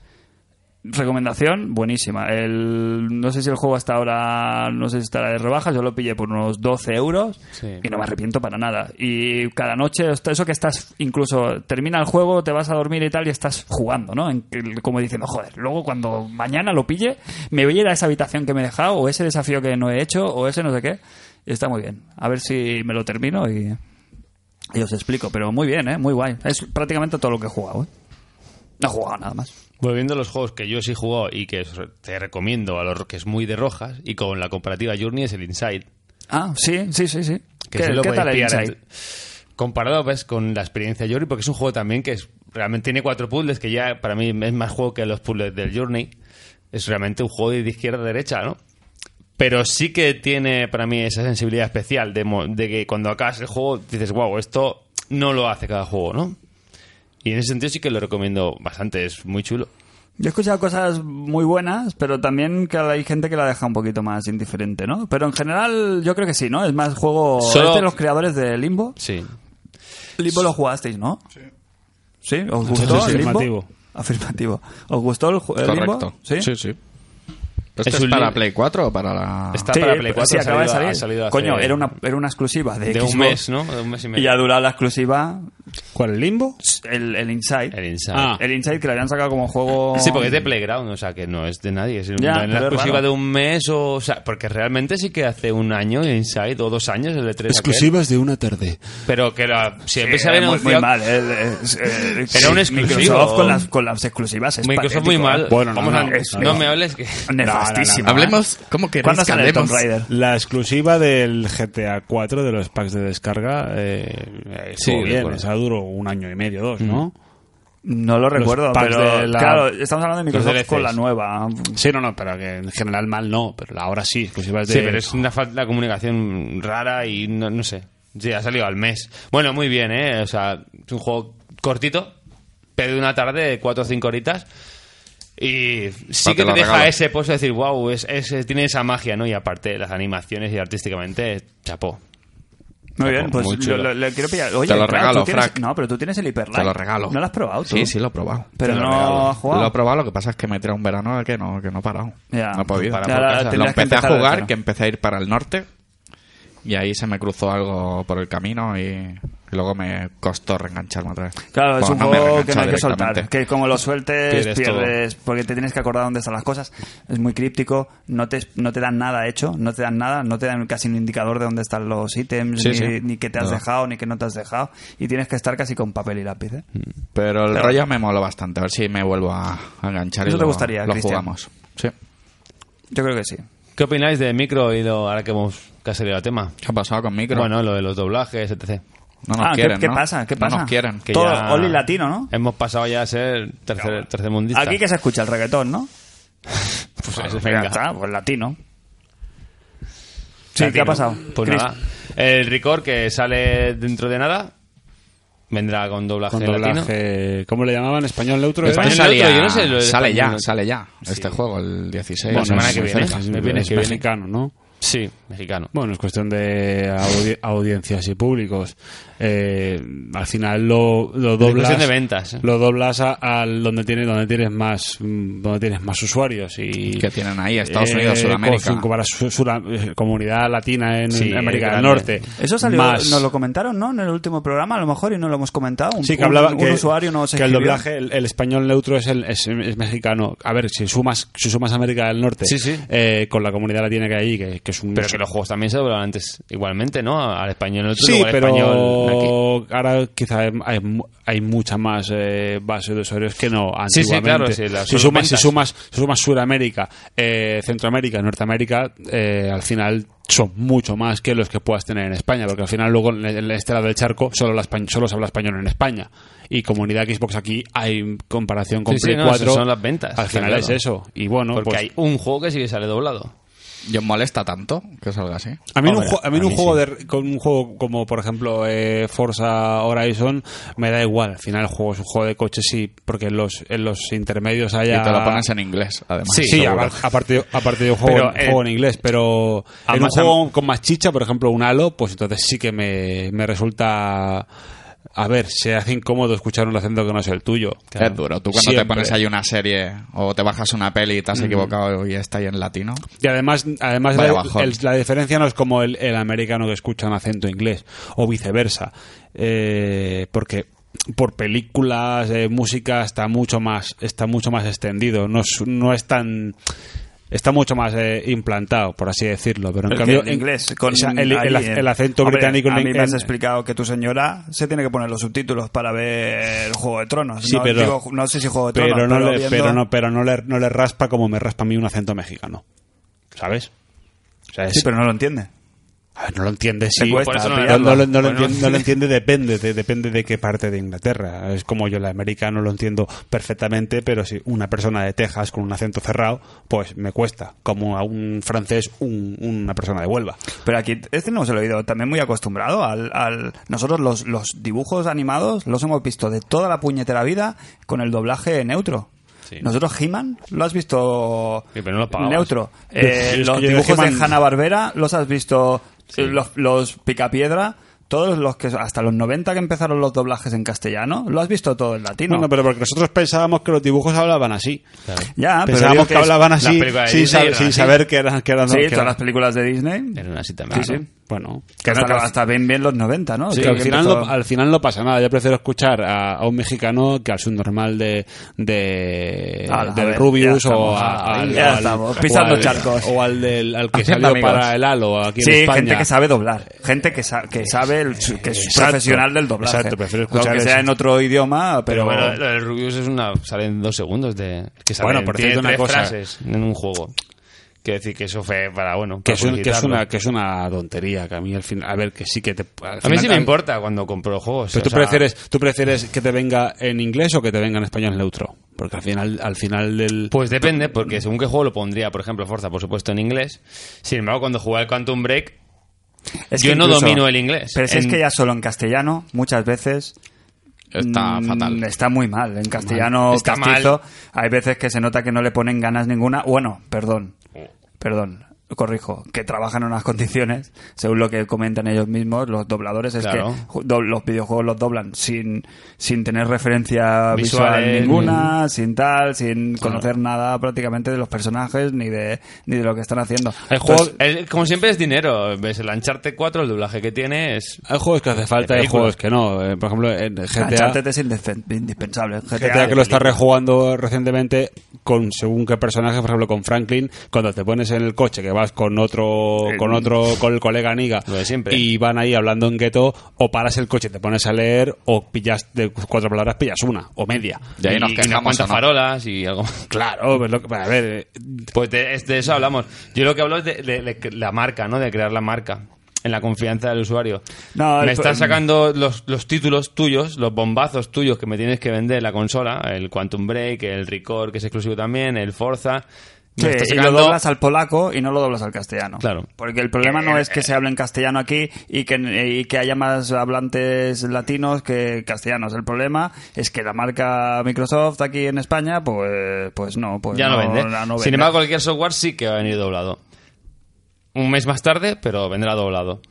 recomendación buenísima. El, no sé si el juego hasta ahora, no sé si estará de rebaja, yo lo pillé por unos 12 euros Sí. y no me arrepiento para nada. Y cada noche, hasta eso que estás, incluso termina el juego, te vas a dormir y tal y estás jugando, ¿no? En- como diciendo, joder, luego cuando mañana lo pille, me voy a ir a esa habitación que me he dejado o ese desafío que no he hecho o ese no sé qué. Y está muy bien. A ver si me lo termino y... Y os explico, pero muy bien, ¿eh? Muy guay. Es prácticamente todo lo que he jugado, ¿eh? No he jugado nada más. Volviendo a los juegos que yo sí he jugado y que os- te recomiendo a los que es muy de rojas y con la comparativa Journey es el Inside. Ah, sí, sí, sí, sí. Que ¿Qué, sí lo qué podéis tal el pillar Inside? entre- Comparado pues, con la experiencia Journey, porque es un juego también que es, realmente tiene cuatro puzzles, que ya para mí es más juego que los puzzles del Journey. Es realmente un juego de izquierda a derecha, ¿no? Pero sí que tiene para mí esa sensibilidad especial de, mo- de que cuando acabas el juego dices, wow, esto no lo hace cada juego, ¿no? Y en ese sentido sí que lo recomiendo bastante, es muy chulo. Yo he escuchado cosas muy buenas, pero también que hay gente que la deja un poquito más indiferente, ¿no? Pero en general yo creo que sí, ¿no? Es más juego Solo- es de los creadores de Limbo. Sí. Limbo lo jugasteis, ¿no? Sí. ¿Sí? ¿Os gustó sí, sí. el Limbo? Afirmativo. Afirmativo. ¿Os gustó el, ju- el Correcto. Limbo? Sí. sí. ¿Este Es es, un para lib- Play 4 o para la...? Está Sí, para Play sí, 4, ha acaba de salido- salir. ha salido hace- Coño, era una, era una exclusiva de, de un Xbox. mes, ¿no? De un mes y medio. Y ya duraba la exclusiva, ¿Cuál? ¿El limbo? el, el Inside. El Inside. Ah. El Inside que lo habían sacado como juego... Sí, porque es de Playground, o sea, que no es de nadie. Es Ya, una pero es exclusiva raro. de un mes o... o sea, porque realmente sí que hace un año Inside o dos años el de 3 Exclusivas de una tarde. pero que era, siempre se Eh, había muy, muy anunciado... mal. eh, eh, eh, eh, Era un sí, exclusivo. Microsoft con las, con las exclusivas. Es Microsoft patético, muy mal. eh. Bueno, no, Vamos a- no, es- no me hables que... Nefastísimo. Hablemos... ¿Cómo que queréis ¿Cuándo que sale el hablemos? Tomb Raider? La exclusiva del GTA 4 de los packs de descarga. Eh, Sí, estuvo de bien, acuerdo. esa duró un año y medio, dos, ¿no? No lo recuerdo, packs pero de la- claro, estamos hablando de Microsoft DLCs. con la nueva. Sí, no, no, pero que en general mal no, pero ahora sí, exclusivas de. Sí, pero es una falta de comunicación rara y no, no sé. Sí, ha salido al mes. Bueno, muy bien, ¿eh? O sea, es un juego cortito, pero de una tarde, de cuatro o cinco horitas. Y sí Pa, te que te lo deja regalo. ese pozo de decir, wow, es, es- tiene esa magia, ¿no? Y aparte, las animaciones y artísticamente, chapó. Muy bien, Muy pues chulo. lo- lo- le quiero pillar. Oye, Te lo claro, regalo, tú tienes- Frank. No, pero tú tienes el Hyperlight. Te lo regalo. ¿No lo has probado tú? Sí, sí, lo he probado. Pero Te lo no regalo. has jugado. Lo he probado, lo que pasa es que me he tirado un verano que no, que no he parado. Ya. No he podido. Para por casa. Lo tendrías que empecé a empezar de jugar, cero. que empecé a ir para el norte y ahí se me cruzó algo por el camino y, y luego me costó reengancharme otra vez. Claro, es Bueno, un me juego que reenganchó no hay que soltar. directamente. Que como lo sueltes, Pierdes todo. pierdes. Porque te tienes que acordar dónde están las cosas. Es muy críptico. No te, no te dan nada hecho. No te dan nada. No te dan casi un indicador de dónde están los ítems. Sí, ni, sí. ni que te has No. dejado, ni que no te has dejado. Y tienes que estar casi con papel y lápiz. ¿eh? Mm. Pero el Pero- rollo me moló bastante. A ver si me vuelvo a a enganchar Eso y te lo, gustaría, lo Cristian. jugamos. Sí. Yo creo que sí. ¿Qué opináis de micro y lo, ahora que hemos que ha salido el tema? ¿Qué ha pasado con Micro? Bueno, lo de los doblajes, etc. no nos Ah, ¿qué- quieren, ¿qué, ¿no? pasa? ¿Qué pasa? No nos quieren. Que Todo ya- Oli latino, ¿no? Hemos pasado ya a ser tercer, tercermundista. Aquí que se escucha el reggaetón, ¿no? Pues, Ya venga. está, pues latino. Sí, ¿qué Latino. ha pasado? Pues Chris, nada. El Record que sale dentro de nada vendrá con doblaje, Con latino. doblaje. ¿Cómo le llamaban? ¿Español neutro? Español era? Este salía- otro, yo no sé lo del sale ya, español. sale ya. Este juego, el 16. Bueno, la semana es que muy viene. cerca. Es- Me viene es que viene. mexicano, ¿no? Sí, mexicano. Bueno, es cuestión de audi- audiencias y públicos. Eh, al final lo, lo doblas. cuestión de ventas, ¿eh? Lo doblas a- al donde tienes, donde tienes más, mm, donde tienes más usuarios y eh, Que tienen ahí, Estados Unidos, Sudamérica. con- Para su- sura- eh, comunidad latina en, Sí, en América del grande. Norte. Eso salió, Más- nos lo comentaron, ¿no? En el último programa, a lo mejor, y no lo hemos comentado. Un, Sí, que hablaba un- un que, usuario no se que el escribió. doblaje, el, el español neutro es, el, es, es mexicano. A ver, si sumas, si sumas América del Norte Sí, sí. eh, con la comunidad latina que hay, allí, que, que es un Pero que los juegos también se doblan antes igualmente, ¿no? Al español otro, Sí, luego al español aquí. pero ahora quizá hay, hay mu- hay mucha más eh, base de usuarios que no Sí, sí, claro, antiguamente. sí, las si, sumas, si, ventas. sumas, si sumas Sudamérica, eh, Centroamérica, Norteamérica, eh, al final son mucho más que los que puedas tener en España, porque al final luego en el- en este lado del charco solo, la espa- solo se habla español en España. Y comunidad Xbox aquí hay comparación con Sí, sí, Play no, 4. son las ventas, Al sí, final claro. es eso. Y bueno, Porque pues, hay un juego que sí que sale doblado. Y os molesta tanto que salga así. A mí, en un, Hombre, ju- a mí en a un mí juego sí. de- con un juego como por ejemplo eh, Forza Horizon me da igual. Al final el juego es un juego de coches sí, porque en los, en los intermedios haya Y te lo pones en inglés, además. Sí, seguro. apar- aparte, aparte de un juego, Pero, eh, juego en inglés, pero en un además, juego con más chicha, por ejemplo, un halo, pues entonces sí que me, me resulta. A ver, se hace incómodo escuchar un acento que no es el tuyo. Es duro. Tú cuando te Siempre. pones ahí una serie o te bajas una peli y te has Mm. equivocado y está ahí en latino. Y además, además Vaya la, bajón. el- la diferencia no es como el, el americano que escucha un acento inglés o viceversa. Eh, porque por películas, eh, música está mucho más está mucho más extendido. No es, no es tan está mucho más eh, implantado, por así decirlo. Pero en El cambio que en inglés, con o sea, el, el- alguien. el acento Hombre, británico A en- mí me has en- explicado que tu señora se tiene que poner los subtítulos para ver el Juego de Tronos. Sí, no, pero- digo, no sé si Juego de Tronos, pero no, le, viendo- pero no pero no le, no le raspa como me raspa a mí un acento mexicano, ¿sabes? O sea, es- Sí, pero no lo entiende. A ver, no lo entiende Te sí. cuesta Por eso no, pillarlo. no lo- no lo Bueno. entiende, no lo entiende, depende, de, depende de qué parte de Inglaterra. Es como yo el americano lo entiendo perfectamente, pero si una persona de Texas con un acento cerrado, pues me cuesta. Como a un francés, un- una persona de Huelva. Pero aquí, este no se lo he oído también muy acostumbrado al... al- Nosotros los, los dibujos animados los hemos visto de toda la puñetera vida con el doblaje neutro. Sí. Nosotros He-Man lo has visto Sí, pero no lo pagabas. neutro. Yo- Eh, yo es los que yo de dibujos de He-Man- Hanna-Barbera los has visto, Sí. los, los Picapiedra, todos los que hasta los 90 que empezaron los doblajes en castellano, lo has visto todo en latino. Bueno, pero porque nosotros pensábamos que los dibujos hablaban así. ya, pero digo pensábamos que, es- hablaban así películas de sin, Disney sab- eran sin así. saber que eran... Que eran Sí, que todas eran- las películas de Disney. Eran así también. Sí, sí. Bueno, Que no, hasta, al- hasta bien, bien los 90, ¿no? Sí, Creo al, que final empezó- no, al final no pasa nada. Yo prefiero escuchar a, a un mexicano que al subnormal de, de, Ala, Ah, a del ver, ya Rubius estamos, ah, o, a- al, ya o al- estamos, o pisando al- charcos. o al, del, al que Haciendo salió amigos. para el halo aquí en sí, España. gente que sabe doblar, gente que, sa- que sabe, el- que es Exacto, profesional del doblaje. exacto, prefiero escuchar Aunque sea eso. en otro idioma, pero... Pero bueno, lo del Rubius es una. Salen dos segundos de. Que salen, Bueno, por tiene cierto, una tres cosa. frases en un juego. Quiero decir que eso fue para, bueno. Que para es, un- que, es publicitarlo. una, que es una tontería, que a mí al final... A ver, que sí que te... al A mí final- sí me al- importa cuando compro juegos. Pero o tú, sea, prefieres, tú prefieres que te venga en inglés o que te venga en español neutro. Porque al final, al final del... Pues depende, porque según qué juego lo pondría, por ejemplo, Forza, por supuesto, en inglés. Sin embargo, cuando jugaba el Quantum Break, yo no domino el inglés. Pero si es En- que ya solo en castellano, muchas veces... Está mm, fatal. Está muy mal. En castellano Está castizo hay veces que se nota que no le ponen ganas ninguna. Bueno, perdón, perdón, corrijo, que trabajan en unas condiciones, según lo que comentan ellos mismos, los dobladores, es Claro. que ju- do- los videojuegos los doblan sin, sin tener referencia visual Visuales, ninguna, sin tal, sin conocer nada prácticamente de los personajes ni de, ni de lo que están haciendo. Hay Juego- juegos, el- como siempre es dinero. Ves el Uncharted 4, el doblaje que tiene es... hay juegos que hace falta y hay película. juegos que no. Eh, Por ejemplo, en GTA... Pues, Uncharted es indefen- indispensable. GTA que lo está rejugando recientemente con según qué personaje, por ejemplo con Franklin, cuando te pones en el coche que vas con otro, con otro, con el colega Niga Eh, mm. Lo de siempre. y van ahí hablando en gueto, o paras el coche, te pones a leer, o pillas de cuatro palabras, pillas una, o media. De ahí y- nos y unas quejamos, cuantas ¿o no? farolas y algo más. Claro, pues lo que- a ver, eh, Pues de, es- de eso hablamos. Yo lo que hablo es de, de- de la marca, ¿no? De crear la marca en la confianza del usuario. No, el mm. me están pro- sacando los, los títulos tuyos, los bombazos tuyos que me tienes que vender la consola, el Quantum Break, el Record, que es exclusivo también, el Forza. Me Sí, estás y lo sacando- doblas al polaco y no lo doblas al castellano. Claro. Porque el problema no es que se hable en castellano aquí y que, y que haya más hablantes latinos que castellanos. El problema es que la marca Microsoft aquí en España, pues, pues no. Pues ya no, vende. la no Sin vende. embargo, cualquier software sí que va a venir doblado. Un mes más tarde, pero vendrá doblado.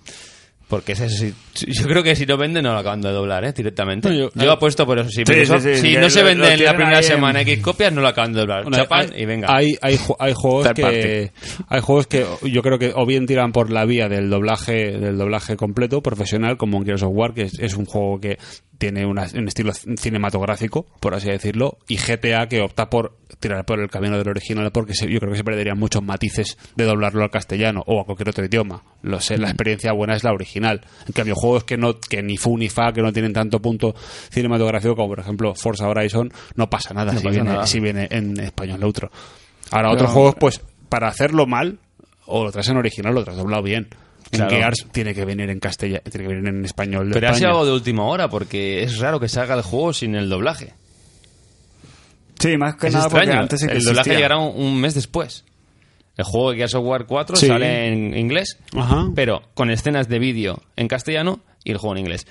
Porque ese sí- yo creo que si no vende, no lo acaban de doblar, ¿eh? Directamente. No, yo- yo, apuesto por eso. Si, Sí, Microsoft- sí, sí, si que no se lo- vende lo en la tienen primera ahí en- semana X copias, no lo acaban de doblar. Bueno, Chapan hay, y venga. Hay, hay, ju- hay juegos Third que hay juegos que yo creo que o bien tiran por la vía del doblaje del doblaje completo profesional como un Gears of War que es, es un juego que tiene una- un estilo c- cinematográfico por así decirlo y GTA que opta por tirar por el camino del original porque se- yo creo que se perderían muchos matices de doblarlo al castellano o a cualquier otro idioma lo sé Mm. la experiencia buena es la original en cambio juegos que no que ni fu ni fa que no tienen tanto punto cinematográfico como por ejemplo Forza Horizon no pasa nada No si pasa viene- nada. si viene en español neutro. Ahora, otros juegos, pues, para hacerlo mal, o lo traes en original o lo traes doblado bien. Claro. En Gears tiene que venir en castellano, tiene que venir en español de pero ha sido España. algo de última hora, porque es raro que salga el juego sin el doblaje. Sí, más que es nada porque extraño. antes sí que el doblaje existía. llegará un, un mes después. El juego de Gears of War 4 Sí. sale en inglés, Ajá. pero con escenas de vídeo en castellano y el juego en inglés.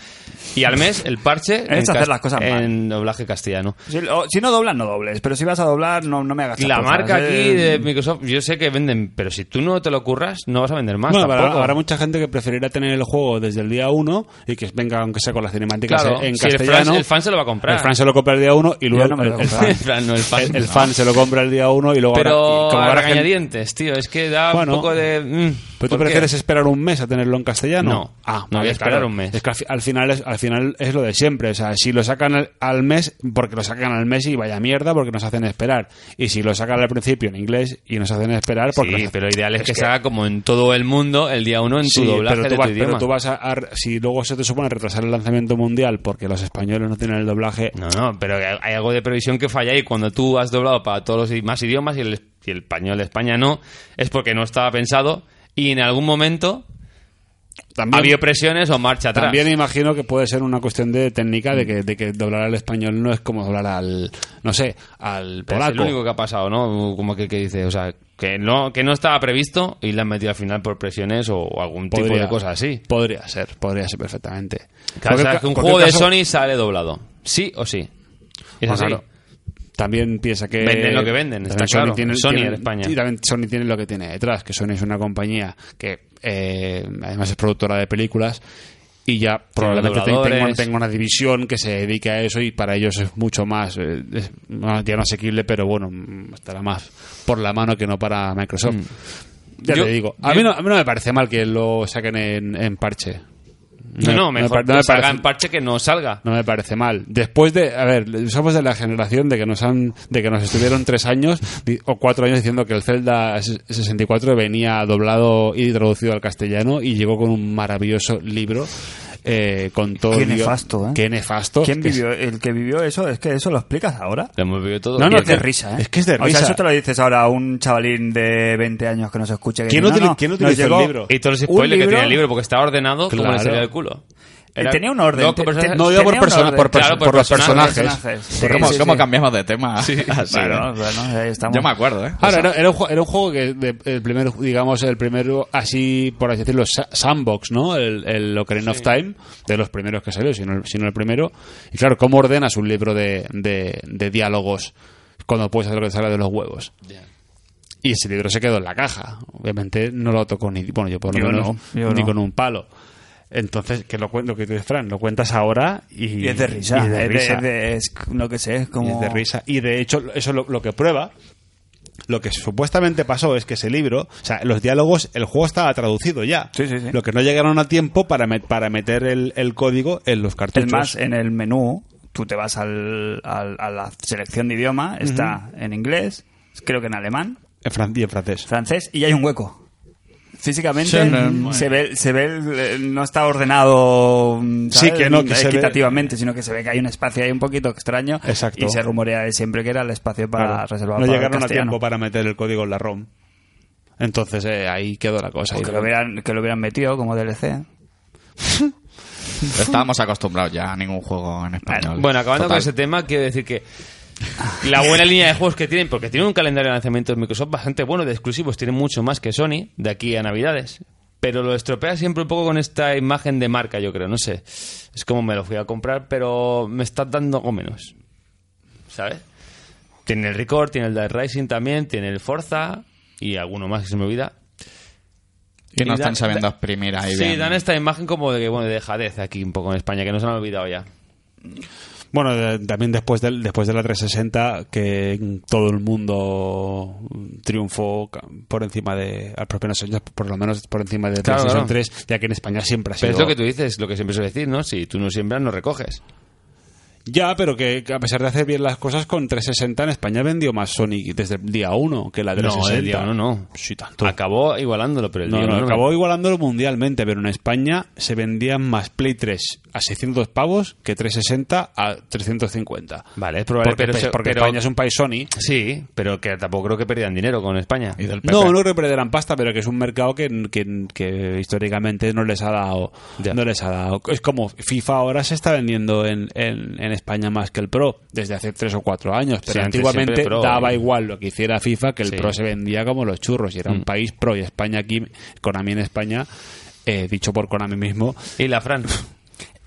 Y al mes el parche en, Es hacer cas- las cosas mal. en doblaje castellano. Si, o- si no doblas, no dobles. Pero si vas a doblar, no, no me hagas La esas cosas, marca aquí eh. de Microsoft, yo sé que venden, pero si tú no te lo curras, no vas a vender más. Bueno, habrá, tampoco. habrá mucha gente que preferirá tener el juego desde el día 1 y que venga, aunque sea con las cinemáticas Claro, en si el castellano. fan- el fan se lo va a comprar. El fan se lo compra el día 1 y luego no me lo voy a el, comprar. fan, En plan, no, el fan. el- el fan se lo compra el día 1 y luego habrá- Pero y como a habrá gente- regañadientes, tío. Es que da Bueno, un poco de... mm, ¿Pero tú ¿por qué? prefieres esperar un mes a tenerlo en castellano? No, Ah, no voy a vale, esperar claro. un mes. Es que al, fi- al final es, al final es lo de siempre. O sea, si lo sacan al, al mes, porque lo sacan al mes y vaya mierda, porque nos hacen esperar. Y si lo sacan al principio en inglés y nos hacen esperar, porque. Sí, nos- pero lo ideal es, es que, se que- haga como en todo el mundo el día uno en Sí, tu doblaje pero tú de vas, tu pero idioma. tú vas a, a re- Si luego se te supone retrasar el lanzamiento mundial porque los españoles no tienen el doblaje. No, no, pero hay algo de previsión que falla y cuando tú has doblado para todos los demás idiomas y el, y el español de España no, es porque no estaba pensado y en algún momento También, había presiones o marcha atrás. También imagino que puede ser una cuestión de técnica de que, de que doblar al español no es como doblar al, no sé, al Pero polaco. Es lo único que ha pasado, ¿no? Como que, que dice, o sea, que no, que no estaba previsto y le han metido al final por presiones o algún tipo de cosas así. Podría ser, podría ser perfectamente. Claro, o Cualquier sea, que ca- un cualquier juego de caso- Sony sale doblado. Sí o sí. Es Bueno, así. Pues claro. También piensa que... Venden lo que venden, también está claro. Sony en tiene- España. Y también Sony tiene lo que tiene detrás, que Sony es una compañía que eh, además es productora de películas y ya probablemente tenga- tenga, dobladores. tenga una división que se dedique a eso y para ellos es mucho más, eh, es más- ya no asequible, pero bueno, mm, estará más por la mano que no para Microsoft. Ya Mm. Yo- te digo, a, yo- mí no, a mí no me parece mal que lo saquen en, en parche. No, no, me mejor par- que me salga parece- en parche que no salga. no me parece mal. Después de, a ver, somos de la generación de que nos han, de que nos estuvieron tres años di- o cuatro años diciendo que el Zelda ses- 64 venía doblado y traducido al castellano y llegó con un maravilloso libro eh, con todo. Qué el guión. nefasto, ¿eh? Qué nefasto. ¿Quién Que es- vivió? ¿El que vivió eso? ¿Es que eso lo explicas ahora? Lo hemos vivido todo. No, no, Y es el de que- risa, ¿eh? es que es de O sea, risa. eso te lo dices ahora a un chavalín de 20 años que nos escuche. Que ¿Quién dice, utili- no, no, quién nos utilizó el llegó libro? Y todos los un spoilers que libro- tiene el libro, porque está ordenado como le Claro. salía del culo. Eh, tenía un orden. dos te- te- por personaje. No digo por Tenía un personas, por, orden. perso- Claro, por por los personajes. personajes. personajes. Sí, Pues ¿Cómo, sí, cómo sí. cambiamos de tema? Así, Bueno, ¿eh? bueno, ahí estamos. Yo me acuerdo, ¿eh? Ahora, era, era un, ju- era un juego que, de- el primero, digamos, el primero, así, por así decirlo, sa- sandbox, ¿no? El, el Ocarina of Time, de los primeros que salió, si no, el- si no el primero. Y claro, ¿cómo ordenas un libro de, de- de diálogos cuando puedes hacer lo que te salga de los huevos? Y ese libro se quedó en la caja. Obviamente no lo tocó ni, bueno, yo por lo Yo menos, no, yo ni no. con un palo. Entonces, que lo, cuen- lo que te dice Fran, lo cuentas ahora y, Y es de risa. y es de- risa. es de- es no que sé, es Y como... es de risa. Y de hecho, eso lo, lo que prueba, lo que supuestamente pasó es que ese libro, o sea, los diálogos, el juego estaba traducido ya. Sí, sí, sí. Lo que no llegaron a tiempo para, met- para meter el, el código en los Es cartuchos. más, en el menú, tú te vas al, al- a la selección de idioma, está en inglés, creo que en alemán, En fran- y en francés. francés, y hay un hueco. Sí, Físicamente no, se ve, se ve el- el- no está ordenado mm, ¿sabes? Sí, que no, que se ve- equitativamente, sino que se ve que hay un espacio ahí un poquito extraño Exacto. y se rumorea de siempre que era el espacio para Claro. reservar no para el llegaron a castellano. tiempo para meter el código en la ROM. Entonces eh, ahí quedó la cosa. O Y Pues que, lo hubieran, que lo hubieran metido como DLC. Estábamos acostumbrados ya a ningún juego en español. Bueno, acabando Total. con ese tema, quiero decir que la buena línea de juegos que tienen, porque tienen un calendario de lanzamientos Microsoft bastante bueno de exclusivos, tienen mucho más que Sony de aquí a Navidades. Pero lo estropea siempre un poco con esta imagen de marca, yo creo, no sé. Es como me lo fui a comprar, pero me está dando algo menos. ¿Sabes? Tiene el Record, tiene el Dead Rising también, tiene el Forza y alguno más que se me olvida. Que no Y están da- sabiendo da- exprimir ahí Sí, bien. dan esta imagen como de, que, bueno, de dejadez aquí un poco en España, que nos han olvidado ya. Bueno, de- también después del después de la 360 que todo el mundo triunfó ca- por encima de al propio años, por lo menos por encima de Claro, 360 claro. 3, ya que en España siempre ha sido Pero es lo que tú dices, lo que siempre suele decir, ¿no? Si tú no siembras, no recoges. Ya, pero que, que a pesar de hacer bien las cosas con 360 en España vendió más Sony desde el día 1 que la 360. el día uno no. Sí, tanto. Acabó igualándolo, pero el No, día no, uno acabó igualándolo mundialmente, pero en España se vendían más Play 3 a 600 pavos que 360 a 350. Vale, es probable, porque, pero pe- se- porque pero- España es un país Sony. Sí, pero que tampoco creo que perdían dinero con España. Y del PP. No, no creo que perderán pasta, pero que es un mercado que, que- que históricamente no les ha dado. Ya. No les ha dado. Es como FIFA ahora se está vendiendo en, en, en en España más que el Pro desde hace tres o cuatro años, pero Sí, antes antiguamente siempre Pro, daba ¿eh? igual lo que hiciera FIFA que el Sí. Pro se vendía como los churros y era un Mm. país Pro y España aquí, Konami en España, eh, dicho por Konami mismo, Y la Fran.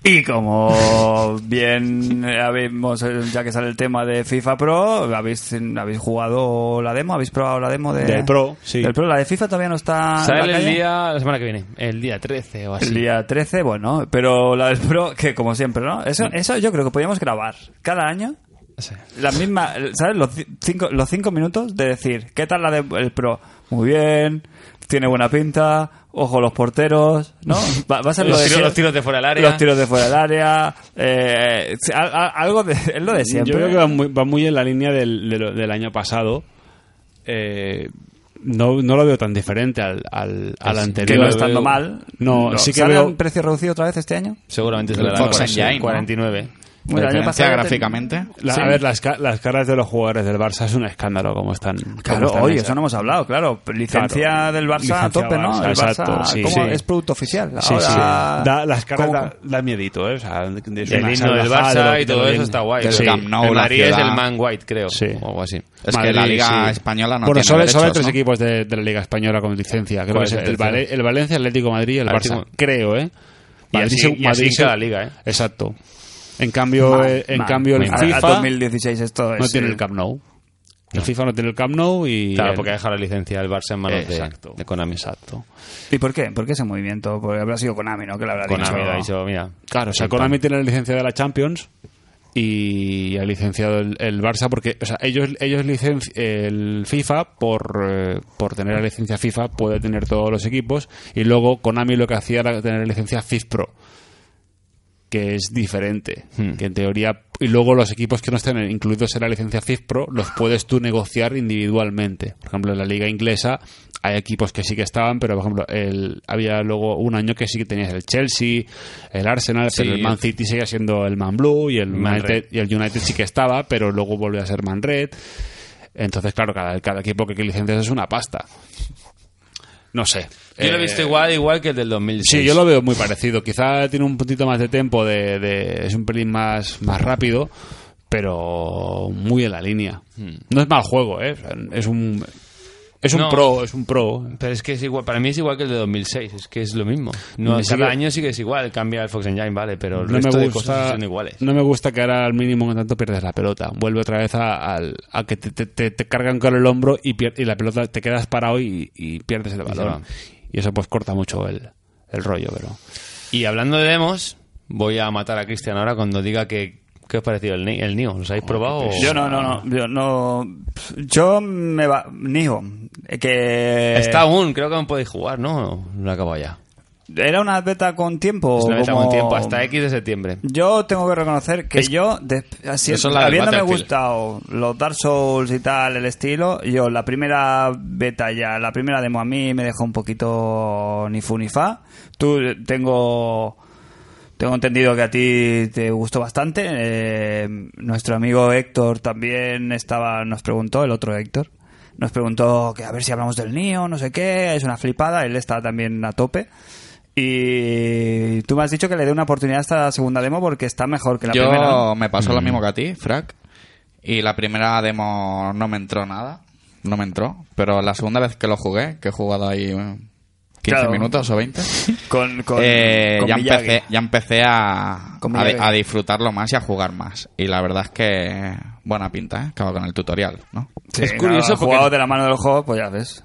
Y como bien eh, habemos, eh, ya que sale el tema de FIFA Pro, ¿habéis, habéis jugado la demo? ¿Habéis probado la demo de, Del Pro, sí. Del Pro, la de FIFA todavía no está. en la Sale el calle? día, la semana que viene. El día 13 o así. El día 13, bueno, pero la del Pro, que como siempre, ¿no? Eso, Mm. eso yo creo que podíamos grabar cada año. No sé. La misma, ¿sabes? Los ci- cinco, los cinco minutos de decir, ¿qué tal la del Pro? Muy bien, tiene buena pinta, ojo los porteros, ¿no? Va, va a ser lo Los de tiros- sie- los tiros de fuera del área. Los tiros de fuera del área. eh, al- al- algo de, es lo de siempre. Yo creo que va muy, va muy en la línea del, de lo- del año pasado. Eh, no, no lo veo tan diferente al, al, al Es anterior. Que no Yo estando veo- mal. No, sí que ¿sale a veo- un precio reducido otra vez este año? Seguramente será la Fox noche, Engine, ¿no? 49. Bueno, el año diferencia pasado- gráficamente. La- Sí. A ver, las, ca- las caras de los jugadores del Barça es un escándalo como están. cómo Claro, están oye, hechas. eso no hemos hablado, claro. Licencia Claro. del Barça Licencia a tope, ¿no? Barça, el Barça exacto, sí, ¿cómo? sí. es producto oficial. Sí, Ahora, sí. Da- las caras ¿cómo- da, da miedito, ¿eh? O sea, es El una himno del salvajada Barça de lo- y todo de lo eso bien. está guay. Del Sí. Camp Nou, el la Madrid es ciudad. el Man White, creo. Sí. O algo así. Es Madrid, que la liga sí. española no bueno, tiene solo, solo hay derechos, tres ¿no? equipos de, de la Liga Española con licencia. Creo que ¿Cuál es es el, el tercero? Vale- el Valencia, Atlético de Madrid, el Atlético- Barça. Creo, ¿eh? Y así- se- y así en se- cada liga, ¿eh? Exacto. En Ah, cambio, eh, en Mal, cambio el mal. A- a FIFA 2016 esto es, no tiene eh, el Camp Nou. El FIFA no tiene el Camp Nou y... Claro, el- porque ha dejado la licencia del Barça en manos de, Exacto. de Konami. Exacto. ¿Y por qué? ¿Por qué ese movimiento? Porque habrá sido Konami, ¿no? Que lo habrá Konami dicho. ha dicho, mira. Claro, o sea, Konami tiene la licencia de la Champions y ha licenciado el, el Barça porque, o sea, ellos, ellos licencian el FIFA por, eh, por tener la licencia FIFA, puede tener todos los equipos y luego Konami lo que hacía era tener la licencia FIFPro, que es diferente, Hmm. que en teoría, y luego los equipos que no estén incluidos en la licencia FIFPro los puedes tú negociar individualmente. Por ejemplo, en la liga inglesa hay equipos que sí que estaban, pero por ejemplo, el, había luego un año que sí que tenías el Chelsea, el Arsenal, Sí. pero el Man City seguía siendo el Man Blue y el Man United, Red. y el United sí que estaba, pero luego volvió a ser Man Red. Entonces, claro, cada, cada equipo que licencias es una pasta. No sé. Yo lo he Eh, visto igual, igual que el del 2006. Sí, yo lo veo muy parecido. Quizá tiene un puntito más de tiempo, de, de- es un pelín más, más rápido, pero muy en la línea. No es mal juego, ¿eh? O sea, Es un, es un Hmm. No. pro, es un pro. Pero es que es igual, para mí es igual que el de 2006, es que es lo mismo. No, Me sigue- cada año sí que es igual, cambia el Fox Engine, vale, pero el No resto me, de cosas gusta, son iguales. no me gusta que ahora al mínimo en tanto pierdes la pelota. Vuelve otra vez a, al- a que te, te- te- te cargan con el hombro y, pier- y la pelota te quedas parado y, y pierdes el se balón. va. Y eso pues corta mucho el, el rollo, pero... Y hablando de demos, voy a matar a Cristian ahora cuando diga que qué os pareció el, Ni- el Nio, ¿los habéis probado? pues o- Yo no, no, no. Yo, no, yo me va... Nijo, eh, que... Está aún, creo que aún podéis jugar, ¿no? No lo acabo ya. ¿Era una beta con tiempo? Es Pues una beta con como- tiempo hasta X de septiembre. Yo tengo que reconocer que yo, de- así- Eso es la del habiéndome Battlefield. gustado los Dark Souls y tal, el estilo, yo la primera beta ya, la primera demo a mí me dejó un poquito ni fu ni fa. Tú eh, tengo... Tengo entendido que a ti te gustó bastante. Eh, nuestro amigo Héctor también estaba, nos preguntó, el otro Héctor, nos preguntó que a ver si hablamos del Nio, no sé qué, es una flipada, él está también a tope. Y tú me has dicho que le dé una oportunidad a esta segunda demo porque está mejor que la Yo primera. me pasó Mm. lo mismo que a ti, Frac. Y la primera demo no me entró nada. No me entró. Pero la segunda vez que lo jugué, que he jugado ahí eh, 15 Claro. minutos o 20, Con, con, eh, con ya, Miyagi. empecé, ya empecé a, Con a di- Miyagi. a disfrutarlo más y a jugar más. Y la verdad es que buena pinta, ¿eh? Claro, con el tutorial, ¿no? Sí, Es curioso nada, porque- jugado de la mano del juego, pues ya ves.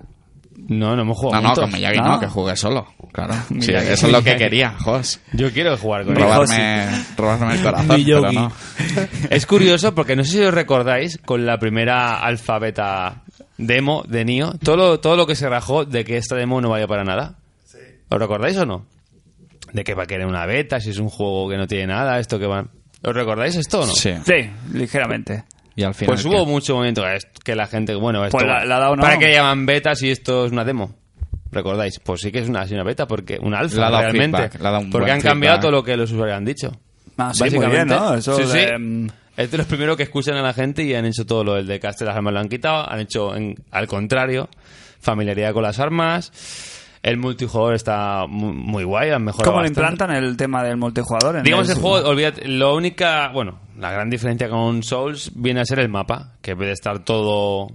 No, no hemos No, jugado no, juntos. con Miyagi Ah. no, que jugué solo. Claro. Sí, Miyagi. eso es lo que quería, Jos. Yo quiero jugar con él. Robarme, robarme el corazón, pero Miyagi. no. Es curioso porque no sé si os recordáis con la primera alfabeta demo de Nio, todo lo, todo lo que se rajó de que esta demo no vaya para nada. ¿Os recordáis o no? De que va a querer una beta, si es un juego que no tiene nada, esto que va... ¿Os recordáis esto o no? Sí. Sí, ligeramente. Y al final. Pues hubo ¿qué? mucho momento que es- que la gente, bueno, esto, Pues la- la ha dado, ¿no? ¿para qué llaman beta si esto es una demo? ¿Recordáis? Pues sí que es una, es una beta, porque una Le alfa ha dado realmente. feedback, le ha dado un porque buen han cambiado feedback. todo lo que los usuarios han dicho. Ah, sí, muy bien, ¿no? Eso sí, de- mm, sí. Es de los primeros que escuchan a la gente y han hecho todo lo del de cast de las armas lo han quitado, han hecho en- al contrario, familiaridad con las armas, El multijugador está mu- muy guay, han mejorado ¿Cómo le bastante. implantan el tema del multijugador? en Digamos, el- el juego, olvídate, lo única, bueno, la gran diferencia con Souls viene a ser el mapa, que puede estar todo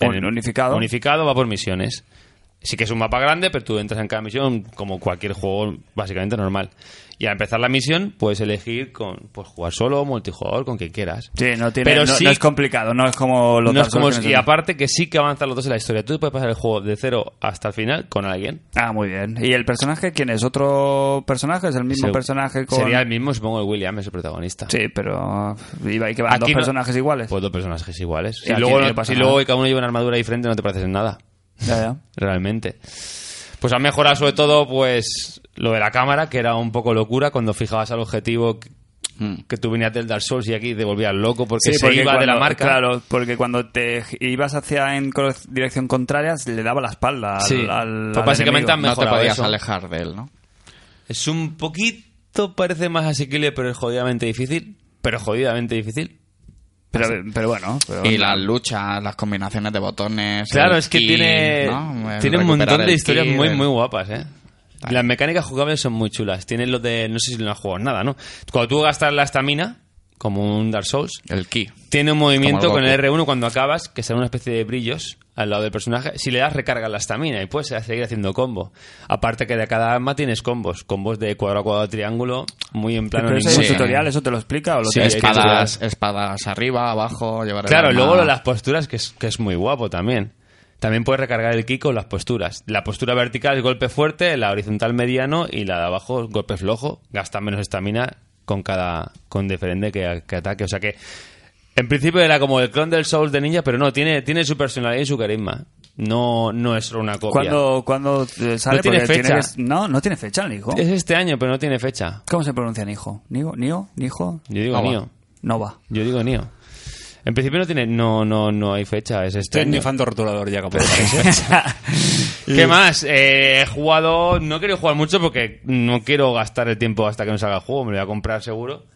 Un- unificado. Unificado va por misiones. Sí que es un mapa grande, pero tú entras en cada misión como cualquier juego básicamente normal. Y al empezar la misión, puedes elegir con pues jugar solo, multijugador, con quien quieras. Sí, no, tiene, Pero no, sí- no es complicado, no es como los No es Dark como- Souls que y nos- aparte que sí que avanzan los dos en la historia. Tú puedes pasar el juego de cero hasta el final con alguien. Ah, muy bien. ¿Y el personaje quién es? ¿Otro personaje? ¿Es el mismo Se- personaje con...? Sería el mismo, supongo, el William es el protagonista. Sí, pero... Iba y que van Aquí dos no- personajes iguales. Pues dos personajes iguales. Y Si aquí luego, no no- pasa si nada. luego cada uno lleva una armadura diferente, no te pareces en nada, Ya, ya. realmente. Pues han mejorado sobre todo pues lo de la cámara, que era un poco locura cuando fijabas al objetivo que- mm, que tú venías del Dark Souls y aquí te volvías loco porque se iba de la cuando- marca. Claro, porque cuando te gi- ibas hacia en cor- dirección contraria, le daba la espalda al, Sí. al- Pues al enemigo. básicamente han No te mejorado podías eso. alejar de él, ¿no? Es un poquito, parece más asequible, pero es jodidamente difícil. Pero jodidamente difícil. pero, pero bueno. pero- Y las luchas, las combinaciones de botones. Claro, el es que ki, tiene, ¿no? El tiene un montón recuperar de el historias ki, muy, el- muy guapas, ¿eh? Las mecánicas jugables son muy chulas. Tienen lo de... No sé si no has jugado nada, ¿no? Cuando tú gastas la estamina, como un Dark Souls, El ki. tiene un Como movimiento el con el Goku. R1 cuando acabas, que sale una especie de brillos al lado del personaje. Si le das, recarga la estamina y puedes seguir haciendo combo. Aparte que de cada arma tienes combos. Combos de cuadrado, cuadrado, triángulo, muy en plano... pero eso hay ninja. un Sí. tutorial, ¿eso te lo explica? O lo Sí, tienes que- hay que Espadas, espadas arriba, abajo, llevar el Claro, arma. luego lo de las posturas, que es, que es muy guapo también. También puedes recargar el ki con las posturas. La postura vertical es golpe fuerte, la horizontal mediano y la de abajo es golpe flojo. Gasta menos estamina con cada con diferente que, que ataque. O sea que, en principio era como el clon del Souls de Ninja, pero no, tiene, tiene su personalidad y su carisma. No, no es solo una copia. ¿Cuándo, cuándo, eh, sale? No tiene Porque fecha. que- no, no tiene fecha el hijo. Es este año, pero no tiene fecha. ¿Cómo se pronuncia Nijo? ¿Nigo? ¿Nio? ¿Nijo? Yo digo Ah, va. Nio. Nova. Yo digo Nio. En principio no tiene, no, no, no hay fecha, es este Estoy año. fan rotulador ya, como ¿Qué más? Eh, he jugado. No quiero jugar mucho porque no quiero gastar el tiempo hasta que no salga el juego. Me lo voy a comprar seguro.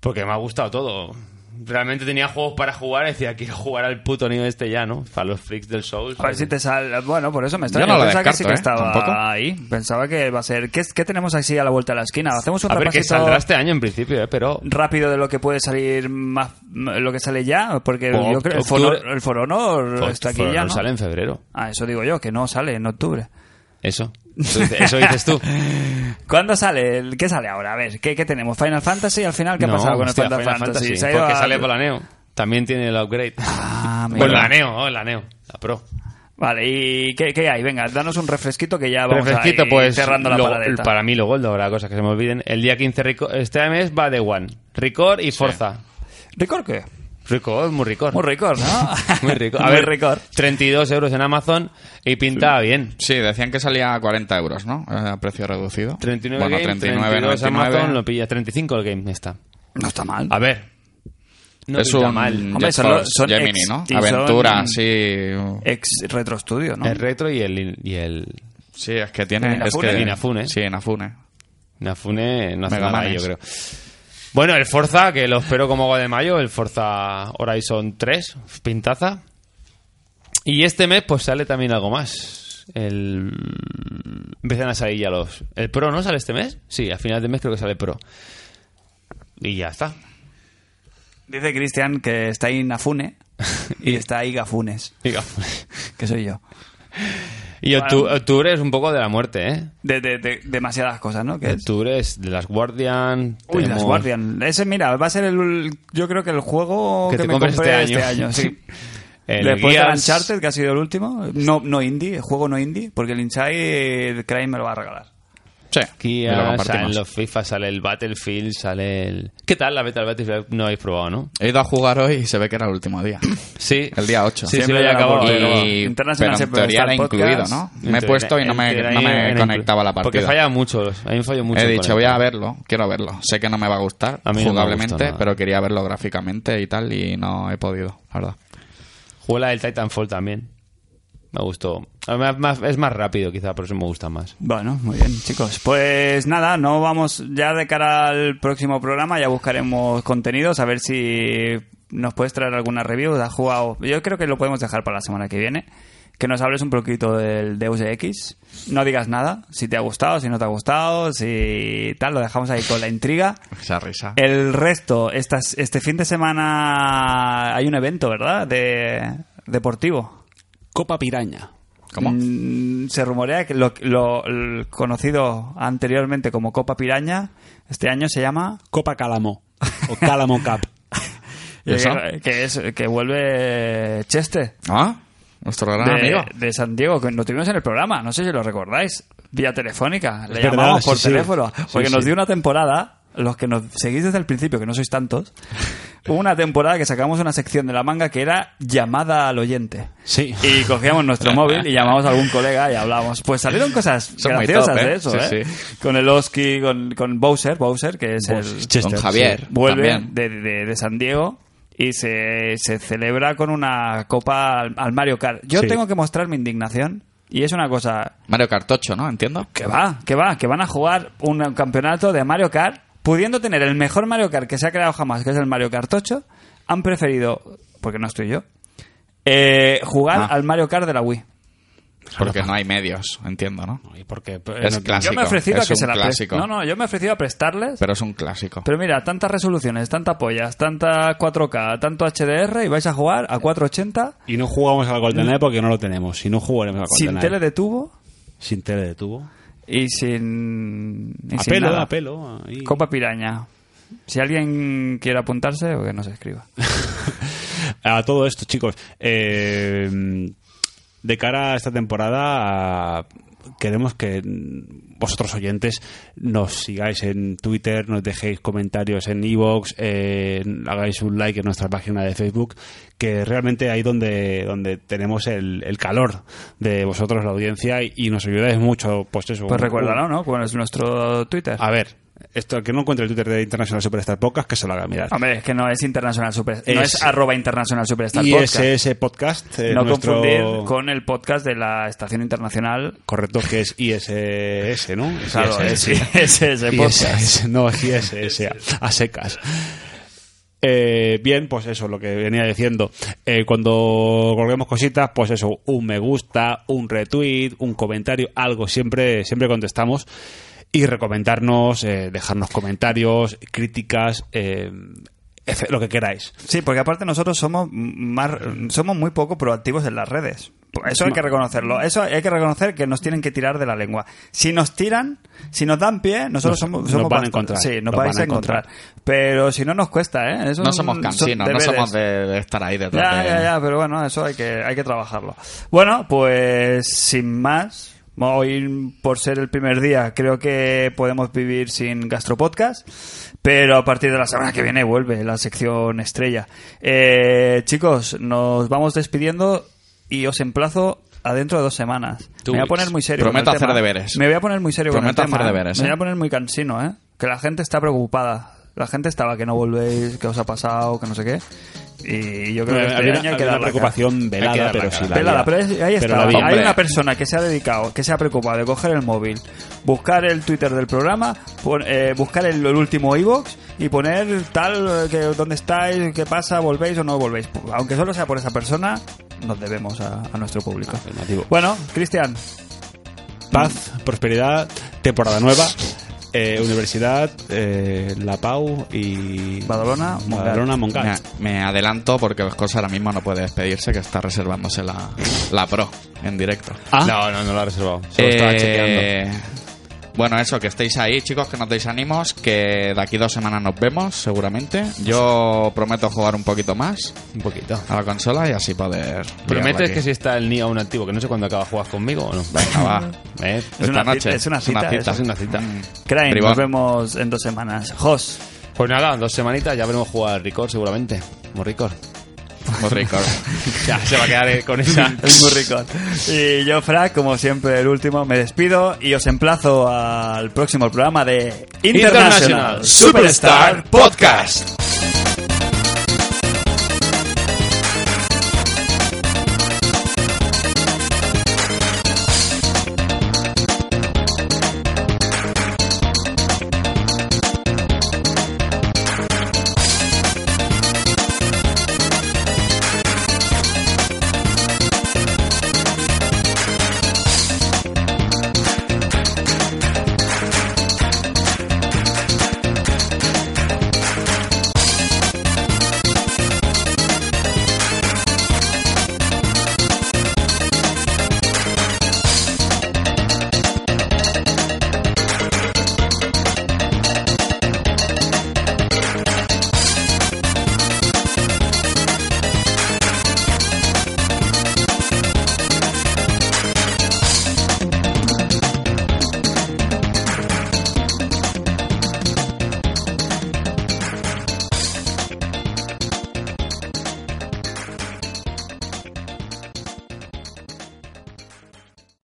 Porque me ha gustado todo. Realmente tenía juegos para jugar. y Decía, quiero jugar al puto niño este ya, ¿no? Para los freaks del Souls. A ver si te sale. Bueno, por eso me Yo extraña. no lo Pensaba que sí que descarto, ¿eh? estaba Tampoco. ahí. Pensaba que va a ser. ¿Qué, qué tenemos así a la vuelta de la esquina? Hacemos un A ver qué repasito saldrá este año en principio, ¿eh? Pero. rápido de lo que puede salir más. Lo que sale ya. Porque Oct- yo creo el octubre. For, el For Honor está aquí Pero ya. no ¿no? sale en febrero. Ah, eso digo yo, que no sale en octubre. Eso. Eso dices- eso dices tú. ¿Cuándo sale? el- ¿Qué sale ahora? A ver, ¿qué, qué tenemos? ¿Final Fantasy? ¿Al final qué ha No, pasado con hostia, el Final, Final Fantasy? Se ha ido Porque a- sale para la Neo. También tiene el upgrade. Ah, mira. Bueno, la Neo, oh, la Neo. La Pro. Vale, ¿y qué, qué hay? Venga, danos un refresquito que ya vamos Refresquito, a ir pues. cerrando la lo- paradeta. para mí, lo gold, habrá cosas que se me olviden. El día 15, Rico- este mes va de One. Record y Forza. ¿Ricor qué? Record, muy Record. Muy ricor, ¿no? Muy rico. A Muy ver, ricor. 32 euros en Amazon y pintaba bien. Sí, decían que salía a 40 euros, ¿no? Eh, A precio reducido. 39 bueno, game, 39, 32 Amazon 99. lo pilla. 35 el game está. No está mal. A ver. No es pinta un mal. Hombre, Jet son Force los- son Gemini, ex- ¿no? y Aventura, son- sí. Ex Retro Studio, ¿no? El retro y el, y el Sí, es que tiene... en es Inafune. que, En Inafune. Sí, Inafune. Nafune. No hace Mega nada, Manes. yo creo. Bueno, el Forza, que lo espero como agua de mayo, el Forza Horizon 3, pintaza. Y este mes, pues sale también algo más. El... Empiezan a salir ya los. ¿El Pro no sale este mes? Sí, a final de mes creo que sale Pro. Y ya está. Dice Cristian que está ahí Nafune y está ahí Gafunes, Diga. que soy yo. Y octu- octubre es un poco de la muerte, ¿eh? De, de- de- demasiadas cosas, ¿no? Que es- Octubre es de las Guardian. Uy, las Eh, tenemos- Guardian. Ese, mira, va a ser el, yo creo que el juego Que que, te me compré compres este año. este año. sí. El Después del Gears- Uncharted, que ha sido el último. No, no indie, el juego no indie, porque el Inside Crane me lo va a regalar. Sí, y Gears, lo ah, salen compartimos. los FIFA, sale el Battlefield, sale el... ¿Qué tal la beta del Battlefield? No habéis probado, ¿no? He ido a jugar hoy y se ve que era el último día. Sí. El día 8. Sí, sí, lo Siempre he era acabado. por- pero- y- International pero en siempre teoría está era el incluido, podcast. ¿no? en Me he teoría- puesto y no me, en teoría no me en- conectaba la Porque partida. falla mucho. los- A mí me falló mucho. He el dicho, voy a conector. verlo, quiero verlo. Sé que no me va a gustar A mí no me ha gustado jugablemente, nada. pero quería verlo gráficamente y tal, y no he podido, la verdad. Jugué la del Titanfall también. Me gustó. Además, más- Es más rápido, quizá, por eso me gusta más. Bueno, muy bien, chicos. Pues nada, no vamos ya de cara al próximo programa, ya buscaremos contenidos, a ver si nos puedes traer alguna review. ¿Has jugado? Yo creo que lo podemos dejar para la semana que viene. Que nos hables un poquito del Deus Ex. No digas nada. Si te ha gustado, si no te ha gustado, si tal. Lo dejamos ahí con la intriga. Esa risa. El resto, estas, este fin de semana hay un evento, ¿verdad? De deportivo. Copa Piraña. ¿Cómo? Mm, se rumorea que lo, lo- el conocido anteriormente como Copa Piraña, este año se llama Copa Calamo. O Calamo Cup. ¿Y eso? que, eh, que es que vuelve Cheste Ah, nuestro gran amigo. de, de San Diego, que lo tuvimos en el programa, no sé si lo recordáis, vía telefónica, le Es verdad, llamamos por sí, sí. teléfono, Sí, porque sí. nos dio una temporada, los que nos seguís desde el principio, que no sois tantos, hubo una temporada que sacamos una sección de la manga que era llamada al oyente. Sí. Y cogíamos nuestro móvil y llamamos a algún colega y hablábamos. Pues salieron cosas Son muy graciosas top, ¿eh? de eso, Sí, ¿eh? Con el Oski, con, con Bowser, Bowser, que es el, Chester, Don Javier. vuelve también. de, de- de San Diego y se, se celebra con una copa al, al Mario Kart. Yo Sí. tengo que mostrar mi indignación y es una cosa Mario Cartocho, ¿no? Entiendo. que va, que va, que van a jugar un campeonato de Mario Kart pudiendo tener el mejor Mario Kart que se ha creado jamás, que es el Mario Kart 8, han preferido, porque no estoy yo, eh, jugar Ah. al Mario Kart de la Wii. Porque no hay medios, entiendo, ¿no? Sí. Y porque, pues, Es no- clásico. yo me he ofrecido es a que un se la pre- clásico. No, no, yo me he ofrecido a prestarles Pero es un clásico. Pero mira, tantas resoluciones, tantas pollas, tanta 4K, tanto HDR y vais a jugar a 480 Y no jugamos al Golden Eye porque no lo tenemos. Si no jugaremos al Golden sin Eye. tele de tubo Sin tele de tubo. y sin, y sin apelo, nada. apelo. ahí. Copa Piraña. Si alguien quiere apuntarse, o que nos escriba. A todo esto, chicos. eh, de cara a esta temporada, queremos que mm, vosotros oyentes nos sigáis en Twitter, nos dejéis comentarios en Evox, hagáis un like en nuestra página de Facebook, que realmente ahí donde, donde tenemos el, el calor de vosotros, la audiencia, y, y nos ayudáis mucho. Pues, eso, Pues un- recuérdalo, ¿no? Bueno, es nuestro Twitter. A ver, esto el que no encuentre el Twitter de International Superstar Podcast, que se lo haga mirar. Hombre, es que no es Internacional Superstar. No Es- es arroba Internacional Superstar Y Podcast. ese ese podcast, eh, no nuestro- confundir con el podcast de la Estación Internacional. correcto que es ISS, ¿no? Es Claro, es, ISS. es ese podcast. ISS, no, es ISS, a, a secas. Eh, bien, pues eso, lo que venía diciendo. Eh, cuando colguemos cositas, pues eso, un me gusta, un retweet, un comentario, algo, siempre, siempre contestamos. Y recomendarnos, eh, dejarnos comentarios, críticas, eh, efe- lo que queráis. Sí, porque aparte nosotros somos más, somos muy poco proactivos en las redes. Eso hay que reconocerlo. Eso hay que reconocer que nos tienen que tirar de la lengua. Si nos tiran, si nos dan pie, nosotros Nos- somos, nos somos van a bast- encontrar. Sí, nos Nos vais van a a encontrar. Pero si no nos cuesta, ¿eh? Eso No son- somos son cansinos, no deberes. somos de, de estar ahí detrás Ya, de... ya, ya, pero bueno, eso hay que, hay que trabajarlo. Bueno, pues sin más, hoy por ser el primer día, creo que podemos vivir sin gastropodcast, pero a partir de la semana que viene vuelve la sección estrella. Eh, chicos, nos vamos despidiendo y os emplazo a dentro de dos semanas. Two Me voy a weeks. poner muy serio. con Prometo el hacer tema. deberes. Me voy a poner muy serio con el Prometo hacer tema, ¿eh? deberes, Me voy ¿eh? a poner muy cansino, ¿eh? Que la gente está preocupada. La gente estaba que no volvéis, que os ha pasado, que no sé qué. Y yo creo Había- que este había año hay que una darla preocupación Hay que velada, darla pero cara. sí la Pelada, había. pero es- ahí Pero está. la había. Hay Hombre. una persona que se ha dedicado, que se ha preocupado de coger el móvil, buscar el Twitter del programa, pon- eh, buscar el, el último iBox y poner tal, eh, que dónde estáis, qué pasa, volvéis o no volvéis. Aunque solo sea por esa persona, nos debemos a, a nuestro público. Afirmativo. Bueno, Cristian, Paz, prosperidad, temporada nueva, eh, universidad, eh, La Pau y... Badalona, Montgat. Ah, Badalona, Montgat. Me, me adelanto porque Vescosa ahora mismo no puede despedirse, que está reservándose la, la pro en directo. Ah. No, no, no lo ha reservado. Solo estaba Eh, chequeando. Bueno, eso, que estéis ahí, chicos, que nos deis ánimos, que de aquí dos semanas nos vemos, seguramente. Yo prometo jugar un poquito más Un poquito. a la consola y así poder. liarla ¿Prometes aquí. que si está el NIA aún activo, que no sé cuándo acaba, juegas conmigo o no? Venga, va. ¿Eh? Es Esta una ci- noche. es una cita, Esta es una cita. Ah, Mm. Crane, Bribón. nos vemos en dos semanas. Jos, Pues nada, dos semanitas ya veremos jugar al Record seguramente. Muy Record. Muy rico. Ya se va a quedar eh, con esa. es muy rico. Y yo, Frank, como siempre, el último, me despido y os emplazo al próximo programa de International International Superstar Podcast.